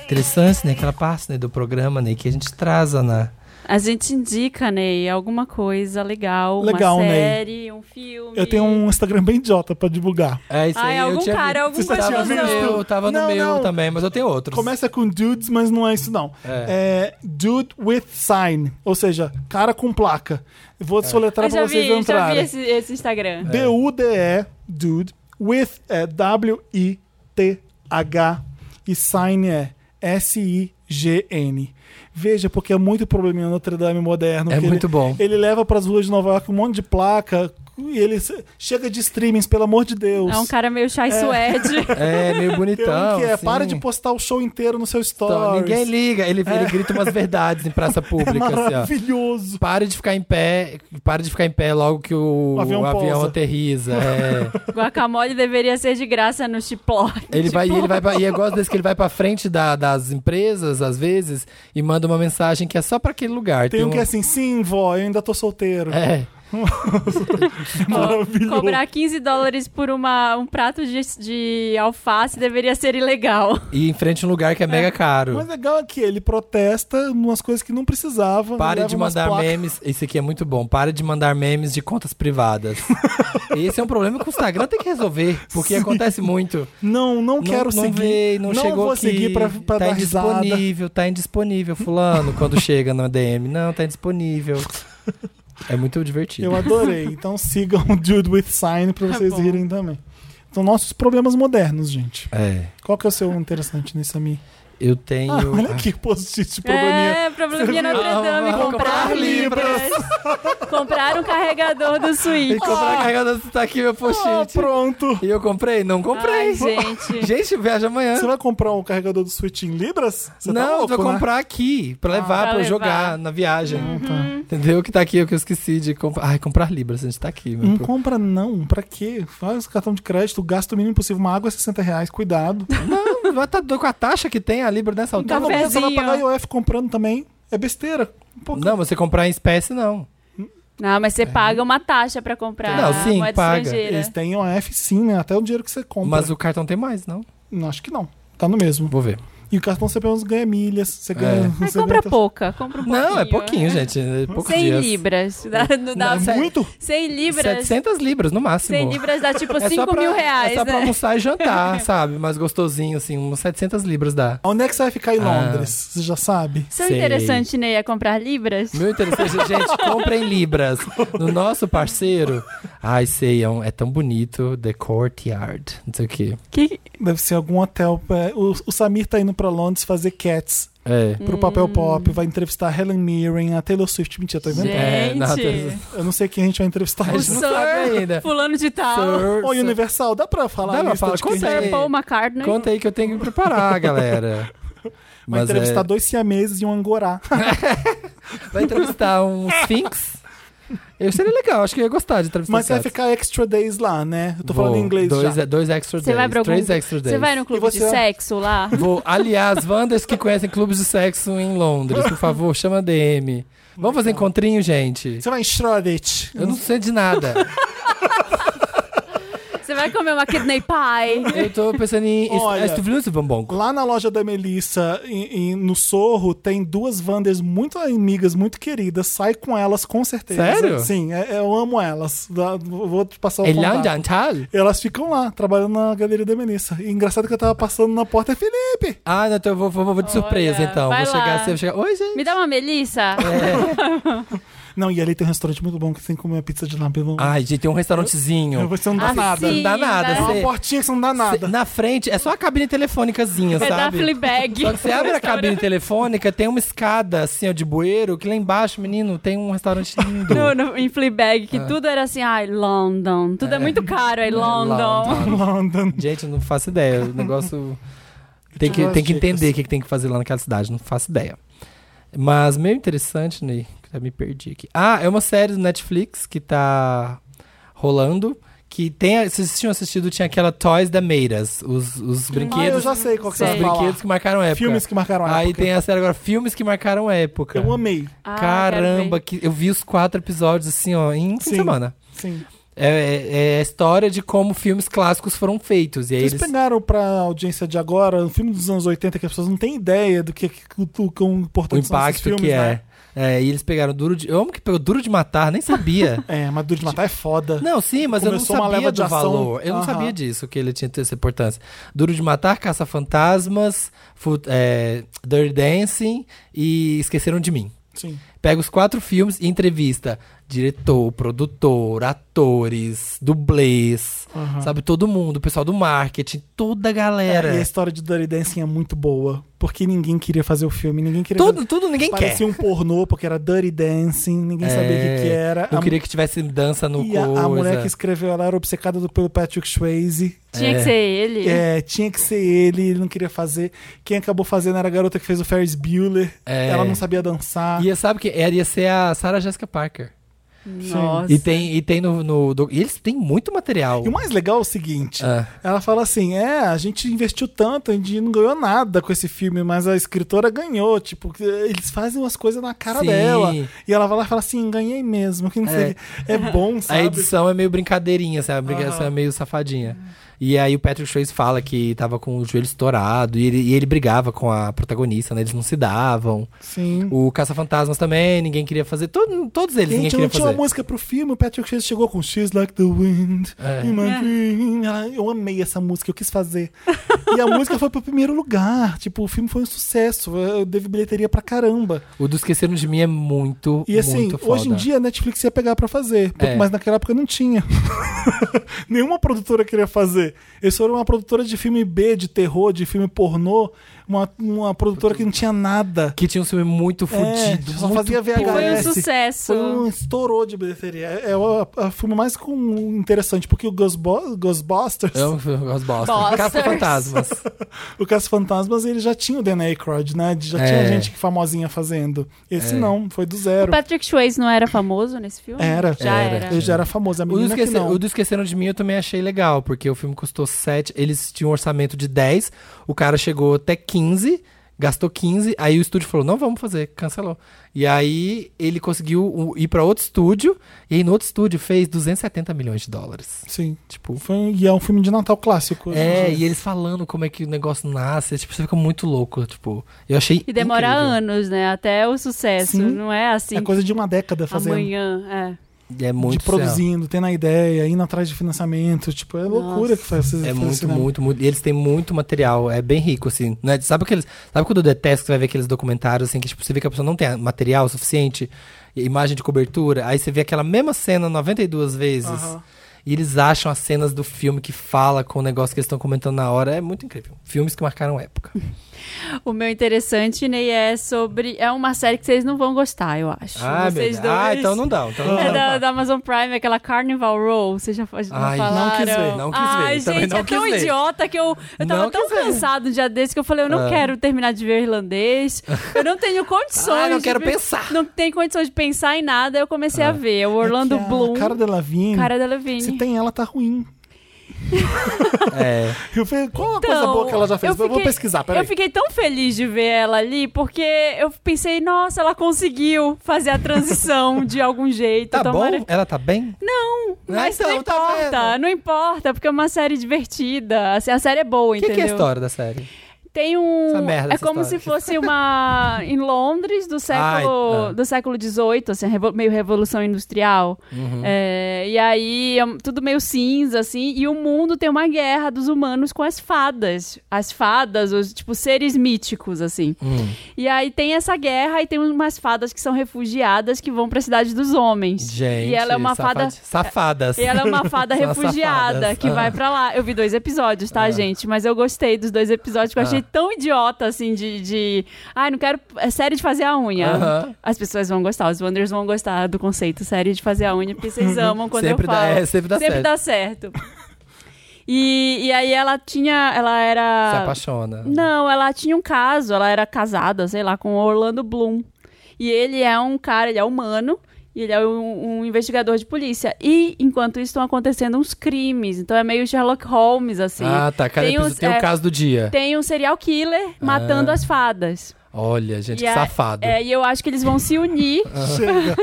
B: Interessante, né? Aquela parte né, do programa, né? Que a gente né? traz, Ana.
C: A gente indica, Ney, alguma coisa legal.
A: Legal,
C: uma
A: Ney.
C: série, um filme.
A: Eu tenho um Instagram bem idiota pra divulgar.
B: É isso
C: Ai,
B: aí. eu
C: algum
B: tinha
C: cara,
B: vi-
C: algum
A: Você
B: Tava
A: tinha
B: no
A: visto?
B: meu, tava no
A: Não,
B: meu
A: não.
B: também, mas eu tenho outros.
A: Começa com dudes, mas não é isso, não. É, dude with sign. Ou seja, cara com placa. Vou soletrar
C: Eu
A: pra
C: já
A: vocês
C: vi, já vi
A: entrarem.
C: esse, esse Instagram.
A: É. D-U-D-E, dude, with é W-I-T-H e sign é S-I-G-N. Veja, porque é muito probleminha Notre Dame moderno.
B: É
A: que ele-
B: muito bom.
A: Ele leva pras ruas de Nova York um monte de placa e ele se- chega de streamings, pelo amor de Deus.
C: É um cara meio chai suede.
B: É,
A: Tem
B: meio
A: um
B: bonitão.
A: que é,
B: assim.
A: para de postar o show inteiro no seu
B: Então,
A: stories.
B: Ninguém liga. Ele, ele grita umas verdades em praça
A: É
B: pública, assim, ó.
A: maravilhoso.
B: Pare de ficar em pé, pare de ficar em pé logo que o,
A: O avião
B: o avião
A: pousa.
B: aterriza. É.
C: Guacamole deveria ser de graça no Chipló.
B: Ele vai, e ele vai pra, e eu gosto desse que ele vai pra frente da- das empresas, às vezes, e manda uma mensagem que é só pra aquele lugar.
A: Tem um que é
B: é
A: assim, sim, vó, eu ainda tô solteiro.
B: É.
A: Maravilhoso.
C: Cobrar 15 dólares por uma, um prato de, de alface deveria ser ilegal.
B: E em frente a um lugar que é mega caro.
A: O mais legal é que ele protesta umas coisas que não precisava.
B: Pare
A: leva
B: de
A: umas
B: mandar
A: placas.
B: memes. Esse aqui é muito bom. Pare de mandar memes de contas privadas. Esse é um problema que o Instagram tem que resolver, porque acontece muito.
A: Não, não, quero
B: não
A: seguir.
B: veio, não, chegou
A: vou
B: aqui.
A: seguir pra, pra
B: tá
A: dar risada.
B: indisponível, tá indisponível, fulano, quando chega na DM. Não, tá indisponível. É muito divertido.
A: Eu adorei. Então sigam o Dude with Sign pra vocês
C: É bom.
A: rirem também. Então, nossos problemas modernos, gente.
B: É.
A: Qual que é o seu interessante nesse amigo?
B: Eu tenho.
A: Ah, olha que post-it de probleminha.
C: É, probleminha Notre Dame.
B: Vamos
C: Comprar
B: comprar
C: libras. comprar um carregador do
B: E
C: Switch.
B: comprar carregador tá aqui, meu
A: Ah,
B: pochete.
A: pronto.
B: e eu comprei? Não comprei.
C: Ai, gente.
B: gente, viaja amanhã.
A: Você vai comprar um carregador do Switch em Libras? Você tá
B: não,
A: louco,
B: eu vou
A: né?
B: comprar aqui, pra levar, pra,
C: Ah, Pra
B: eu
C: levar. Uhum.
B: jogar na viagem.
A: Tá.
B: Entendeu? Que tá aqui, o que eu esqueci de comprar. Ai, comprar libras, a gente tá aqui. Meu
A: Não
B: pro-
A: compra não, pra quê? Faz cartão de crédito, gasta o mínimo possível, uma água é 60 reais, cuidado.
B: Não, vai tá doido com a taxa que tem a libra nessa altura.
C: Então
A: Não, você vai
C: Cafezinho.
A: pagar IOF comprando também, é besteira. Um pouco.
B: Não, você comprar em espécie, não.
C: Não, mas
A: É.
C: você paga uma taxa pra comprar
B: Não, sim,
C: moeda
B: paga.
C: estrangeira.
A: Eles têm IOF sim, né? Até o dinheiro que você compra.
B: Mas o cartão tem mais, não?
A: Não, acho que não. Tá no mesmo.
B: Vou É. ver.
A: E o cartão você pelo menos ganha milhas, você ganha...
C: Mas
A: você
C: compra
A: ganha-
C: pouca, compra um pouquinho.
B: Não, é pouquinho, gente. É poucos
C: 100
B: dias.
C: libras. Dá, não dá,
B: Não,
A: É
B: é
A: Muito?
C: 100 libras.
B: 700 libras, no
C: 100
B: máximo.
C: libras dá tipo
B: É só
C: 5
B: pra-
C: mil reais,
B: É só pra
C: né?
B: almoçar e jantar, sabe? Mais gostosinho, assim, uns 700 libras dá.
A: Onde é que você vai ficar em
B: Ah.
A: Londres? Você já sabe?
C: Seu
B: Sei.
C: interessante, Ney, é comprar libras?
B: Meu interessante, gente, comprem libras. No nosso parceiro, ai, sei, é, um- é tão bonito, The Courtyard, não sei o quê.
C: Que-
A: Deve ser algum hotel. é, o, o Samir tá indo pra Londres fazer Cats
B: É.
A: pro papel
C: Hum.
A: pop, vai entrevistar a Helen Mirren, a Taylor Swift. Mentira, tô inventando.
B: É, não,
C: Gente.
A: Eu não sei quem a gente vai entrevistar.
B: A
A: hoje.
B: gente não sabe ainda.
C: Fulano de tal.
B: Sir-
A: Oi,
B: Sir-
A: Universal, dá pra falar
B: Dá
A: a
B: pra
A: lista
B: falar,
A: de quem
B: conta aí.
A: vai
C: Sir Paul McCartney.
B: Conta aí que eu tenho que preparar, galera.
A: vai
B: Mas é-
A: entrevistar dois siameses e um angorá.
B: vai entrevistar um Sphinx. Eu seria legal, acho que eu ia gostar de entrevistar
A: Mas você vai
B: cats.
A: ficar extra days lá, né? Eu tô
B: Vou.
A: falando em inglês
B: dois, é-
A: já.
B: dois extra
C: Você
B: days,
C: vai pra algum...
B: três extra days.
C: Você vai no clube
A: E você
C: de
A: vai-
C: sexo lá?
B: Vou. Aliás, Wanders que conhecem clubes de sexo em Londres, por favor, chama a DM. Vamos fazer encontrinho, gente?
A: Você vai em Shoreditch.
B: Eu não sei de nada.
C: Você Você vai comer uma kidney pie.
B: Eu tô pensando em.
A: Olha.
B: Estou um falando esse bombom.
A: Lá na loja da Melissa, em- em- no Sorro, tem duas Wanders muito amigas, muito queridas. Sai com elas, com certeza.
B: Sério?
A: Sim, é- eu amo elas. Dá- Vou te passar o
B: É
A: contato.
B: Landantal?
A: Elas ficam lá, trabalhando na galeria da Melissa. E engraçado que eu tava passando na porta, é Felipe!
B: Ah, não, então eu vou, vou, vou de surpresa
C: Olha,
B: então.
C: vai
B: Vou chegar,
C: lá.
B: assim, vou chegar. Oi, gente.
C: Me dá uma Melissa.
B: É,
A: Não, e ali tem um restaurante muito bom que tem que comer uma pizza de lá. Pelo...
B: Ai, gente, tem um restaurantezinho.
A: Você não dá
C: Ah,
A: nada.
B: Não
C: sim.
B: dá
A: É
B: nada.
C: né?
A: um uma
B: cê-
A: portinha que você não dá nada.
B: cê- na frente é só a cabine telefônicazinha,
C: É da
B: sabe?
C: Fleabag.
B: Só que você abre a cabine
C: Restaurante.
B: telefônica, tem uma escada assim, ó, de bueiro, que lá embaixo, menino, tem um restaurante lindo.
C: No, no, em Fleabag,
B: Ah.
C: que tudo era assim, ai, London. Tudo é, muito caro, ai, London.
A: London.
B: Gente, não faço ideia. O negócio. tem, que,
A: dou
B: tem que
A: as
B: entender
A: dicas.
B: o que, que tem que fazer lá naquela cidade, não faço ideia. Mas meio interessante, Ney, que já me perdi aqui. Ah, é uma série do Netflix que tá rolando. Que tem. a- Vocês tinham assistido, tinha aquela Toys da Meiras, os, os
A: Ah, eu
B: brinquedos.
A: já sei qual que você
C: Sei.
B: os
A: vai falar.
B: brinquedos que marcaram época.
A: Filmes que marcaram a
B: Aí
A: época.
B: tem a série agora, filmes que marcaram época.
A: Eu amei.
C: Ah,
B: Caramba,
C: quero
B: que eu vi os quatro episódios assim, ó, em fim de
A: Sim.
B: semana.
A: Sim.
B: É, é- é a história de como filmes clássicos foram feitos. E aí
A: Vocês
B: eles...
A: pegaram pra audiência de agora um filme dos anos 80 que as pessoas não têm ideia do que, que, do quão
B: o
A: importante são esses
B: impacto
A: filmes,
B: que é.
A: né?
B: É, e eles pegaram Duro de... Eu amo que pegou Duro de Matar, nem sabia.
A: É, mas Duro de Matar é foda.
B: não, sim, mas
A: Começou
B: eu
A: uma
B: não sabia
A: leva de
B: do
A: ação.
B: valor. Eu não
A: Aham.
B: sabia disso, que ele tinha essa importância. Duro de Matar, Caça Fantasmas, Fu- é, Dirty Dancing e Esqueceram de Mim.
A: Sim.
B: Pega os quatro filmes e entrevista diretor, produtor, atores, dublês, sabe? Todo mundo, o pessoal do marketing, toda
A: E
B: a
A: a
B: galera.
A: história de Dirty Dancing é muito boa, porque ninguém queria fazer o filme, ninguém queria
B: tudo,
A: fazer...
B: tudo ninguém
A: Parecia um pornô, porque era Dirty Dancing, ninguém
B: quer.
A: sabia o
B: É,
A: que, que era.
B: Eu
A: A-
B: queria que tivesse dança no
A: e a,
B: coisa.
A: a mulher que escreveu ela era obcecada do- pelo Patrick Swayze.
C: ver. Tinha que
B: É.
C: ser ele.
A: É, tinha que ser ele, ele não queria fazer. Quem acabou fazendo era a garota que fez o Ferris Bueller.
B: É.
A: Ela não sabia dançar.
B: Ia, sabe que era, ia ser a Sarah Jessica Parker.
C: Nossa.
B: E tem, e tem no, no do- e eles têm muito material.
A: E o mais legal é o seguinte:
B: Ah.
A: ela fala assim, é, a gente investiu tanto, a gente não ganhou nada com esse filme, mas a escritora ganhou. Tipo, que eles fazem umas coisas na cara
B: Sim.
A: dela. E ela vai lá e fala assim: ganhei mesmo, que não sei. o
B: É.
A: quê. É, bom,
B: A
A: sabe?
B: edição é meio brincadeirinha, sabe? A brincadeira
A: Aham.
B: é meio safadinha. E aí o Patrick Swayze fala que tava com o joelho estourado e ele, e ele brigava com a protagonista, né? Eles não se davam.
A: Sim.
B: O Caça-Fantasmas também, ninguém queria fazer. Todo- todos eles,
A: Gente, eu
B: ninguém
A: não
B: queria
A: tinha uma
B: fazer.
A: música pro filme, o Patrick Chase chegou com She's Like the Wind.
B: É.
A: in my dream. Ela- Eu amei essa música, eu quis fazer. e a música foi pro primeiro lugar. Tipo, o filme foi um sucesso. Eu devo bilheteria pra caramba.
B: O do Esqueceram de Mim é muito,
A: E assim,
B: muito foda.
A: hoje em dia a Netflix ia pegar pra fazer.
B: É.
A: Mas naquela época não tinha. Nenhuma produtora queria fazer. Eles foram uma produtora de filme B, de terror, de filme pornô. Uma, uma produtora que não tinha nada.
B: Que tinha um filme muito fudido.
A: É, só
B: muito
A: fazia VHS.
B: podre.
C: Foi um
A: parece.
C: sucesso.
A: Foi um estourou de bilheteria. É é o a- a filme mais com, interessante, porque o Ghostbo- Ghostbusters,
B: É um filme com as bostas.
C: Bosters.
B: Caça-Fantasmas.
A: o Caça Fantasmas, ele já tinha o Dan Aykroyd, né? Já tinha
B: É.
A: gente famosinha fazendo. Esse
B: É.
A: não, foi do
C: O
A: zero.
C: Patrick Swayze não era famoso nesse filme?
A: Era.
C: Já
B: Era.
C: era.
A: Ele já era famoso, a
B: É. O do,
A: menina que
B: Esquece-
A: não.
B: o do Esqueceram de Mim eu também achei legal, porque o filme custou 7, eles tinham um orçamento de 10, o cara chegou até 15, gastou 15, aí o estúdio falou, não vamos fazer, cancelou. E aí ele conseguiu um- ir pra outro estúdio, e aí no outro estúdio fez 270 milhões de dólares.
A: Sim.
B: Tipo,
A: Foi, e é um filme de Natal clássico. né? hoje em
B: é,
A: dia.
B: e eles falando como é que o negócio nasce, tipo, você fica muito louco, tipo, eu achei
C: E demora
B: incrível.
C: anos, né? Até o sucesso.
A: Sim.
C: Não é assim.
A: É coisa de uma década fazendo.
C: Amanhã, é.
B: E É muito
A: de produzindo, tendo a ideia, indo atrás de financiamento. Tipo, é loucura que faz.
B: É muito, muito, muito. E eles têm muito material, é bem rico, assim. Né? Sabe aqueles. Sabe quando eu detesto que você vai ver aqueles documentários, assim, que tipo, você vê que a pessoa não tem material suficiente, e imagem de cobertura, aí você vê aquela mesma cena 92 vezes.
A: Aham.
B: E eles acham as cenas do filme que fala com o negócio que eles estão comentando na hora. É muito incrível. Filmes que marcaram época.
C: O meu interessante, Ney, é sobre. É uma série que vocês não vão gostar, eu acho.
B: ah, meu Deus.
C: vocês dois.
B: ah, então não dá. Então não
C: É
B: dá.
C: da, da Amazon Prime, aquela Carnival Row, vocês já fa- já
B: Ai, não
C: falaram.
B: quis ver, não quis ver,
C: Ai,
B: também
C: gente,
B: não
C: é
B: quis
C: tão
B: ver.
C: idiota que eu, eu tava
B: Não
C: tão
B: quis ver.
C: cansado um dia desse que eu falei, eu não
B: Ah.
C: quero terminar de ver irlandês, eu não tenho condições.
B: Ai, Ah, não
C: de
B: quero
C: ver-
B: pensar. Ah.
C: Não tenho condições de pensar em nada, eu comecei a ver. O Orlando
A: É que a
C: Bloom,
A: Cara
C: cara,
A: Delevingne.
C: Delevingne.
A: Se tem ela, tá ruim.
B: É.
A: Eu falei, qual a coisa boa que ela já fez? Eu vou pesquisar, peraí.
C: Eu Então, fiquei tão feliz de ver ela ali, porque eu pensei, nossa, ela conseguiu fazer a transição de algum jeito.
B: Tá bom?
C: tomara-
B: Ela tá bem?
C: Não, mas não
B: então, tá
C: importa,
B: vendo?
C: não importa, porque é uma série divertida, assim, a série é boa,
B: O que,
C: entendeu?
B: que é a história da série?
C: Tem um.
B: Essa merda,
C: é
B: essa
C: como se
B: história.
C: fosse uma. em Londres do século.
B: Ai, ah.
C: do século XVIII, assim, revo- meio revolução industrial.
B: Uhum.
C: É, e aí é um- tudo meio cinza, assim, e o mundo tem uma guerra dos humanos com as fadas. As fadas, os tipo seres míticos, assim.
B: Hum.
C: E aí tem essa guerra e tem umas fadas que são refugiadas que vão pra cidade dos homens.
B: Gente,
C: e ela é uma fada.
B: safadi- Safadas.
C: E ela é uma fada
B: São as
C: refugiada
B: safadas.
C: que
B: Ah.
C: vai pra lá. Eu vi dois episódios, tá,
B: É.
C: gente? Mas eu gostei dos dois episódios, que eu achei
B: Ah.
C: tão idiota, assim, de. de... Ai, não quero. É série de fazer a unha.
B: Aham.
C: As pessoas vão gostar, os Wonders vão gostar do conceito série de fazer a unha, porque vocês amam quando
B: Uhum. Sempre
C: eu
B: dá-
C: falo.
B: é, sempre dá certo.
C: certo. E, e aí ela tinha. Ela
B: Se
C: era.
B: apaixona.
C: Não, ela tinha um caso, ela era casada, sei lá, com o Orlando Bloom. E ele é um cara, ele é humano, e ele é um, um investigador de polícia. E, enquanto isso, estão acontecendo uns crimes. Então é meio Sherlock Holmes, assim.
B: Ah, tá. Cada
C: Tem
B: episódio
C: uns-
B: tem o
C: é,
B: caso do dia.
C: Tem um serial killer matando
B: Ah.
C: as fadas.
B: Olha, gente,
C: E
B: que
C: é-
B: safado.
C: É, e eu acho que eles vão se unir.
A: Chega.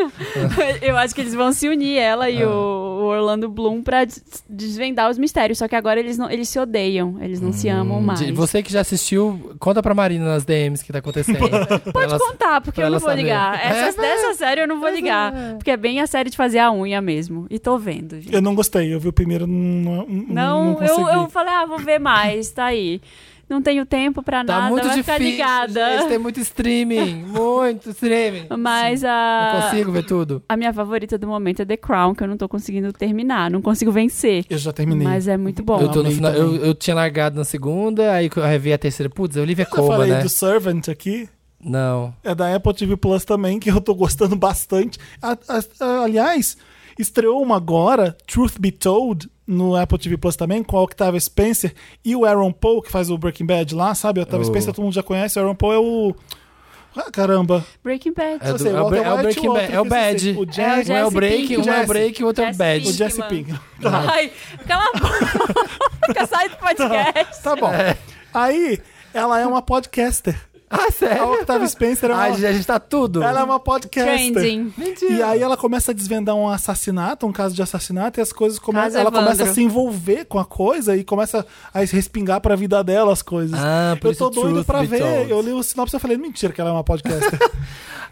C: eu acho que eles vão se unir, ela
B: Ah.
C: e o, o Orlando Bloom, pra des- desvendar os mistérios. Só que agora eles, não, eles se odeiam, eles não se amam mais.
B: Hum, De- Você que já assistiu, conta pra Marina nas DMs que tá acontecendo. Pra
C: Pode
B: ela-
C: contar, porque
B: pra
C: eu não
B: ela
C: vou
B: saber.
C: ligar. Essa,
B: É, né?
C: dessa série eu não vou ligar. Porque é bem a série de fazer a unha mesmo. E tô vendo, gente.
A: Eu não gostei, eu vi o primeiro, não, não,
C: Não,
A: não consegui.
C: eu, eu falei, ah, vou ver mais, tá aí. Não tenho tempo pra
B: Tá
C: nada,
B: muito
C: vai
B: difícil.
C: ficar ligada.
B: gente, tem muito streaming. Muito streaming.
C: Mas
B: Não
C: a,
B: consigo ver tudo.
C: a minha favorita do momento é The Crown, que eu não tô conseguindo terminar, não consigo vencer.
A: Eu já terminei.
C: Mas é muito bom.
B: Eu, tô no
A: amei
B: final, eu,
A: também.
B: eu tinha largado na segunda, aí eu revi a terceira. Putz, eu Olivia
A: eu
B: Colman,
A: falei
B: né?
A: do Servant aqui,
B: Não.
A: é da Apple TV Plus também, que eu tô gostando bastante. A- a- a- aliás, estreou uma agora, Truth Be Told, no Apple TV Plus também, com a Octavia Spencer e o Aaron Paul, que faz o Breaking Bad lá, sabe? A Octavia
B: O-
A: Spencer todo mundo já conhece, o Aaron Paul é o... Ah, caramba.
C: Breaking Bad.
B: É,
A: Eu sei,
B: do, é, o,
A: Walter
B: Bre- é o
A: White,
B: Breaking
A: o outro
B: Bad. É o
A: que eu esqueci.
B: Bad.
A: O Jesse
B: um é o
C: Pink.
B: break, um é
A: Jesse.
B: o break e o outro é o
C: Jesse
B: bad.
A: O
C: Pink.
A: Jesse
C: mano.
A: Pinkman.
C: Ai, cala a boca, sai do podcast.
A: Tá bom. Aí, ela é uma podcaster.
B: Ah,
A: A
B: sério?
A: Octavia Spencer é uma...
B: Ai, gente, a gente tá tudo.
A: Ela é uma podcaster.
C: Trending.
A: E aí ela começa a desvendar um assassinato, um caso de assassinato, e as coisas
C: Caso
A: começam. Ela
C: Evandro.
A: começa a se envolver com a coisa e começa a respingar pra vida dela as coisas.
B: Ah, por
A: eu
B: isso
A: tô doido
B: Truth
A: pra
B: Be
A: ver.
B: Told.
A: Eu li o sinopse e falei, mentira que ela é uma podcaster.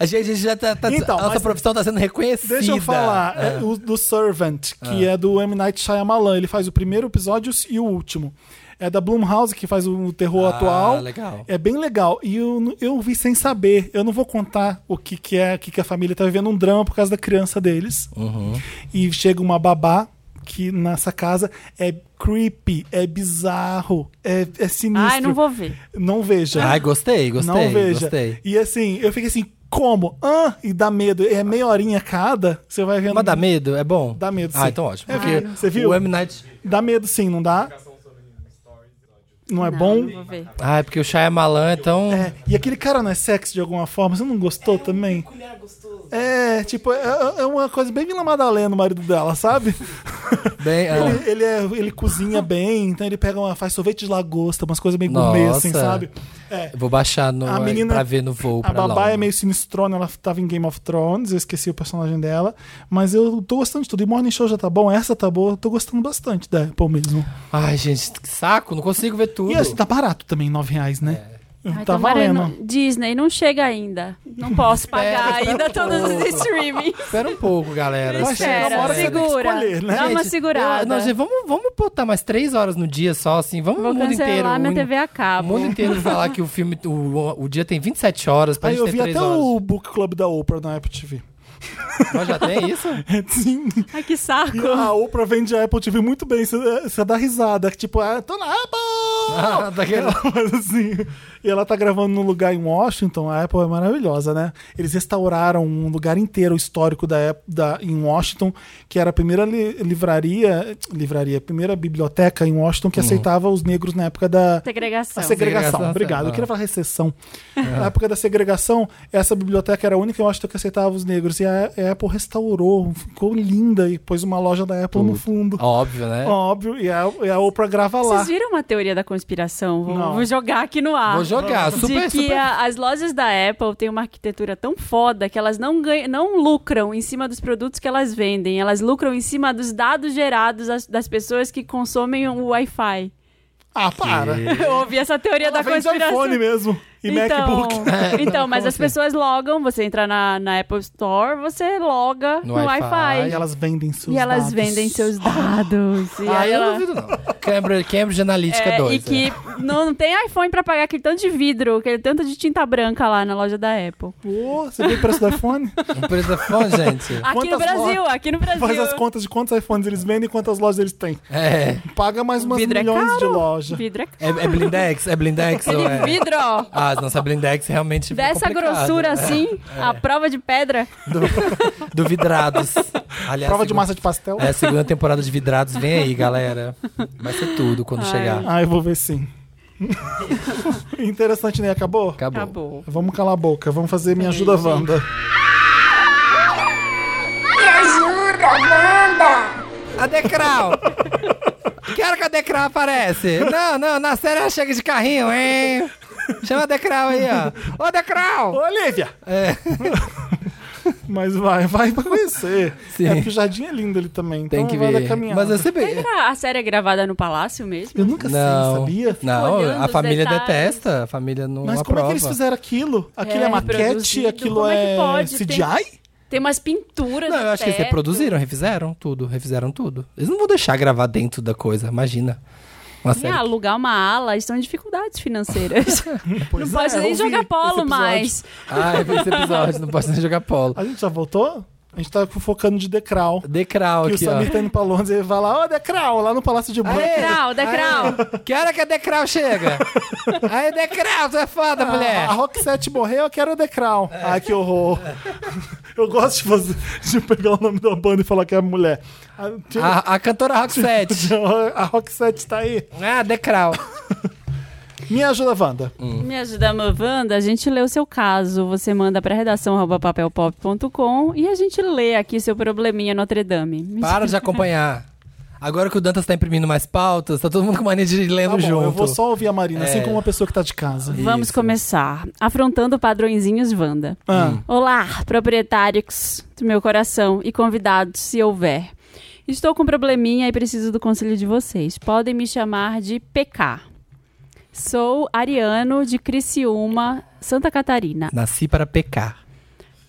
B: A gente, a gente já tá. tá-
A: Então,
B: a nossa
A: mas-
B: profissão tá sendo reconhecida.
A: Deixa eu falar. É o do Servant, que é do M. Night Shyamalan. Ele faz o primeiro episódio e o último. É da Blumhouse, que faz o terror
B: Ah,
A: atual.
B: legal.
A: É bem legal. E eu, n- eu vi sem saber. Eu não vou contar o que, que é, o que, que a família tá vivendo um drama por causa da criança deles.
B: Uhum.
A: E chega uma babá que nessa casa é creepy, é bizarro, é, é sinistro.
C: Ai, não vou ver.
A: Não veja.
B: Ai, gostei, gostei.
A: É. não veja.
B: Gostei.
A: E assim, eu fiquei assim, como? Ah, e dá medo. É meia horinha cada, você vai vendo.
B: Mas dá medo? É bom?
A: Dá medo, sim.
B: Ah, então ótimo.
A: É,
B: porque
A: viu? Você viu?
B: O M. Night.
A: Dá medo sim, não dá? Não é
C: Não,
A: bom?
C: Não vou ver.
B: Ah, é porque o Shyamalan é tão.
A: É, e aquele cara não é sexy de alguma forma, você não gostou também? É, tipo, é, é uma coisa bem Vila Madalena, o marido dela, sabe?
B: Bem, ah,
A: Ele, ele, é- ele cozinha bem, então ele pega uma, faz sorvete de lagosta, umas coisas meio
B: Nossa.
A: gourmet, assim, sabe? É.
B: eu Vou baixar no,
A: A menina-
B: pra ver no voo.
A: A
B: pra né?
A: babá
B: Laura.
A: é meio sinistrona, ela tava em Game of Thrones, eu esqueci o personagem dela. Mas eu tô gostando de tudo. E Morning Show já tá bom, essa tá boa, eu tô gostando bastante da Apple mesmo.
B: Ai, gente, que saco, não consigo ver tudo. É.
A: E assim, tá barato também, 9 reais, né?
C: Ai,
A: tá
C: tomara
A: valendo.
C: não- Disney, não chega ainda. Não posso pagar
B: Espera,
C: ainda
B: espera um
C: todos os
B: pouco.
C: streamings.
B: Espera um pouco, galera.
A: Vai chegar uma
C: Espera,
A: hora É. que você tem que
C: segura.
A: escolher, né?
C: Dá uma
B: Gente,
C: segurada.
B: eu- não, gente, vamos, vamos botar mais três horas no dia só, assim. Vamos
C: Vou
B: o mundo
C: cancelar
B: inteiro.
C: minha
B: o-
C: TV a
B: O
C: cabo.
B: mundo inteiro falar que o filme, o, o dia tem 27 horas pra
A: Aí
B: gente
A: eu
B: ter
A: vi
B: três
A: até
B: horas.
A: o Book Club da Oprah na Apple TV.
B: Mas já tem isso?
A: Sim.
C: Ai, que saco.
A: E a Oprah vende a Apple TV muito bem, você você dá risada. que Tipo, ah, tô na Apple!
B: Ah, daquele-
A: Mas assim, e ela tá gravando num lugar em Washington, a Apple é maravilhosa, né? Eles restauraram um lugar inteiro histórico da, Apple- da em Washington, que era a primeira li- livraria, livraria, a primeira biblioteca em Washington que aceitava os negros na época da
C: Segregação.
A: a segregação,
B: Segregação,
A: obrigado.
B: tá.
A: Eu queria falar recessão. Na época da segregação, essa biblioteca era a única em Washington que aceitava os negros. E a a Apple restaurou, ficou linda e pôs uma loja da Apple no fundo.
B: Óbvio, né?
A: Óbvio, e a, e a Oprah grava lá.
C: Vocês viram uma teoria da conspiração? Vou,
A: Não.
C: vou jogar aqui no ar.
B: Vou jogar, super,
C: Ah, de que
B: super.
C: a- as lojas da Apple têm uma arquitetura tão foda que elas não, ganham, não lucram em cima dos produtos que elas vendem, elas lucram em cima dos dados gerados as- das pessoas que consomem o Wi-Fi.
A: Ah, para!
C: Eu ouvi essa teoria da
A: Ela vende
C: conspiração.
A: iPhone mesmo e MacBook.
B: É.
A: assim?
C: então, mas as pessoas logam, você entra na, na Apple Store, você loga
B: No
C: no,
B: Wi-Fi.
C: Wi-Fi.
A: Aí elas vendem seus
C: E elas
A: dados.
C: vendem seus dados. e
B: Ah, eu
C: ela-
B: não duvido, não. Cambridge, Cambridge Analytica
C: É,
B: 2.
C: e que não, não tem iPhone pra pagar aquele tanto de vidro, aquele tanto de tinta branca lá na loja da Apple.
A: Ô, você vê o preço do iPhone?
B: é. Empresa fã, gente.
C: Aqui
A: Quantas
C: no Brasil, aqui no Brasil.
A: Faz as contas de quantos iPhones eles vendem e quantas lojas eles têm.
B: É.
A: Paga mais umas
C: vidro é
A: milhões de
C: caro.
A: loja.
C: Vidro é caro.
B: É, é blindex? É blindex? ou
C: Aquele
B: é?
C: vidro, ó.
B: Ah, as nossas blindex realmente fica
C: Dessa
B: complicado,
C: grossura
B: né?
C: assim, a prova de pedra.
B: Do, do Vidrados. Aliás,
A: Prova de
B: segunda-
A: massa de pastel?
B: É, segunda temporada de Vidrados. Vem aí, galera. Vai ser tudo quando
C: Ai.
B: chegar.
A: Ah, eu vou ver sim. Interessante, né? Acabou?
B: Acabou.
C: Acabou.
A: Vamos calar a boca, vamos fazer Minha Ajuda
C: gente.
A: Wanda.
E: Me ajuda, Wanda!
B: A Decral! Quero que a Decral aparece. Não, não, na série ela chega de carrinho, hein? Chama a Decral aí, ó. Ô, Decral!
A: Olivia!
B: É.
A: Mas vai, vai pra conhecer.
B: Sim.
A: É porque o jardim é lindo ali também.
B: Tem
A: então
B: que
A: vai dar
B: ver.
A: caminhada.
B: Mas eu sempre...
C: Será a série é gravada no palácio mesmo?
A: Eu nunca
B: Não,
A: sei, sabia?
B: não
C: Olhando
B: a
C: os
B: família
C: detalhes.
B: detesta, a família não
A: Mas como
B: aprova.
A: é que eles fizeram aquilo? Aquilo é,
C: É,
A: maquete?
C: reproduzido.
A: Aquilo
C: Como é que
A: é,
C: pode? Tem-
A: CGI?
C: Tem umas pinturas.
B: Não, eu
C: no
B: acho que é eles
C: teto.
B: reproduziram, refizeram tudo, refizeram tudo. Eles não vão deixar gravar dentro da coisa, imagina. Uma
C: E
B: série.
C: alugar uma ala, eles estão em dificuldades financeiras.
A: Pois
C: não
A: é,
C: pode
A: eu
C: nem
A: ouvi
C: jogar
A: esse
C: polo
A: episódio.
C: mais.
B: Ah, esse episódio, não posso nem jogar polo.
A: A gente já voltou? A gente tá focando de Decral.
B: Decral
A: Que o
B: aqui, ó.
A: Samir tá indo pra Londres e ele vai lá, ó, Decral, lá no Palácio de Branco.
C: Decral, Decral.
B: Aê. Que hora que a Decral chega? Aí, Decral, tu é foda, mulher.
A: Ah, A Roxette morreu, eu quero o Decral. Ai, que horror. Eu gosto de, fazer, de pegar o nome da banda e falar que é mulher. A, tira-
B: A, a cantora Roxette.
A: a Roxette tá aí.
B: Ah, Decral.
A: Me ajuda, Wanda.
C: Me ajuda, Wanda. A gente lê o seu caso. Você manda para redação arroba papelpop.com e a gente lê aqui seu probleminha Notre Dame.
B: Para de acompanhar. Agora que o Dantas tá imprimindo mais pautas, tá todo mundo com mania de ir lendo
A: Tá bom,
B: junto.
A: eu vou só ouvir a Marina, assim
B: É.
A: como uma pessoa que tá de casa.
C: Vamos
B: Isso.
C: começar. Afrontando padrõezinhos, Wanda.
A: Ah,
C: Olá, proprietários do meu coração e convidados, se houver. Estou com um probleminha e preciso do conselho de vocês. Podem me chamar de PK. Sou ariano de Criciúma, Santa Catarina.
B: Nasci para pecar.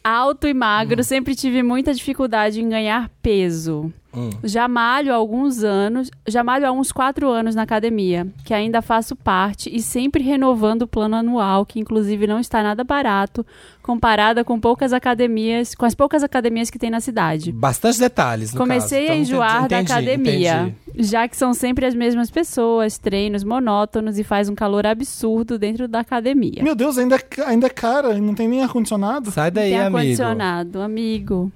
C: Alto e
B: Hum.
C: magro, sempre tive muita dificuldade em ganhar peso.
B: Hum.
C: Já malho há alguns anos, já malho há uns quatro anos na academia, que ainda faço parte e sempre renovando o plano anual, que inclusive não está nada barato, comparada com poucas academias, com as poucas academias que tem na cidade.
B: Bastante detalhes, no
C: Comecei
B: caso.
C: a
B: Então,
C: enjoar da
B: entendi,
C: academia,
B: entendi.
C: já que são sempre as mesmas pessoas, treinos monótonos e faz um calor absurdo dentro da academia.
A: Meu Deus, ainda, é ca- ainda é cara, não tem nem ar-condicionado.
B: Sai daí,
C: tem
B: amigo.
C: ar-condicionado, amigo.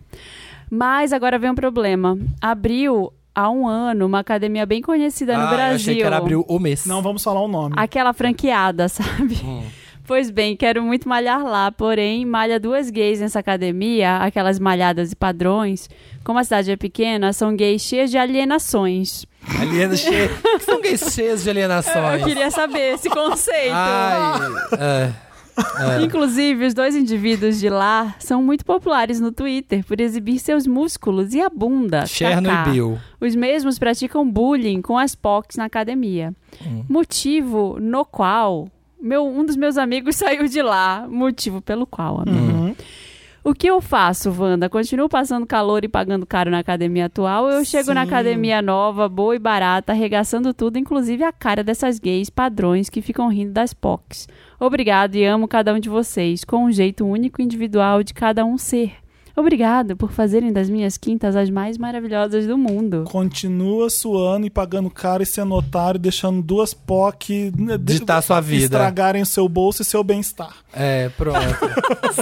C: Mas agora vem um problema. Abriu há um ano uma academia bem conhecida
B: Ah,
C: no
B: eu
C: Brasil.
B: achei que era abriu o mês.
A: Não vamos falar o nome.
C: Aquela franqueada, sabe?
B: Hum.
C: Pois bem, quero muito malhar lá, porém, malha duas gays nessa academia, aquelas malhadas e padrões. Como a cidade é pequena, são gays cheias de alienações.
B: Aliena cheia. Por que são gays cheios de alienações?
C: Eu queria saber esse conceito.
B: Ai, é.
C: Inclusive, os dois indivíduos de lá são muito populares no Twitter por exibir seus músculos e a bunda. kaká.
B: Chernobyl.
C: Os mesmos praticam bullying com as POCs na academia. Motivo no qual meu, um dos meus amigos saiu de lá. Motivo pelo qual, amigo. O que eu faço, Wanda? Continuo passando calor e pagando caro na academia atual? ou Eu chego na academia nova, boa e barata, arregaçando tudo, inclusive a cara dessas gays padrões que ficam rindo das POCs. Obrigado e amo cada um de vocês, com um jeito único e individual de cada um ser. Obrigado por fazerem das minhas quintas as mais maravilhosas do mundo.
A: Continua suando e pagando caro e sendo otário, deixando duas POC né, de-
B: Ditar sua vida.
A: estragarem o seu bolso e seu bem-estar.
B: É, pronto.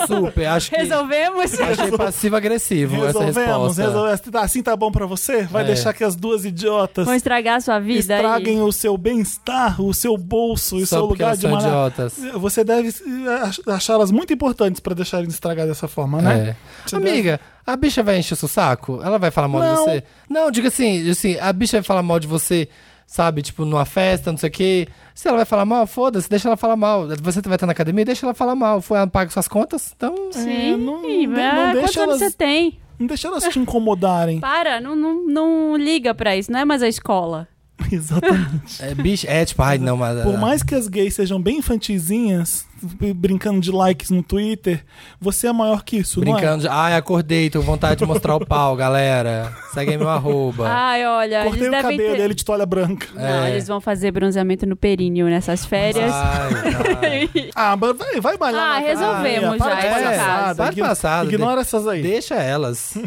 B: Super, acho que.
C: Resolvemos?
B: Achei passivo-agressivo essa
A: Resolvemos,
B: resposta.
A: resolvemos. Assim tá bom pra você? Vai
B: É.
A: deixar que as duas idiotas
C: Vão estragar a sua vida
A: estraguem
C: aí.
A: o seu bem-estar, o seu bolso e o
B: Só
A: seu
B: porque
A: lugar
B: elas
A: de
B: são
A: morar.
B: idiotas.
A: Você deve eh, ach- achá-las muito importantes pra deixarem de estragar dessa forma, né?
B: É.
A: Você
B: Amiga, a bicha vai encher o seu saco? Ela vai falar mal de
A: Não.
B: você? Não, diga assim, assim, a bicha vai falar mal de você, sabe, tipo, numa festa, não sei o quê. Se ela vai falar mal, foda-se, deixa ela falar mal. Você vai estar na academia, deixa ela falar mal. Foi, ela paga suas contas, então.
C: Sim,
A: É, não-
C: mas
A: não- não
C: quantos
A: deixa
C: anos
A: elas-
C: você tem?
A: Não deixa elas te incomodarem.
C: Para, não, não, não liga pra isso, não é mais a escola.
A: Exatamente.
B: É, bicho, é tipo, ai, não, mas.
A: Por mais que as gays sejam bem infantizinhas, b- brincando de likes no Twitter, você é maior que isso, não é?
B: Brincando de. Ai, acordei, tô com vontade de mostrar o pau, galera. Segue aí meu arroba.
C: Ai, olha,
A: É. Cortei
C: eles
A: o
C: devem
A: cabelo
C: ter...
A: dele de toalha branca.
C: Não,
B: É.
C: eles vão fazer bronzeamento no períneo nessas férias.
B: Ai, ai.
A: Ah, mas vai, vai malhar.
C: Ah,
A: na-
C: resolvemos
A: Ah, para
C: já
A: de
C: esse
A: palhaçada.
C: caso.
B: Para de palhaçada.
A: Ignora essas aí.
B: Deixa elas.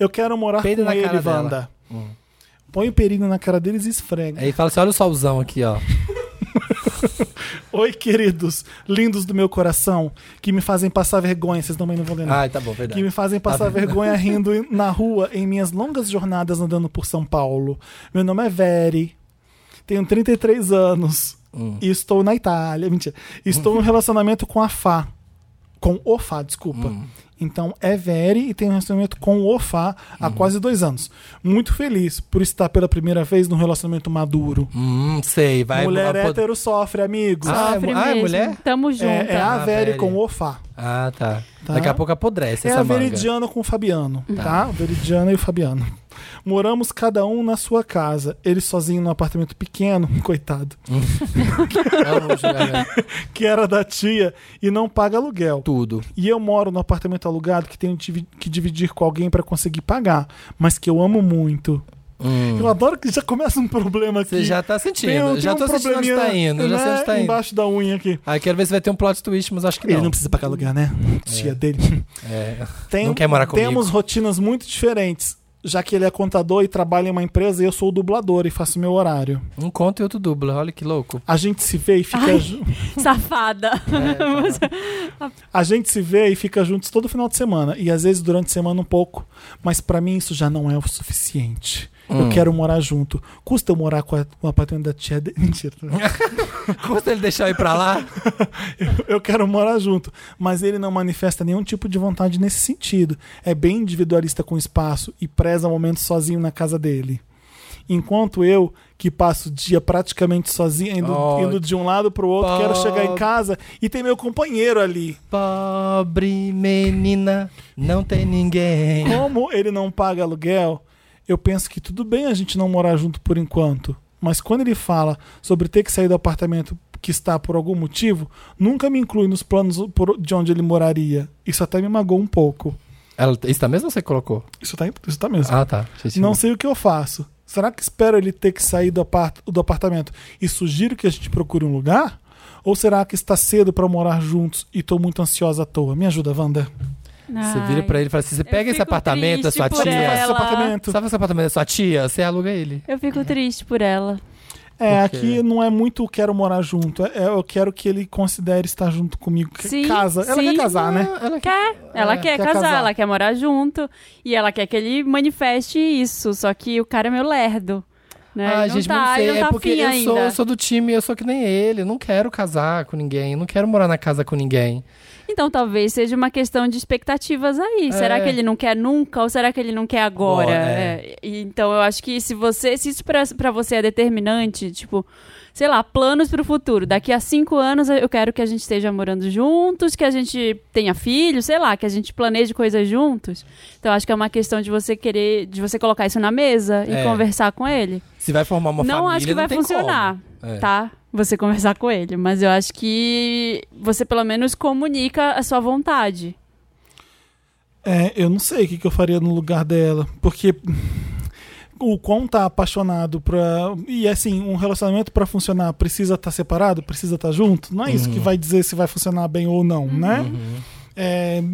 A: Eu quero morar
B: Peida
A: com
B: na
A: ele,
B: cara dela.
A: Wanda. Põe o perigo na cara deles e esfrega.
B: Aí fala assim: olha o solzão aqui, ó.
A: Oi, queridos, lindos do meu coração, que me fazem passar vergonha. Vocês também não vão ler, não.
B: Ai, tá bom,
A: que me
B: verdade.
A: fazem passar
B: Tá vendo?
A: vergonha rindo em- na rua em minhas longas jornadas andando por São Paulo. Meu nome é Veri, tenho 33 anos
B: Hum.
A: e estou na Itália. Mentira. Estou em um relacionamento com a Fá. Com o Fá, desculpa.
B: Hum.
A: Então é Veri e tenho um relacionamento com o Fá
B: Hum.
A: há quase dois anos. Muito feliz por estar pela primeira vez num relacionamento maduro.
B: Hum, sei, vai.
A: Mulher é
B: apod-
A: hétero sofre, amigos.
B: Ah,
C: Sofre
B: é mu- ah, é
C: mesmo.
B: mulher?
C: Tamo junto.
A: é, é a
B: Ah,
A: Veri
B: Veri.
A: com o Fá.
B: Ah, tá.
A: Tá.
B: Daqui a Uhum. pouco apodrece
A: É
B: essa
A: a
B: manga.
A: Veridiana com o Fabiano, tá? O Veridiana e o Fabiano. Moramos cada um na sua casa. Ele sozinho num apartamento pequeno, coitado,
B: Amo o julgamento.
A: que era da tia e não paga aluguel.
B: Tudo.
A: E eu moro num apartamento alugado que tenho divi- que dividir com alguém pra conseguir pagar, mas que eu amo muito. Eu adoro que já começa um problema aqui.
B: Hum. Você já tá
A: Tem um-
B: sentindo.
A: tem
B: Já
A: um
B: tô sentindo onde
A: probleminha,
B: tá indo. Já sei
A: né,
B: onde tá indo.
A: Embaixo da unha aqui.
B: Aí quero ver se vai ter um plot twist, mas acho que
A: Ele
B: não.
A: não precisa pagar aluguel, né? Tia dele.
B: É.
A: Tem- um
B: Não quer morar comigo.
A: Temos rotinas muito diferentes, já que ele é contador e trabalha em uma empresa e eu sou dublador e faço meu horário.
B: Um conta e outro dubla. Olha que louco. É,
A: A gente se vê e fica ju-
B: Ah.
C: Safada.
B: tá
A: a gente se vê e fica juntos todo final de semana e às vezes durante a semana um pouco, mas pra mim isso já não é o suficiente. Eu quero morar junto. Custa eu morar com, a, com o apartamento da tia dele. Mentira.
B: Custa ele deixar eu ir pra lá?
A: Eu quero morar junto. Mas ele não manifesta nenhum tipo de vontade nesse sentido. É bem individualista com o espaço e preza momentos sozinho na casa dele. Enquanto eu, que passo o dia praticamente sozinho, indo,
B: Oh,
A: indo de um lado pro outro, quero
B: pá.
A: chegar em casa e ter meu companheiro ali.
B: Pobre menina, não tem ninguém.
A: Como ele não paga aluguel, eu penso que tudo bem a gente não morar junto por enquanto. Mas quando ele fala sobre ter que sair do apartamento que está por algum motivo, nunca me inclui nos planos por- de onde ele moraria. Isso até me magoou um pouco.
B: Ela, isso tá mesmo ou você colocou?
A: Isso tá, isso tá mesmo.
B: Ah, tá. Gente,
A: não sei o que eu faço. Será que espero ele ter que sair do, apart- do apartamento e sugiro que a gente procure um lugar? Ou será que está cedo para morar juntos e tô muito ansiosa à toa? Me ajuda, Wanda.
B: Você vira pra ele e fala assim: você pega esse apartamento da sua tia.
A: ela. apartamento.
B: Sabe esse apartamento da sua tia? Você aluga ele.
C: Eu fico triste por ela.
A: É,
B: Porque-
A: aqui não é muito quero morar junto. É, é eu quero que ele considere estar junto comigo. Que
C: Sim,
A: casa. Ela
C: sim.
A: quer casar,
C: É.
A: né?
B: Ela
C: Quer, ela
A: É,
C: quer,
A: quer
C: casar,
A: casar.
C: ela quer morar junto. E ela quer que ele manifeste isso. Só que o cara é meu lerdo. Né?
B: Ah,
C: Ele não
B: gente,
C: tá,
B: não
C: ele
B: sei.
C: não tá
B: é porque
C: afim
B: eu
C: ainda.
B: sou, eu sou do time, eu sou que nem ele. Eu não quero casar com ninguém, eu não quero morar na casa com ninguém.
C: Então talvez seja uma questão de expectativas aí. Será que ele não quer nunca ou será que ele não quer É. agora?
B: Agora, é.
C: É, e- Então eu acho que se você, se isso pra, pra você é determinante, tipo, sei lá, planos pro futuro. Daqui a cinco anos eu quero que a gente esteja morando juntos, que a gente tenha filhos, sei lá, que a gente planeje coisas juntos. Então eu acho que é uma questão de você querer, de você colocar isso na mesa e
B: É.
C: conversar com ele.
B: Se vai formar uma
C: não
B: família,
C: acho que vai
B: não tem
C: funcionar,
B: como. É.
C: tá? Você conversar com ele, mas eu acho que você pelo menos comunica a sua vontade.
A: É, eu não sei o que, que eu faria no lugar dela. Porque o quão tá apaixonado pra. E assim, um relacionamento pra funcionar precisa estar separado, precisa estar junto. Não é isso que
B: Uhum.
A: vai dizer se vai funcionar bem ou não,
C: Uhum.
A: né? É,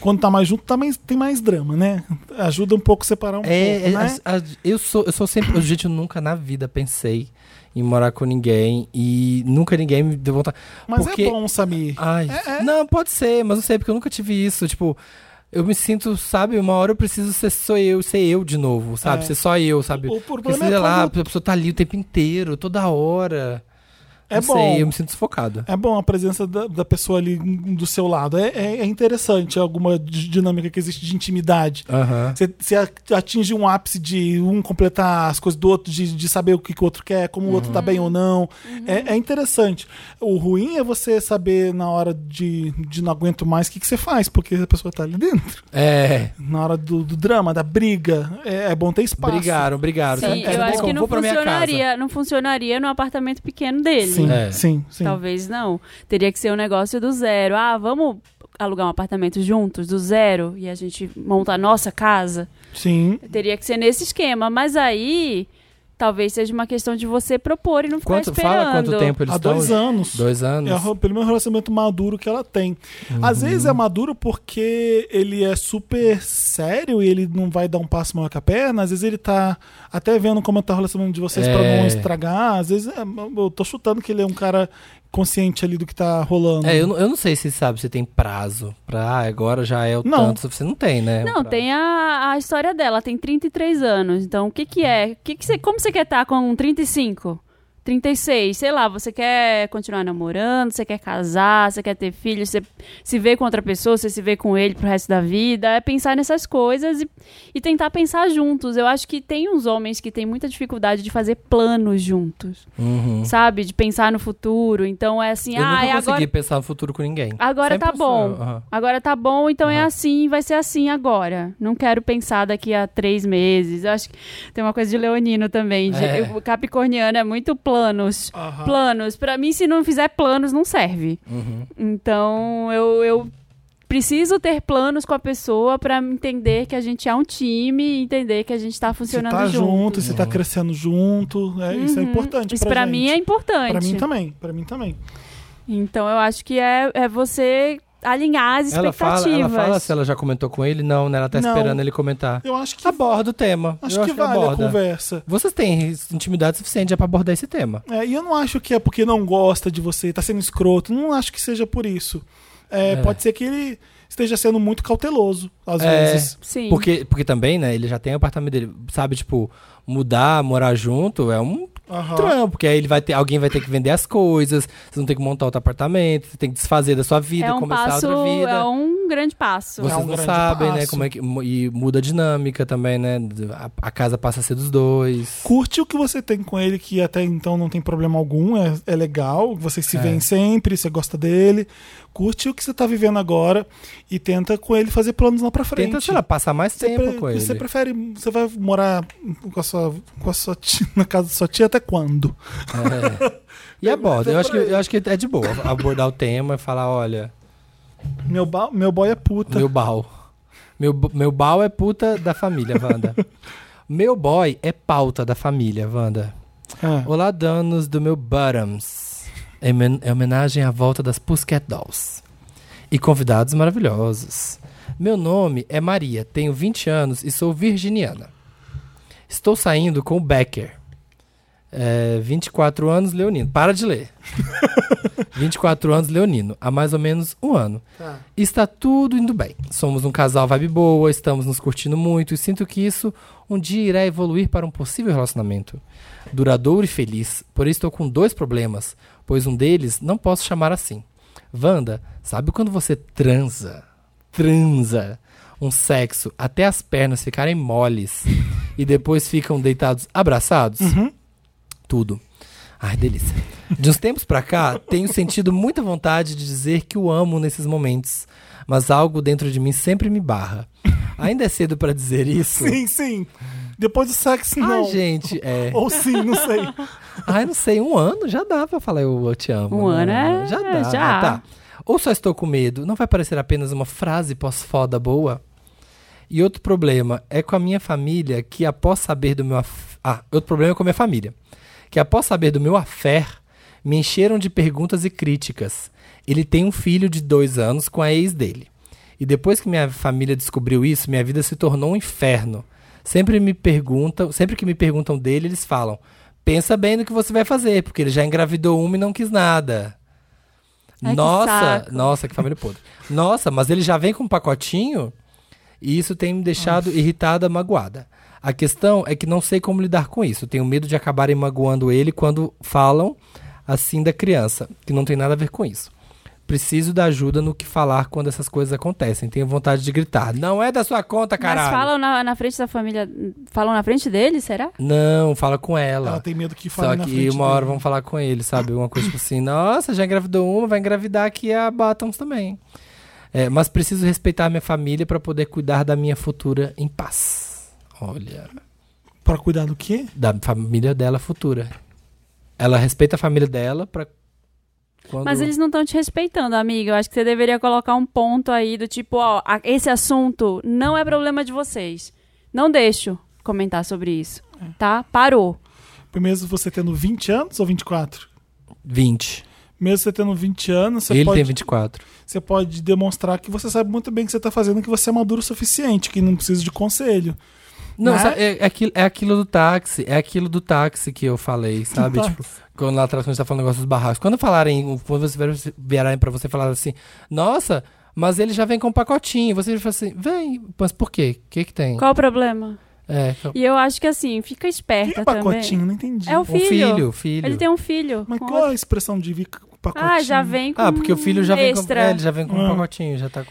A: quando tá mais junto, tá mais- tem mais drama, né? Ajuda um pouco a separar um
B: É,
A: pouco,
B: é,
A: né?
B: a- a- eu sou, eu sou sempre. Gente, eu nunca na vida pensei em morar com ninguém e nunca ninguém me deu vontade.
A: Mas
B: porque-
A: é bom, É, Samir.
B: Ai, não, pode ser, mas não sei, porque eu nunca tive isso. Tipo, eu me sinto, sabe, uma hora eu preciso ser só eu, ser eu de novo, sabe?
A: É.
B: Ser só eu, sabe?
A: O- o problema
B: Porque, sei
A: é
B: lá,
A: quando-
B: a pessoa tá ali o tempo inteiro, toda hora.
A: É
B: não
A: bom.
B: sei, eu me sinto sufocado.
A: É bom a presença da, da pessoa ali do seu lado. É, é- é interessante alguma di- dinâmica que existe de intimidade.
B: Aham.
A: Você você a- atinge um ápice de um completar as coisas do outro, de, de saber o que, que o outro quer, como o outro tá bem ou não. É, é interessante. O ruim é você saber na hora de, de não aguento mais o que, que você faz, porque a pessoa tá ali dentro.
B: É.
A: Na hora do, do drama, da briga, é, é bom ter espaço.
B: Brigaram, brigaram. Você
C: Sim,
B: não quer,
C: eu
B: não tem
C: acho
B: como,
C: que não
B: É vou pra minha casa.
C: funcionaria, não funcionaria no apartamento pequeno dele.
A: Sim,
B: É.
A: sim, sim.
C: Talvez não. Teria que ser um negócio do zero. Ah, vamos alugar um apartamento juntos, do zero, e a gente monta a nossa casa.
A: Sim.
C: Teria que ser nesse esquema. Mas aí, talvez seja uma questão de você propor e não ficar
B: Quanto,
C: esperando.
B: fala quanto tempo eles
A: Há
B: estão?
A: dois anos.
B: Dois anos. Uhum.
A: É o primeiro relacionamento maduro que ela tem. Às vezes é maduro porque ele é super sério e ele não vai dar um passo maior que a perna. Às vezes ele tá até vendo como tá o relacionamento de vocês pra
B: É.
A: não estragar. Às vezes é, eu tô chutando que ele é um cara consciente ali do que tá rolando.
B: É, eu, não- eu não sei se sabe se tem prazo pra ah, agora já é o
A: Não.
B: tanto. Você não tem, né?
C: Não, tem a, a história dela, tem 33 anos. Então, o que que é? O Que que você, como você quer estar com 35? 36, sei lá, você quer continuar namorando, você quer casar, você quer ter filhos, você se vê com outra pessoa, você se vê com ele pro resto da vida. É pensar nessas coisas e, e tentar pensar juntos. Eu acho que tem uns homens que têm muita dificuldade de fazer planos juntos,
B: Uhum.
C: sabe? De pensar no futuro. Então é assim,
B: eu
C: ah,
B: nunca
C: é
B: consegui
C: agora.
B: pensar no futuro com ninguém.
C: Agora
B: Sempre
C: tá bom.
B: sou eu, aham.
C: Agora tá bom, então é assim, vai ser assim agora. Não quero pensar daqui a três meses. Eu acho que tem uma coisa de leonino também. de-
B: É.
C: O capricorniano é muito planos.
A: Aham.
C: Planos. Pra mim, se não fizer planos, não serve.
B: Uhum.
C: Então, eu, eu preciso ter planos com a pessoa pra entender que a gente é um time e entender que a gente tá
A: Se
C: funcionando
A: tá junto,
C: junto.
A: se tá crescendo junto. é, Isso é
C: Uhum.
A: importante.
C: Isso pra mim é
A: gente.
C: importante.
A: Pra
B: tá-
A: mim também. Pra mim também.
C: Então, eu acho que é, é você alinhar as
B: Ela
C: expectativas.
B: fala, ela fala se ela já comentou com ele. Não, né? Ela tá
A: Não.
B: esperando ele comentar.
A: Eu acho que,
B: Aborda o tema.
A: acho
B: Eu
A: que vale a
B: aborda.
A: conversa.
B: Vocês têm intimidade suficiente já pra abordar esse tema.
A: É, e eu não acho que é porque não gosta de você, tá sendo escroto. Não acho que seja por isso. É,
B: É.
A: Pode ser que ele esteja sendo muito cauteloso, às
B: É.
A: vezes.
C: Sim.
B: Porque, porque também, né? Ele já tem o apartamento dele. Sabe, tipo, mudar, morar junto é um
A: Aham.
B: trampo. Porque aí ele vai ter, alguém vai ter que vender as coisas. Vocês vão ter que montar outro apartamento. Você tem que desfazer da sua vida,
C: é um
B: começar
C: passo,
B: outra vida.
C: é um grande passo.
A: Você-
B: Vocês
A: um
B: não
A: grande
B: sabem, né?
A: passo.
B: Como é que. E muda a dinâmica também, né? A, a casa passa a ser dos dois.
A: Curte o que você tem com ele, que até então não tem problema algum, é, é legal, vocês se
B: É.
A: veem sempre, você gosta dele. Curte o que você tá vivendo agora e tenta com ele fazer planos lá pra frente.
B: Tenta, sei lá, passar mais
A: Você
B: tempo
A: pre-
B: com ele.
A: Você prefere. Você vai morar com a sua, com a sua tia, na casa da sua tia até quando?
B: É. E aborda. Eu acho, que, eu acho que é de boa abordar o tema e falar: olha,
A: Meu, ba- meu boy é puta.
B: meu bal. Meu, b- meu bal é puta da família, Wanda. meu boy é pauta da família, Wanda.
A: É.
B: Olá, danos do meu Bottoms. Em men- em homenagem à volta das Pussycat Dolls. E convidados maravilhosos. Meu nome é Maria, tenho 20 anos e sou virginiana. Estou saindo com o Becker. É, 24 anos, leonino. Para de ler. 24 anos, leonino. Há mais ou menos um ano. Está tudo indo bem. Somos um casal vibe boa, estamos nos curtindo muito e sinto que isso um dia irá evoluir para um possível relacionamento duradouro e feliz. Porém, estou com dois problemas, pois um deles não posso chamar assim. Wanda, sabe quando você transa? Transa um sexo até as pernas ficarem moles e depois ficam deitados abraçados?
C: Uhum.
B: Tudo. Ai, delícia. De uns tempos pra cá, tenho sentido muita vontade de dizer que o amo nesses momentos, mas algo dentro de mim sempre me barra. Ainda é cedo pra dizer isso?
A: Sim, sim. Depois do sexo,
B: Ai,
A: não.
B: gente, é.
A: Ou sim, não sei.
B: Ai, não sei, um ano já dá pra falar eu, eu te amo.
C: Um ano
B: né?
C: é-
B: Já dá.
C: já.
B: Tá. Ou só estou com medo, não vai parecer apenas uma frase pós-foda boa? E outro problema é com a minha família, que após saber do meu. af- Ah, outro problema é com a minha família. Que após saber do meu affair, me encheram de perguntas e críticas. Ele tem um filho de dois anos com a ex dele. E depois que minha família descobriu isso, minha vida se tornou um inferno. Sempre me perguntam, sempre que me perguntam dele, eles falam: pensa bem no que você vai fazer, porque ele já engravidou uma e não quis nada.
C: Ai, que
B: nossa,
C: saco.
B: nossa, que família podre. Nossa, mas ele já vem com um pacotinho? E isso tem me deixado irritada, magoada. A questão é que não sei como lidar com isso. Tenho medo de acabarem magoando ele quando falam assim da criança, que não tem nada a ver com isso. Preciso da ajuda no que falar quando essas coisas acontecem. Tenho vontade de gritar. Não é da sua conta, caralho.
C: Mas falam na, na frente da família. Falam na frente dele, será?
B: Não, fala com ela.
A: Ela tem medo que
B: Só
A: fale na
B: que
A: frente
B: uma hora
A: dele.
B: vão falar com ele, sabe? Uma coisa tipo assim, nossa, já engravidou uma, vai engravidar aqui a Bottoms também. É, mas preciso respeitar minha família pra poder cuidar da minha futura em paz. Olha,
A: Pra cuidar do quê?
B: da família dela futura. Ela respeita a família dela pra. quando-
C: Mas eles não estão te respeitando, amiga. Eu acho que você deveria colocar um ponto aí do tipo, ó, a- esse assunto não é problema de vocês. Não deixo comentar sobre isso, tá? Parou.
A: Mesmo você tendo 20 anos ou 24?
B: 20.
A: Mesmo você tendo 20 anos, você
B: ele
A: pode,
B: tem 24.
A: você pode demonstrar que você sabe muito bem o que você tá fazendo, que você é maduro o suficiente, que não precisa de conselho.
B: Não,
A: Né?
B: sabe, é, é aquilo, é aquilo do táxi. É aquilo do táxi que eu falei, sabe?
A: táxi?
B: Tipo, quando lá atrás quando a gente tá falando do negócio dos barracos. Quando falarem, quando você vier- vierem pra você falar assim, nossa, mas ele já vem com um pacotinho. Você fala assim, vem, mas por quê? O que que tem?
C: Qual o problema?
B: É,
C: E eu acho que assim, fica
A: Que
C: esperta
A: é
C: também.
A: pacotinho? Não entendi.
C: É o
B: um
C: filho.
B: filho, filho.
C: Ele tem um filho.
A: Mas
C: com
A: qual é
C: outro-
A: a expressão de vir com pacotinho?
C: Ah, já vem com
B: Ah, porque o filho já vem com,
C: extra.
B: é, ele já vem com um
A: Ah.
B: pacotinho, já tá com...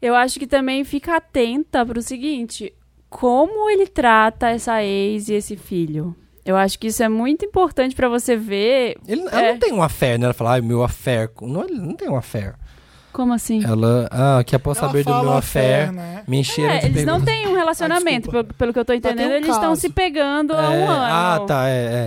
C: Eu acho que também fica atenta pro seguinte: como ele trata essa ex e esse filho? Eu acho que isso é muito importante pra você ver.
B: Ele, Ela
C: É.
B: não tem um affair, né? Ela fala, ai, meu affair. com-" Não, ele não tem um affair.
C: Como assim?
B: Ela, ah, que após
A: Ela
B: saber do
A: fala
B: meu affair,
A: affair, né?
B: me encheram
C: É,
B: de
C: eles não
B: perguntas.
C: têm um relacionamento,
A: Ah,
C: pelo,
A: desculpa.
C: pelo que eu tô
A: tem
C: entendendo,
A: um
C: eles estão
A: caso.
C: se pegando há
B: É,
C: um ano.
B: Ah, tá, é, é
C: Né?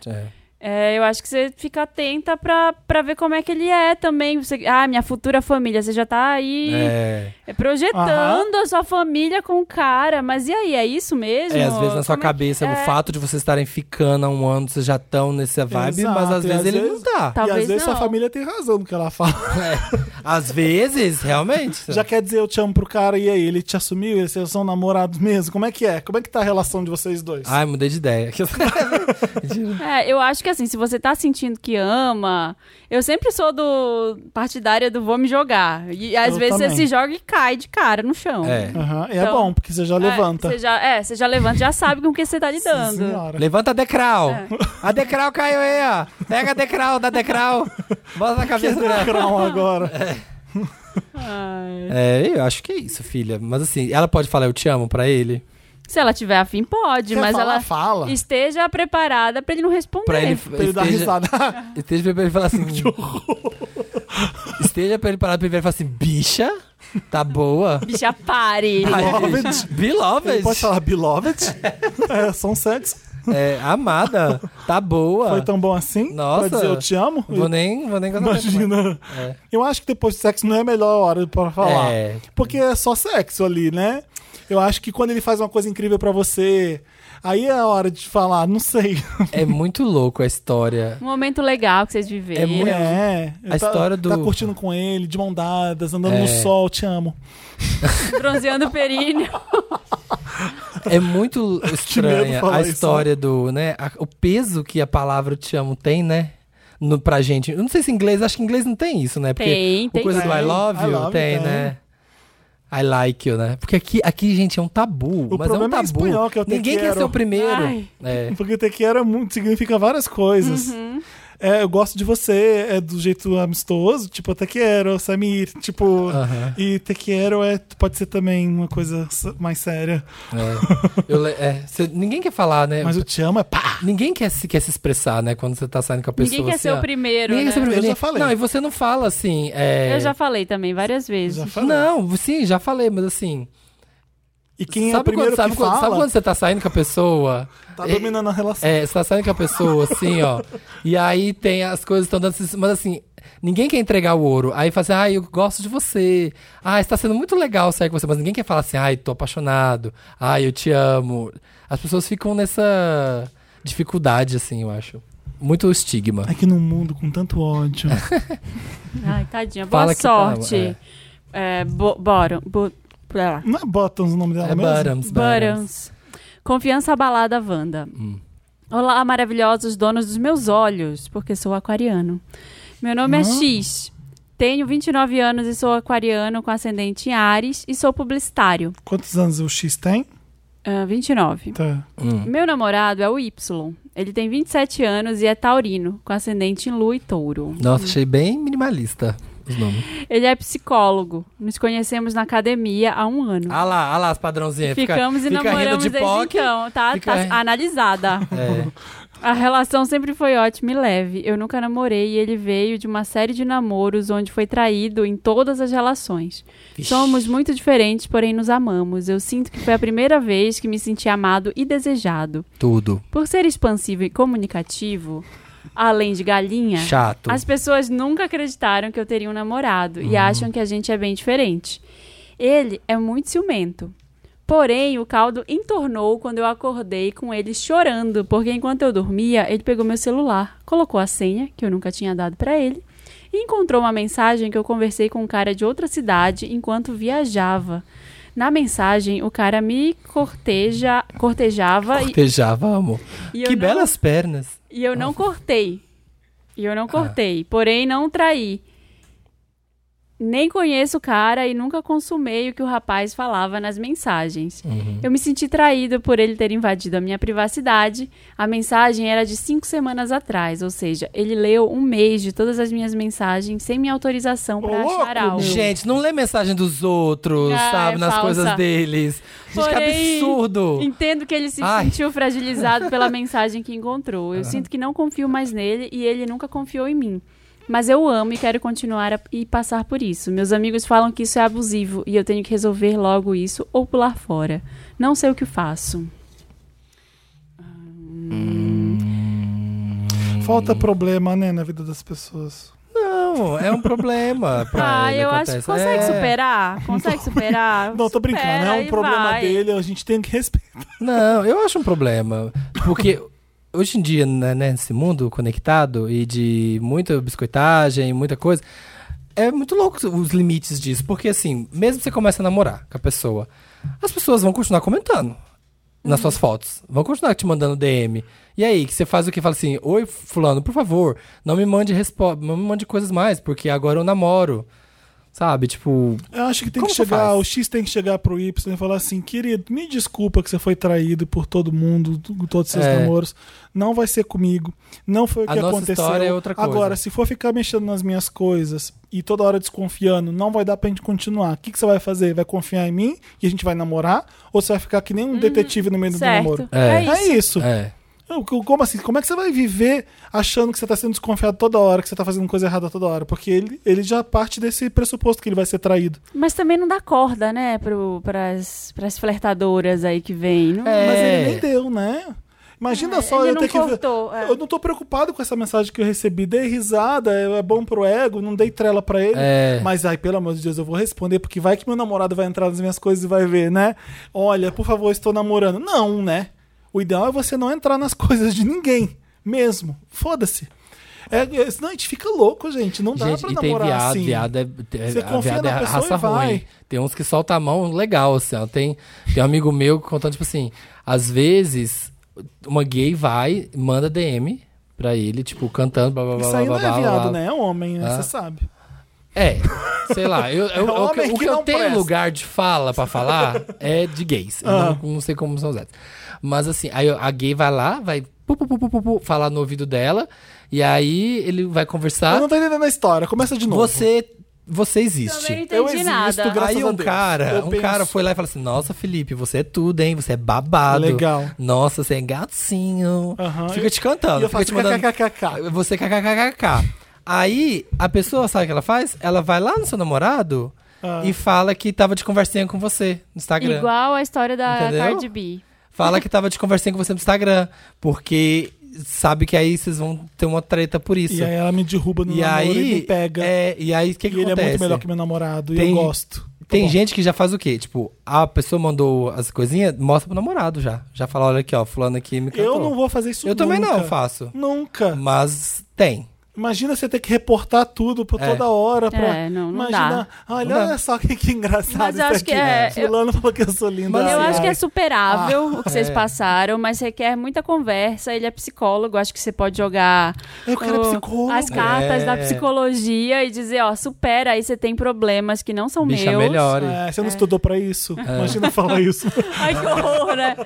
B: exatamente. é.
C: É, eu acho que você fica atenta pra, pra ver como é que ele é também. Você- ah, minha futura família, você já tá aí
B: É.
C: projetando a sua família com o cara, mas e aí, é isso mesmo?
B: É, às vezes na sua
C: Como é que-
B: cabeça, o
C: é.
B: fato de vocês estarem ficando há um ano, vocês já estão nessa vibe,
A: Exato,
B: mas às
A: e
B: vezes
A: às
B: ele
A: vezes-
B: não tá. É,
A: e
C: Talvez
A: às vezes
C: não.
A: sua família tem razão no que ela fala.
B: Às vezes, realmente.
A: Já quer dizer eu te amo pro cara e aí, ele te assumiu, eles são namorados mesmo? Como é que é? Como é que tá a relação de vocês dois?
B: Ai, mudei de ideia.
C: É, eu acho que assim, se você tá sentindo que ama, eu sempre sou do partidária do vou me jogar. E às
A: Eu
C: vezes
A: também.
C: você se joga e cai de cara no chão.
B: É.
A: Aham, e é
C: Então,
A: bom, porque você já
C: É,
A: levanta.
C: Você já, é, você já levanta, já sabe com o que você tá
A: Sim,
C: lidando.
A: senhora.
B: Levanta a Decral.
A: É.
B: A Decral caiu aí, ó. Pega a Decral, dá Decral. Bota na
A: Que
B: cabeça dela.
A: degrau agora.
C: Ai.
B: É, eu acho que é isso, filha. Mas assim, ela pode falar eu te amo pra ele?
C: Se ela tiver afim, pode,
A: Quer
C: mas
A: falar,
C: ela
A: fala.
C: esteja preparada pra ele não responder.
B: Pra ele,
A: É, Pra ele dar
B: esteja,
A: risada.
B: esteja pra ele falar assim. que horror. Esteja pra ele parar pra ele e falar assim, bicha, tá boa.
C: Já pare.
A: Beloved. Ele
B: Beloved.
A: pode falar beloved? é, são sexos.
B: É, amada, tá boa.
A: Foi tão bom assim?
B: Nossa.
A: Pra dizer eu te amo?
B: Vou nem, vou nem gostar dessa
A: Imagina. Eu acho que depois de sexo não é a melhor hora pra falar.
B: É.
A: Porque É. é só sexo ali, né? Eu acho que quando ele faz uma coisa incrível pra você, aí é a hora de falar, não sei.
B: coisa. É muito louco a história.
C: Um momento legal que vocês viveram.
B: É muito-
A: É.
B: A
A: tá,
B: história do-
A: Tá curtindo com ele, de mão dadas, andando
B: É.
A: no sol, te amo.
C: Bronzeando o períneo.
B: É muito estranha
A: falar
B: a
A: isso,
B: história do, né? a- o peso que a palavra eu te amo tem, né? No, pra gente. Eu não sei se em inglês, acho que em inglês não tem isso, né? Porque
C: Tem,
B: o
C: tem
B: coisa do
A: sim.
B: I love you
A: I love
B: tem,
A: you,
B: né? I like you, né? Porque aqui, aqui gente, é um tabu.
A: O
B: mas é um
A: problema é
B: tabu.
A: em espanhol, que é o te
B: Ninguém quer
A: quero.
B: ser o primeiro.
C: Ai.
B: É.
A: Porque ter que era muito, significa várias coisas. É, eu gosto de você, é do jeito amistoso, tipo, até quero, Samir, tipo.
B: Aham.
A: E te quero é, pode ser também uma coisa s- mais séria.
B: é. Eu le- é, cê- ninguém quer falar, né?
A: Mas eu te amo é pá!
B: Ninguém quer se, quer se expressar, né? Quando você tá saindo com a pessoa.
C: Ninguém quer
B: assim,
C: ser
B: ó.
C: o primeiro.
B: Ninguém
C: né?
B: quer ser o primeiro.
A: Eu já falei.
B: Não, e você não fala assim. é,
C: Eu já falei também várias vezes.
A: Já falei.
B: Não, sim, já falei, mas assim.
A: E quem é o
B: sabe,
A: primeiro
B: quando, sabe,
A: que
B: quando,
A: fala,
B: sabe quando você tá saindo com a pessoa?
A: tá
B: É,
A: dominando a relação.
B: É, você tá saindo com a pessoa, assim, ó. e aí tem as coisas estão dando. Mas assim, ninguém quer entregar o ouro. Aí fala assim, ah, eu gosto de você. Ah, está sendo muito legal sair com você. Mas ninguém quer falar assim, ai, tô apaixonado. Ai, eu te amo. As pessoas ficam nessa dificuldade, assim, eu acho. Muito estigma.
A: Aqui num mundo com tanto ódio.
C: Ai, tadinha. Boa
B: Fala que tá,
C: sorte. é. bo boro, bo pra lá.
A: Não é Bottoms o nome dela
B: É
A: mesmo?
B: Bottoms, Bottoms.
C: Buttons. Confiança abalada, Wanda.
B: Hum.
C: Olá, maravilhosos donos dos meus olhos, porque sou aquariano. Meu nome é X. Tenho 29 anos e sou aquariano com ascendente em Ares e sou publicitário.
A: Quantos anos o X tem?
C: Ah, 29.
A: Tá.
B: Hum.
C: Meu namorado é o Y. Ele tem 27 anos e é taurino, com ascendente em lua e touro.
B: Nossa, achei bem minimalista os nomes.
C: Ele é psicólogo. Nos conhecemos na academia há um ano.
B: Ah lá, ah lá, as padrãozinhas. Fica-
C: Ficamos e
B: fica rindo
C: namoramos
B: de
C: desde
B: POC.
C: então, tá?
B: fica-
C: Tá analisada.
B: É.
C: A relação sempre foi ótima e leve. Eu nunca namorei e ele veio de uma série de namoros onde foi traído em todas as relações. Somos muito diferentes, porém nos amamos. Eu sinto que foi a primeira vez que me senti amado e desejado.
B: Tudo.
C: Por ser expansivo e comunicativo, além de galinha,
B: Chato.
C: É. as pessoas nunca acreditaram que eu teria um namorado e acham que a gente é bem diferente. Ele é muito ciumento. Porém, o caldo entornou quando eu acordei com ele chorando, porque enquanto eu dormia, ele pegou meu celular, colocou a senha, que eu nunca tinha dado pra ele, e encontrou uma mensagem que eu conversei com um cara de outra cidade enquanto viajava. Na mensagem, o cara me corteja, cortejava e,
B: Cortejava, amor.
C: e eu
B: Que
C: não-
B: belas pernas.
C: e eu não cortei. E eu não cortei. Porém, não traí. Nem conheço o cara e nunca consumei o que o rapaz falava nas mensagens. Eu me senti traído por ele ter invadido a minha privacidade. A mensagem era de cinco semanas atrás, ou seja, ele leu um mês de todas as minhas mensagens sem minha autorização
A: Ô,
C: para
A: louco,
C: achar algo.
B: Gente, não lê mensagem dos outros,
C: Ah,
B: sabe?
C: é
B: Nas
C: falsa.
B: coisas deles. Gente, que
C: Porém,
B: absurdo.
C: Entendo que ele se
B: Tipo, Ai.
C: sentiu fragilizado pela mensagem que encontrou. Eu sinto que não confio mais nele e ele nunca confiou em mim. Mas eu o amo e quero continuar a- e passar por isso. Meus amigos falam que isso é abusivo e eu tenho que resolver logo isso ou pular fora. Não sei o que faço.
B: Hum.
A: Falta problema, né, na vida das pessoas.
B: Não, é um problema. pra
C: ah,
B: ele,
C: eu acho que
B: acontece.
C: consegue
B: É.
C: superar. Consegue superar?
A: Não, tô
C: Supera
A: brincando, é um
C: e
A: problema
C: vai.
A: dele, a gente tem que respeitar.
B: Não, eu acho um problema. Porque hoje em dia, né, né, nesse mundo conectado e de muita biscoitagem, muita coisa, é muito louco os limites disso. Porque, assim, mesmo que você comece a namorar com a pessoa, as pessoas vão continuar comentando nas suas fotos. Vão continuar te mandando DM. E aí, que você faz o que? Fala assim, oi, fulano, por favor, não me mande respo- não me mande coisas mais, porque agora eu namoro. Sabe, tipo,
A: Eu acho que tem
B: Como
A: que
B: que
A: chegar,
B: faz?
A: o X tem que chegar pro Y e falar assim, querido, me desculpa que você foi traído por todo mundo, tu- todos os seus
B: É.
A: namoros. Não vai ser comigo. Não foi o
B: A
A: que
B: nossa
A: aconteceu.
B: história é outra coisa.
A: Agora, se for ficar mexendo nas minhas coisas e toda hora desconfiando, não vai dar pra gente continuar. O que, que você vai fazer? Vai confiar em mim e a gente vai namorar? Ou você vai ficar que nem um detetive no meio do namoro?
C: Certo.
B: É.
C: É,
A: É
C: isso.
A: isso.
B: é.
A: Eu, co- Como assim? Como é que você vai viver achando que você tá sendo desconfiado toda hora, que você tá fazendo coisa errada toda hora? Porque ele, ele já parte desse pressuposto que ele vai ser traído.
C: Mas também não dá corda, né? Pro, pras, pras flertadoras aí que vem. Não-
B: É.
A: Mas ele nem deu, né? Imagina
C: É,
A: só
C: ele
A: eu
C: não
A: ter que. ver-
C: cortou, é.
A: Eu não tô preocupado com essa mensagem que eu recebi. Dei risada, é é bom pro ego, não dei trela pra ele.
B: É.
A: Mas ai, pelo amor de Deus, eu vou responder, porque vai que meu namorado vai entrar nas minhas coisas e vai ver, né? Olha, por favor, estou namorando. Não, né? O ideal é você não entrar nas coisas de ninguém. Mesmo. Foda-se. É, é, senão a gente fica louco, gente. Não dá
B: Gente,
A: pra
B: e tem
A: namorar
B: viado,
A: assim.
B: viado é, é-
A: Você
B: a
A: confia
B: viado
A: na
B: é
A: pessoa
B: raça
A: e vai.
B: ruim. Tem uns que soltam a mão legal, assim, ó. Tem, tem um amigo meu contando, tipo assim, às vezes uma gay vai, manda DM pra ele, tipo, cantando, blá, blá, blá,
A: Isso
B: blá,
A: aí
B: blá,
A: não é
B: blá,
A: viado,
B: blá.
A: né? É homem, né?
B: Ah.
A: Você sabe.
B: É, sei lá. Eu, eu-
A: É
B: o que,
A: homem
B: o
A: que
B: que eu
A: não
B: tenho
A: presta.
B: lugar de fala pra falar é de gays. Eu
A: Ah.
B: não, não sei como são os héteros. Mas assim, aí a gay vai lá, vai pu, pu, pu, pu, pu, pu, falar no ouvido dela, e aí ele vai
A: Eu
B: conversar.
A: não tô entendendo a história. Começa de novo.
B: Ah? Você, você existe.
C: Também não
A: Eu
C: entendi
A: existo,
C: nada.
A: graças
B: Aí
A: a
B: um
A: Deus.
B: cara,
A: Eu
B: um
A: penso.
B: cara foi lá e falou assim: Nossa, Felipe, você é tudo, hein? Você é babado.
A: Legal.
B: Nossa, você é gatinho.
A: Aham.
B: Fica te
A: E
B: cantando,
A: eu
B: fica
A: faço
B: te mandando.
A: kkkk.
B: Você kkkk. Aí a pessoa, sabe o que ela faz? Ela vai lá no seu namorado
A: Ah.
B: e fala que tava de conversinha com você no Instagram.
C: Igual a história da
B: Entendeu?
C: Cardi B.
B: Fala que tava de conversinha com você no Instagram. Porque sabe que aí vocês vão ter uma treta por isso.
A: E aí ela me derruba no
B: E
A: namoro
B: aí,
A: e me pega.
B: é, e aí o que,
A: e
B: que
A: ele
B: acontece?
A: é muito melhor que meu namorado e
B: Tem-
A: eu gosto. Tá
B: Tem
A: bom.
B: gente que já faz o quê? Tipo, a pessoa mandou as coisinhas, mostra pro namorado já. Já tá fala, olha aqui, ó, fulano aqui me cantou.
A: Eu não vou fazer isso
B: Eu também
A: nunca.
B: não faço.
A: Nunca.
B: Mas tem.
A: Imagina você ter que reportar tudo por
B: É.
A: toda hora. Pra
C: É, não- não dá.
A: imaginar. Olha,
B: Não dá.
A: olha só que, que engraçado
C: Mas eu
A: isso
C: acho
A: aqui.
C: que é-
A: Fulano falou que eu sou linda.
C: Eu
A: assim,
C: acho que
A: ai.
C: é superável o que vocês
B: É.
C: passaram, mas requer muita conversa. Ele é psicólogo, acho que você pode jogar
A: Eu quero
C: o-
A: psicólogo.
C: as cartas da
B: É.
C: psicologia e dizer, ó, supera, aí você tem problemas que não são
B: Bicha,
C: meus.
B: melhore.
A: É, você não estudou pra isso?
B: É.
A: Imagina falar isso.
C: Ai, que horror, né?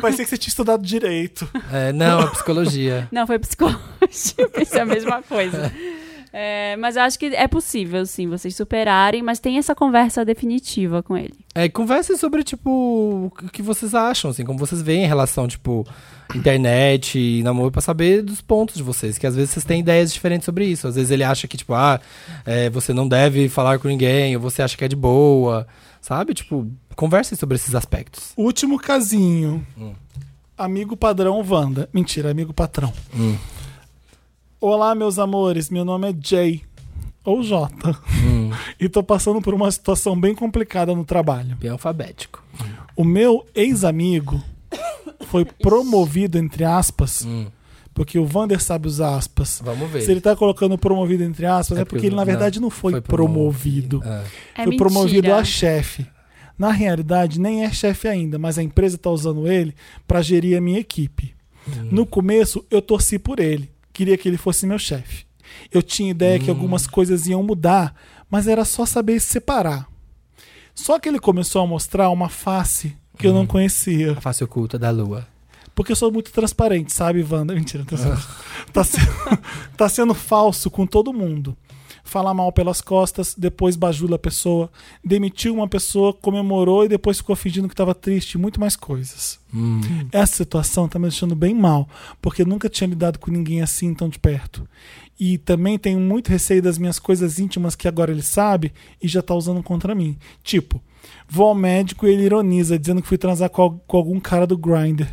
A: Parecia que você tinha estudado direito.
B: É, não, é psicologia.
C: Não, foi psicologia, eu pensei a mesma coisa. É, mas eu acho que é possível, sim, vocês superarem, mas tem essa conversa definitiva com ele.
B: É, conversem sobre, tipo, o que vocês acham, assim, como vocês veem em relação, tipo, internet e namoro, pra saber dos pontos de vocês, que às vezes vocês têm ideias diferentes sobre isso. Às vezes ele acha que, tipo, ah, é, você não deve falar com ninguém, ou você acha que é de boa, sabe? Tipo, conversem sobre esses aspectos.
A: Último casinho. Amigo padrão Wanda. Mentira, amigo patrão. Olá, meus amores. Meu nome é Jay. Ou Jota. E tô passando por uma situação bem complicada no trabalho.
B: Bem alfabético.
A: O meu ex-amigo foi promovido, entre aspas, porque o Vander sabe usar aspas.
B: Vamos ver.
A: Se ele tá colocando promovido entre aspas, é,
B: É
A: porque ele, na verdade, não foi, promovido.
B: É.
C: É
A: foi
C: mentira.
A: promovido a chefe. Na realidade, nem é chefe ainda, mas a empresa tá usando ele para gerir a minha equipe. No começo, eu torci por ele. Queria que ele fosse meu chefe. Eu tinha ideia que algumas coisas iam mudar, mas era só saber separar. Só que ele começou a mostrar uma face que eu não conhecia.
B: É. A face oculta da lua.
A: Porque eu sou muito transparente, sabe, Wanda? Mentira, tô zoando. tá, se- tá sendo falso com todo mundo. Fala mal pelas costas, depois bajula a pessoa, demitiu uma pessoa, comemorou e depois ficou fingindo que tava triste, muito mais coisas. Essa situação tá me deixando bem mal, porque eu nunca tinha lidado com ninguém assim tão de perto. E também tenho muito receio das minhas coisas íntimas que agora ele sabe e já tá usando contra mim. Tipo, vou ao médico e ele ironiza, dizendo que fui transar com, al- com algum cara do grinder.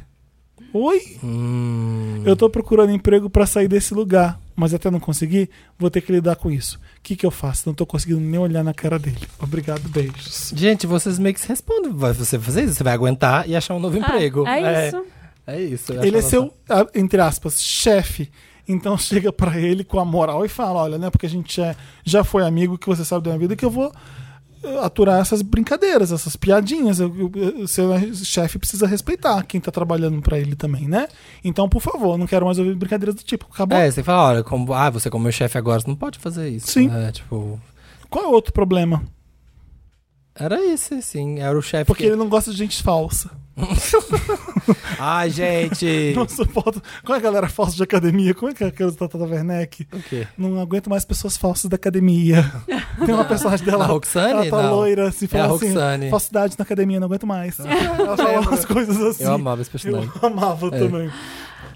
A: Oi?
B: Hum.
A: Eu tô procurando emprego pra sair desse lugar, mas até não conseguir, vou ter que lidar com isso. O que, que eu faço? Não tô conseguindo nem olhar na cara dele. Obrigado, beijos.
B: Gente, vocês meio que se respondem. Vai- Você fazer isso, você vai aguentar e achar um novo emprego.
C: Ah, é, isso.
B: É, é isso. eu
A: Ele é
B: achava-
A: seu, ah, entre aspas, chefe. Então chega pra ele com a moral e fala: olha, né, porque a gente é- já foi amigo, que você sabe da minha vida, que eu vou eh, aturar essas brincadeiras, essas piadinhas. Eu- eu- eu- Seu chefe precisa respeitar quem tá trabalhando pra ele também, né? Então, por favor, não quero mais ouvir brincadeiras do tipo. Acabou.
B: É, você fala, olha, como, ah, você como meu chefe agora, você não pode fazer isso.
A: Sim.
B: né? Tipo,
A: Qual é o outro problema?
B: era esse, sim. Era o chefe.
A: Porque
B: que-
A: ele não gosta de gente falsa.
B: Ai, gente!
A: Não suporta. Como é a galera falsa de academia? Como é que é aquela Tata Werneck?
B: o quê?
A: Não aguento mais pessoas falsas da academia. Tem uma personagem dela.
B: A Roxane?
A: Ela tá
B: Não.
A: loira, se
B: É
A: fala
B: a
A: assim.
B: Roxane. Tá.
A: Falsidade na academia, não aguento mais. Ela fala umas coisas assim.
B: Eu amava esse personagem.
A: Eu amava
B: É.
A: também.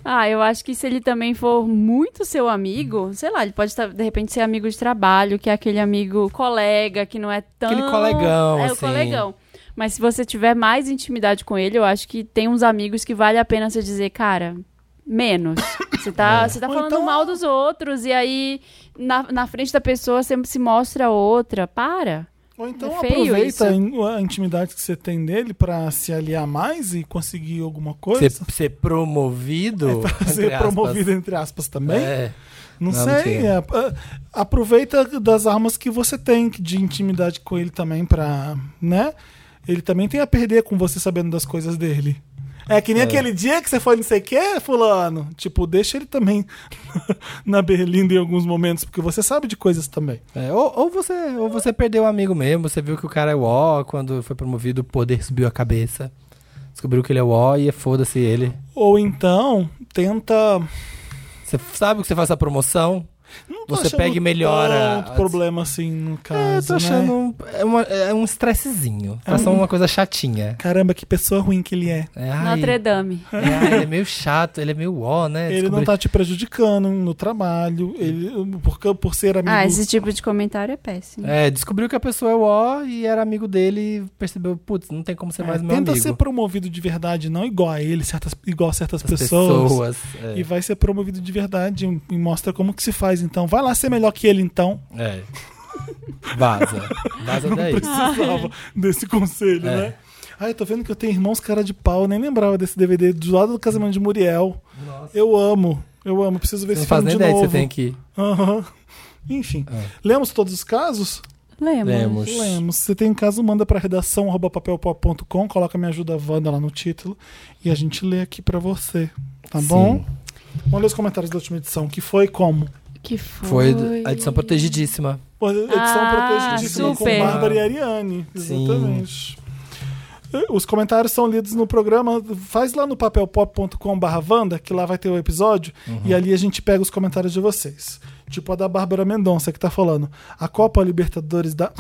C: Ah, eu acho que se ele também for muito seu amigo, sei lá, ele pode estar, de repente ser amigo de trabalho, que é aquele amigo colega, que não é tão.
B: Aquele colegão,
C: É, o
B: assim.
C: colegão. Mas se você tiver mais intimidade com ele, eu acho que tem uns amigos que vale a pena você dizer, cara, menos. Você
B: É.
C: tá, você tá
A: Ou
C: falando
A: então-
C: mal dos outros, e aí na, na frente da pessoa sempre se mostra outra. Para.
A: Ou então
C: É feio isso.
A: aproveita a in- a intimidade que você tem dele pra se aliar mais e conseguir alguma coisa.
B: Ser, ser promovido. entre
A: Ser
B: aspas.
A: É, promovido, entre aspas, também.
B: É.
A: Não,
B: Não,
A: sei.
B: mentira.
A: é, a- aproveita das armas que você tem de intimidade com ele também pra. né? Ele também tem a perder com você sabendo das coisas dele. É que nem aquele dia que você foi não sei o que, fulano. Tipo, deixa ele também na berlinda em alguns momentos, porque você sabe de coisas também.
B: É, ou, ou você, ou você perdeu um amigo mesmo, você viu que o cara é o ó, quando foi promovido, o poder subiu a cabeça. Descobriu que ele é o ó e é foda-se ele.
A: Ou então, tenta.
B: Você sabe que você faz a promoção?
A: Não tô
B: Você
A: achando
B: pega e melhora.
A: Tanto problema assim, no caso.
B: É, eu tô achando.
A: Né?
B: um- É, uma- é um estressezinho. É só uma coisa chatinha.
A: Caramba, que pessoa ruim que ele é.
B: É,
C: Notre
B: ai,
C: Dame.
B: É, ele é meio chato, ele é meio ó, né?
A: Ele não
B: Descobri-
A: tá te prejudicando no trabalho, ele, por, por ser amigo.
C: Ah, esse tipo de comentário é péssimo.
B: É, descobriu que a pessoa é o ó e era amigo dele e percebeu, putz, não tem como ser
A: É,
B: mais meu
A: tenta
B: amigo.
A: ser promovido de verdade, não igual a ele, certas, igual a certas
B: As
A: pessoas.
B: é.
A: E vai ser promovido de verdade e mostra como que se faz. Então, vai lá ser melhor que ele, então.
B: É. Vaza. Vaza daí.
A: Precisava desse conselho,
B: É.
A: né? Ah, eu tô vendo que eu tenho irmãos cara de pau, nem lembrava desse DVD do lado do casamento de Muriel. Eu amo. Eu amo, preciso ver
B: Você
A: esse
B: não faz
A: filme
B: nem
A: de
B: ideia que
A: novo.
B: você tem É. aqui.
A: Aham. Enfim. Lemos todos os casos?
C: Lemos.
B: Lemos.
A: Lemos. Se tem caso, manda pra redação arroba papelpop.com, coloca Me Ajuda Wanda lá no título e a gente lê aqui pra você. Tá
B: Sim.
A: bom? Vamos ler os comentários da última edição, que foi como?
C: Que foi?
B: Foi a edição protegidíssima.
A: Pô, Edição
C: Ah,
A: protegidíssima
C: super.
A: com Bárbara e Ariane.
B: Sim.
A: Exatamente. Os comentários são lidos no programa. Faz lá no papelpop.com/vanda, que lá vai ter o episódio, e ali a gente pega os comentários de vocês. Tipo a da Bárbara Mendonça, que tá falando. A Copa Libertadores da.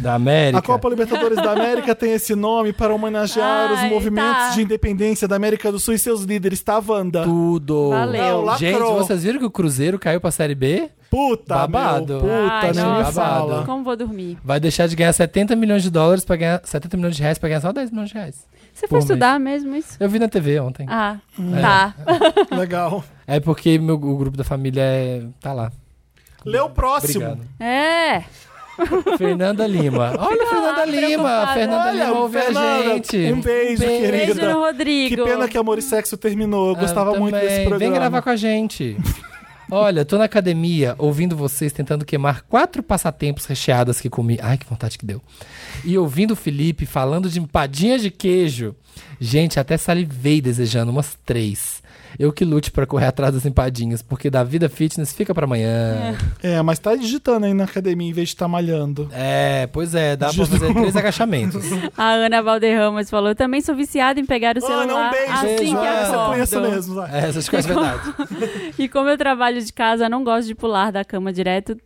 B: Da América.
A: A Copa Libertadores da América tem esse nome para homenagear os
C: Ai,
A: movimentos
C: tá.
A: de independência da América do Sul e seus líderes. Tá, Wanda?
B: Tudo.
C: Valeu. Não,
A: lacrou.
B: Gente, vocês viram que o Cruzeiro caiu pra Série B?
A: Puta,
B: Babado.
A: meu, puta, né?
C: Ai,
A: nem
C: nossa.
A: me fala.
C: Como vou dormir?
B: Vai deixar de ganhar 70 milhões de dólares para ganhar 70 milhões de reais pra ganhar só 10 milhões de reais. Por
C: Você foi
B: mês.
C: estudar mesmo isso?
B: Eu vi na TV ontem.
C: Ah,
A: É.
C: tá.
A: Legal.
B: É porque meu, o grupo da família é, tá lá.
A: Lê o próximo.
B: Obrigado.
C: É.
B: Fernanda Lima. Olha a Fernanda Lima.
C: preocupada.
B: Fernanda
A: Olha,
B: Lima ouve a
A: Fernanda,
B: gente.
A: um beijo, querida.
C: Beijo no Rodrigo.
A: Que pena que Amor e Sexo terminou. Ah, Eu gostava
B: Eu
A: muito desse
B: também.
A: programa.
B: Vem gravar com a gente. Olha, tô na academia ouvindo vocês tentando queimar quatro passatempos recheadas que comi. Ai, que vontade que deu. E ouvindo o Felipe falando de empadinhas de queijo. Gente, até salivei desejando umas três. Eu que lute pra correr atrás das empadinhas, porque da vida fitness fica pra amanhã.
A: É, mas tá digitando aí na academia em vez de estar malhando.
B: É, pois é, dá pra fazer três agachamentos.
C: A Ana Valderramas falou: também sou viciada em pegar
A: Ana,
C: o celular
A: um beijo.
C: assim
B: Beijo,
C: que
B: Ana.
A: é,
C: acordo.
A: Você conhece mesmo. vai.
B: É, essas coisas é verdade.
C: E como eu trabalho de casa, não gosto de pular da cama direto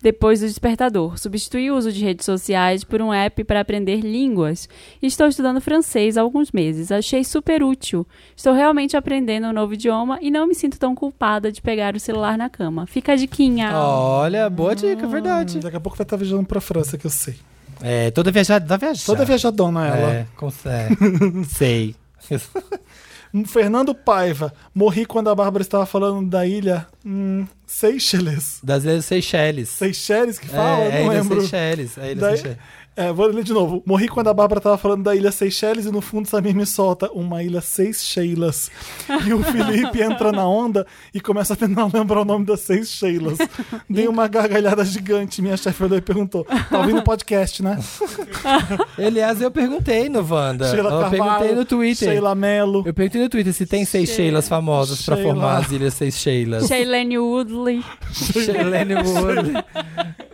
C: depois do despertador. Substituí o uso de redes sociais por um app para aprender línguas. Estou estudando francês há alguns meses. Achei super útil. Estou realmente aprendendo um novo idioma e não me sinto tão culpada de pegar o celular na cama. Fica a diquinha.
A: Ah.
B: Oh. Olha, boa dica,
A: Hum,
B: verdade.
A: Daqui a pouco vai estar viajando pra França, que eu sei.
B: É, toda viajada, dá viajada.
A: Toda viajadona ela.
B: É, consegue. Sei.
A: Hum, Fernando Paiva. Morri quando a Bárbara estava falando da ilha hum, Seychelles.
B: Das Ilhas Seychelles.
A: Seychelles que
B: É,
A: fala?
B: é,
A: Eu não
B: Ilhas
A: lembro.
B: Seychelles. É, Ilhas
A: Daí-
B: Seychelles.
A: É, vou ler de novo. Morri quando a Bárbara tava falando da ilha Seychelles e no fundo Samir me solta uma ilha Seychelles. E o Felipe entra na onda e começa a tentar lembrar o nome da Seychelles. Dei uma gargalhada gigante. Minha chefe olhou e perguntou: Tá ouvindo o podcast, né?
B: Aliás, eu perguntei no Wanda. eu
A: Sheila Carvalho,
B: perguntei no Twitter.
A: Sheila Mello.
B: Eu perguntei no Twitter se tem seis Sheilas famosas pra
A: Sheila.
B: formar as Ilhas Seychelles.
C: Shailene Woodley.
B: Sheilene Wood.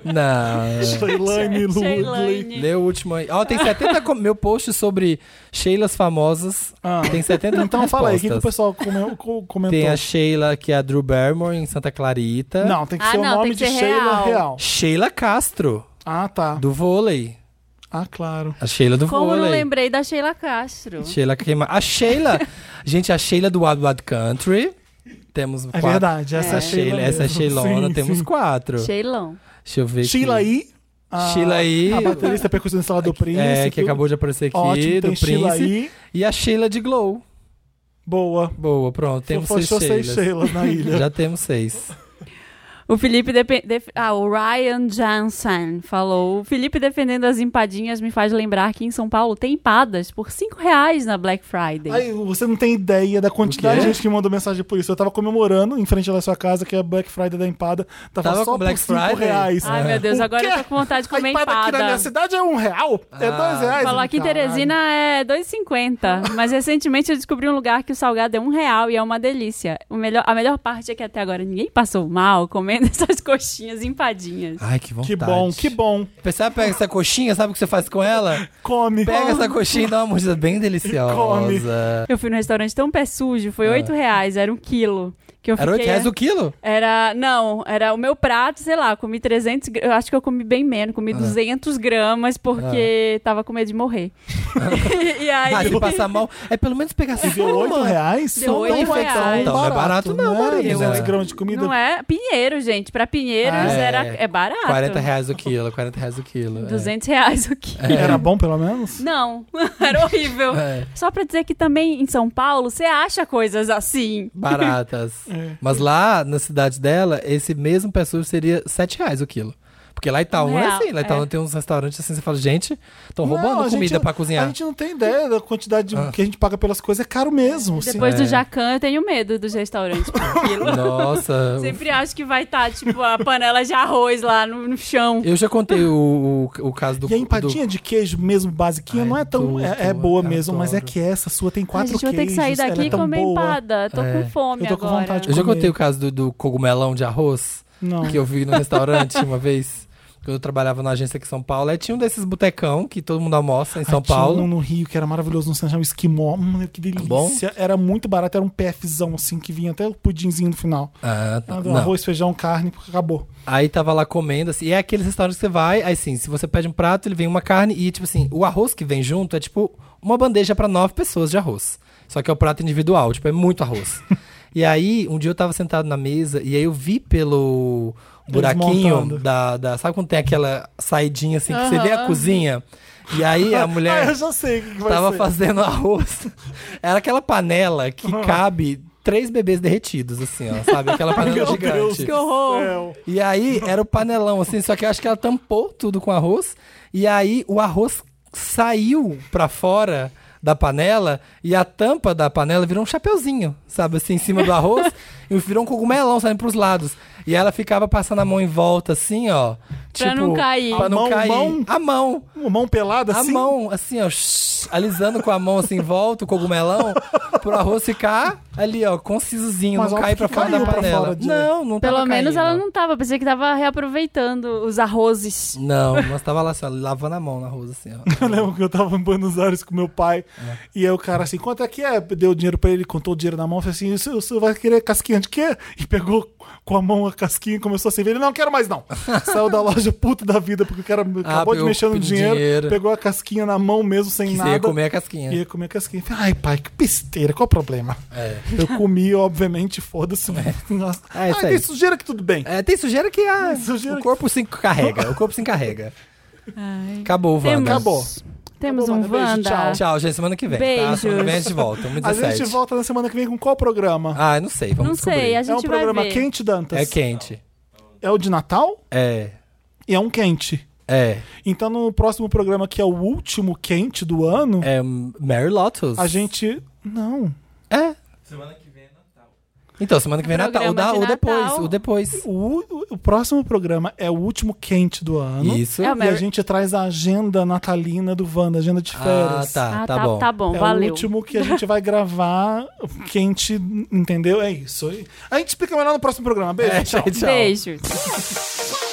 B: Não.
A: Sheilane Ludley.
C: Shailene.
B: Lê o último aí. Ó, tem 70. com- Meu post sobre Sheilas famosas.
A: Ah.
B: Tem 70
A: Então fala aí, o que, que o
B: respostas.
A: pessoal come- co- comentou?
B: Tem a Sheila, que é a Drew Barrymore, em Santa Clarita.
A: Não, tem que
C: Ah,
A: ser o
C: não,
A: nome
C: tem que
A: de
C: ser
A: Sheila
C: real.
A: real.
B: Sheila Castro,
A: Ah, tá.
B: do vôlei.
A: Ah, claro.
B: A Sheila do
C: Como
B: vôlei.
C: não lembrei da Sheila Castro.
B: Sheila queima. A Sheila. gente, a Sheila do Wild Wild Country. Temos
A: É
B: quatro.
A: verdade, essa é,
B: A
A: a Sheila.
B: Sheila, essa é a
A: mesmo.
B: Sheilona,
A: Sim,
B: temos
A: sim.
B: quatro.
C: Sheilão.
B: Deixa eu ver.
A: Sheila
B: aqui.
A: I. a-
B: Sheila I.
A: A baterista percussionista lá do Príncipe.
B: É, que acabou de aparecer aqui,
A: Ótimo,
B: do
A: tem Sheila
B: Prince.
A: I.
B: E a Sheila de Glow.
A: Boa.
B: Boa, pronto. Temos
A: Se eu
B: seis
A: fosse eu,
B: Sheilas.
A: seis Sheilas na ilha.
B: Já temos seis.
C: O Felipe depe- def- ah, o Ryan Johnson falou: o Felipe defendendo as empadinhas me faz lembrar que em São Paulo tem empadas por 5 reais na Black Friday.
A: Ai, você não tem ideia da quantidade de gente que mandou mensagem por isso. Eu tava comemorando em frente à sua casa, que é a Black Friday da empada. Tava,
B: Tava
A: só
B: com Black
A: por cinco
B: Friday?
A: reais.
C: Ai, meu Deus,
A: O
C: agora
A: quê?
C: eu tô com vontade de
A: A
C: comer
A: empada aqui na minha cidade é um real? É
B: Ah.
A: dois reais?
C: Falou aqui em
A: Caralho.
C: Teresina é 2,50. Mas recentemente eu descobri um lugar que o salgado é um real e é uma delícia. O melhor, a melhor parte é que até agora ninguém passou mal comendo essas coxinhas empadinhas.
B: Ai, que vontade.
A: Que bom, que bom.
B: Pessoal, pega essa coxinha, sabe o que você faz com ela?
A: Come.
B: Pega essa coxinha e dá uma mordida bem deliciosa.
A: Come.
C: Eu fui num restaurante tão pé sujo, foi 8 reais, era um quilo. Que eu
B: Ah. Era 8
C: fiquei-
B: reais o quilo?
C: Era, não, era o meu prato, sei lá, eu comi 300, gra- eu acho que eu comi bem menos,
B: É.
C: comi 200 gramas porque tava com medo de morrer. e aí,
B: Ah, se passar mal, é pelo menos pegar
A: E deu
B: só,
A: oito
B: mano.
A: reais?
C: Deu
A: Não
C: oito
A: é tão
C: reais.
B: Então, não é barato não,
A: né?
B: Marina.
A: 200 gramas de comida.
C: não é Pinheiro, gente, pra Pinheiros
A: Ah,
B: é.
C: era é barato.
B: 40 reais o quilo, 40 reais o quilo. é.
C: 200 reais o quilo.
A: Era bom, pelo menos?
C: Não, era horrível.
B: É.
C: Só pra dizer que também em São Paulo você acha coisas assim. É.
B: Baratas. Mas lá na cidade dela, esse mesmo pé sujo seria 7 reais o quilo. Porque lá em Itaúna é
C: real,
B: assim, lá em Itaúna
C: é.
B: tem uns restaurantes assim, você fala, gente, estão
A: Não, a
B: roubando
A: gente
B: comida
A: não-
B: pra
A: A
B: cozinhar.
A: gente não tem ideia da quantidade de-
B: Ah.
A: que a gente paga pelas coisas, é caro mesmo. sim.
C: Depois do
B: É.
C: Jacan, eu tenho medo dos restaurantes por aquilo.
A: é.
B: Nossa.
C: Sempre acho que vai estar, tipo, a panela de arroz lá no, no chão.
B: Eu já contei o, o, o caso do.
A: E é a empadinha de queijo mesmo, basiquinha,
B: Ai,
A: não é tão.
B: tudo,
A: é, é boa
B: eu
A: mesmo, mas é
B: adoro.
A: que essa sua tem
C: A
A: quatro
C: gente
A: queijos.
C: vai ter que sair
A: ela
C: daqui
A: é
C: e
A: tão
C: comer
A: boa.
C: empada. Tô
B: É.
C: com fome
A: Eu tô com
C: agora.
A: vontade
B: Eu já
A: comer.
B: contei o caso do, do cogumelão de arroz
A: Não.
B: que eu vi no restaurante uma vez. Quando eu trabalhava na agência aqui em São Paulo, aí tinha um desses botecão que todo mundo almoça em São
A: Ai, tinha
B: Paulo. Tá
A: um no Rio, que era maravilhoso, no Sanjão Esquimó. Hum, que delícia.
B: Bom?
A: Era muito barato, era um PFzão, assim, que vinha até o pudinzinho no final.
B: Ah, tá.
A: Era
B: não.
A: Arroz, feijão, carne, acabou.
B: Aí tava lá comendo, assim, e é aqueles restaurantes que você vai, aí sim, se você pede um prato, ele vem uma carne e, tipo assim, o arroz que vem junto é tipo uma bandeja pra nove pessoas de arroz. Só que é o prato individual, tipo, é muito arroz. e aí, um dia eu tava sentado na mesa e aí eu vi pelo
A: Eles montando.
B: buraquinho da, da- Sabe quando tem aquela saidinha assim, que você vê a cozinha? E aí a mulher
A: Ah, eu já sei o que que vai
B: tava
A: ser.
B: fazendo arroz. Era aquela panela que cabe três bebês derretidos, assim, ó, sabe? Aquela panela
A: Meu
B: gigante.
A: Deus
C: Que horror.
A: Céu.
B: E aí era o panelão, assim, só que eu acho que ela tampou tudo com arroz. E aí o arroz saiu pra fora da panela e a tampa da panela virou um chapeuzinho, sabe, assim, em cima do arroz. e virou um cogumelão saindo pros lados. E ela ficava passando a mão em volta, assim, ó.
C: Pra
B: tipo,
C: não cair.
B: Pra
A: A
B: não
A: mão,
B: cair.
A: mão?
B: A mão.
A: Uma mão pelada, assim?
B: A mão, assim, ó, shhh, alisando com a mão assim em volta, o cogumelão, pro arroz ficar ali, ó, concisozinho,
A: Mas
B: não
A: óbvio
B: cair pra
A: que
B: fora da
A: caiu pra
B: panela.
A: fora de-
B: Não, não
C: Pelo
B: tava
C: menos
B: caindo.
C: ela não tava. Pensei que tava reaproveitando os arrozes.
B: Não, mas tava lá assim, ó, lavando a mão na rosa, assim, ó.
A: Eu lembro que né? eu tava em Buenos Aires com meu pai. E aí o cara assim, quanto é que é? Deu o dinheiro pra ele, contou o dinheiro na mão, falou assim: "Isso- você vai querer casquinha de quê? E pegou com a mão a casquinha e começou a servir. Ele, não quero mais, não. Saiu da loja puto da vida, porque o cara acabou de
B: Ah, pegou
A: mexer no
B: pedindo
A: dinheiro,
B: dinheiro.
A: pegou a casquinha na mão mesmo, sem
B: Que
A: nada.
B: você ia comer a
A: E
B: casquinha.
A: ia comer a casquinha. Falei, Ai, pai, que besteira, qual o problema? Eu comi, obviamente, foda-se. Nossa.
B: É isso
A: Ai,
B: aí.
A: tem sujeira que tudo bem.
B: É, tem sujeira que ah,
A: sujeira
B: o corpo se carrega, o corpo se encarrega. Acabou, Wanda.
C: Temos-
A: Acabou.
C: Temos
A: Acabou,
C: um
A: Wanda. Beijo,
C: Wanda.
A: tchau.
B: Tchau, gente, semana que vem, tá?
C: Beijos.
B: Semana que vem a gente volta, 1
A: A gente volta na semana que vem com qual programa?
B: Ah, não sei, vamos
C: Não
B: descobrir.
C: sei, a
A: é um
C: gente vai
A: programa
C: ver.
A: quente, Dantas?
B: É quente.
A: É o de Natal?
B: É,
A: e é um quente.
B: é,
A: Então, no próximo programa, que é o último quente do ano,
B: é Mary Lotus.
A: a gente. Não.
B: É. Então, semana que vem é Natal. O,
C: Programa
B: da,
C: de
B: o
C: Natal. É
B: depois, o depois.
A: O, o- o próximo programa é o último quente do ano.
B: Isso.
C: É o
A: E a
C: Mary-
A: gente traz a agenda natalina do Wanda, agenda de
B: Ah,
A: férias.
B: tá,
C: Ah,
B: tá bom.
C: Tá bom,
A: É o
C: valeu.
A: último que a gente vai gravar quente, entendeu? É isso. A gente explica melhor no próximo programa. Beijo,
B: É,
A: tchau.
B: tchau.
C: Beijo.
E: Tchau.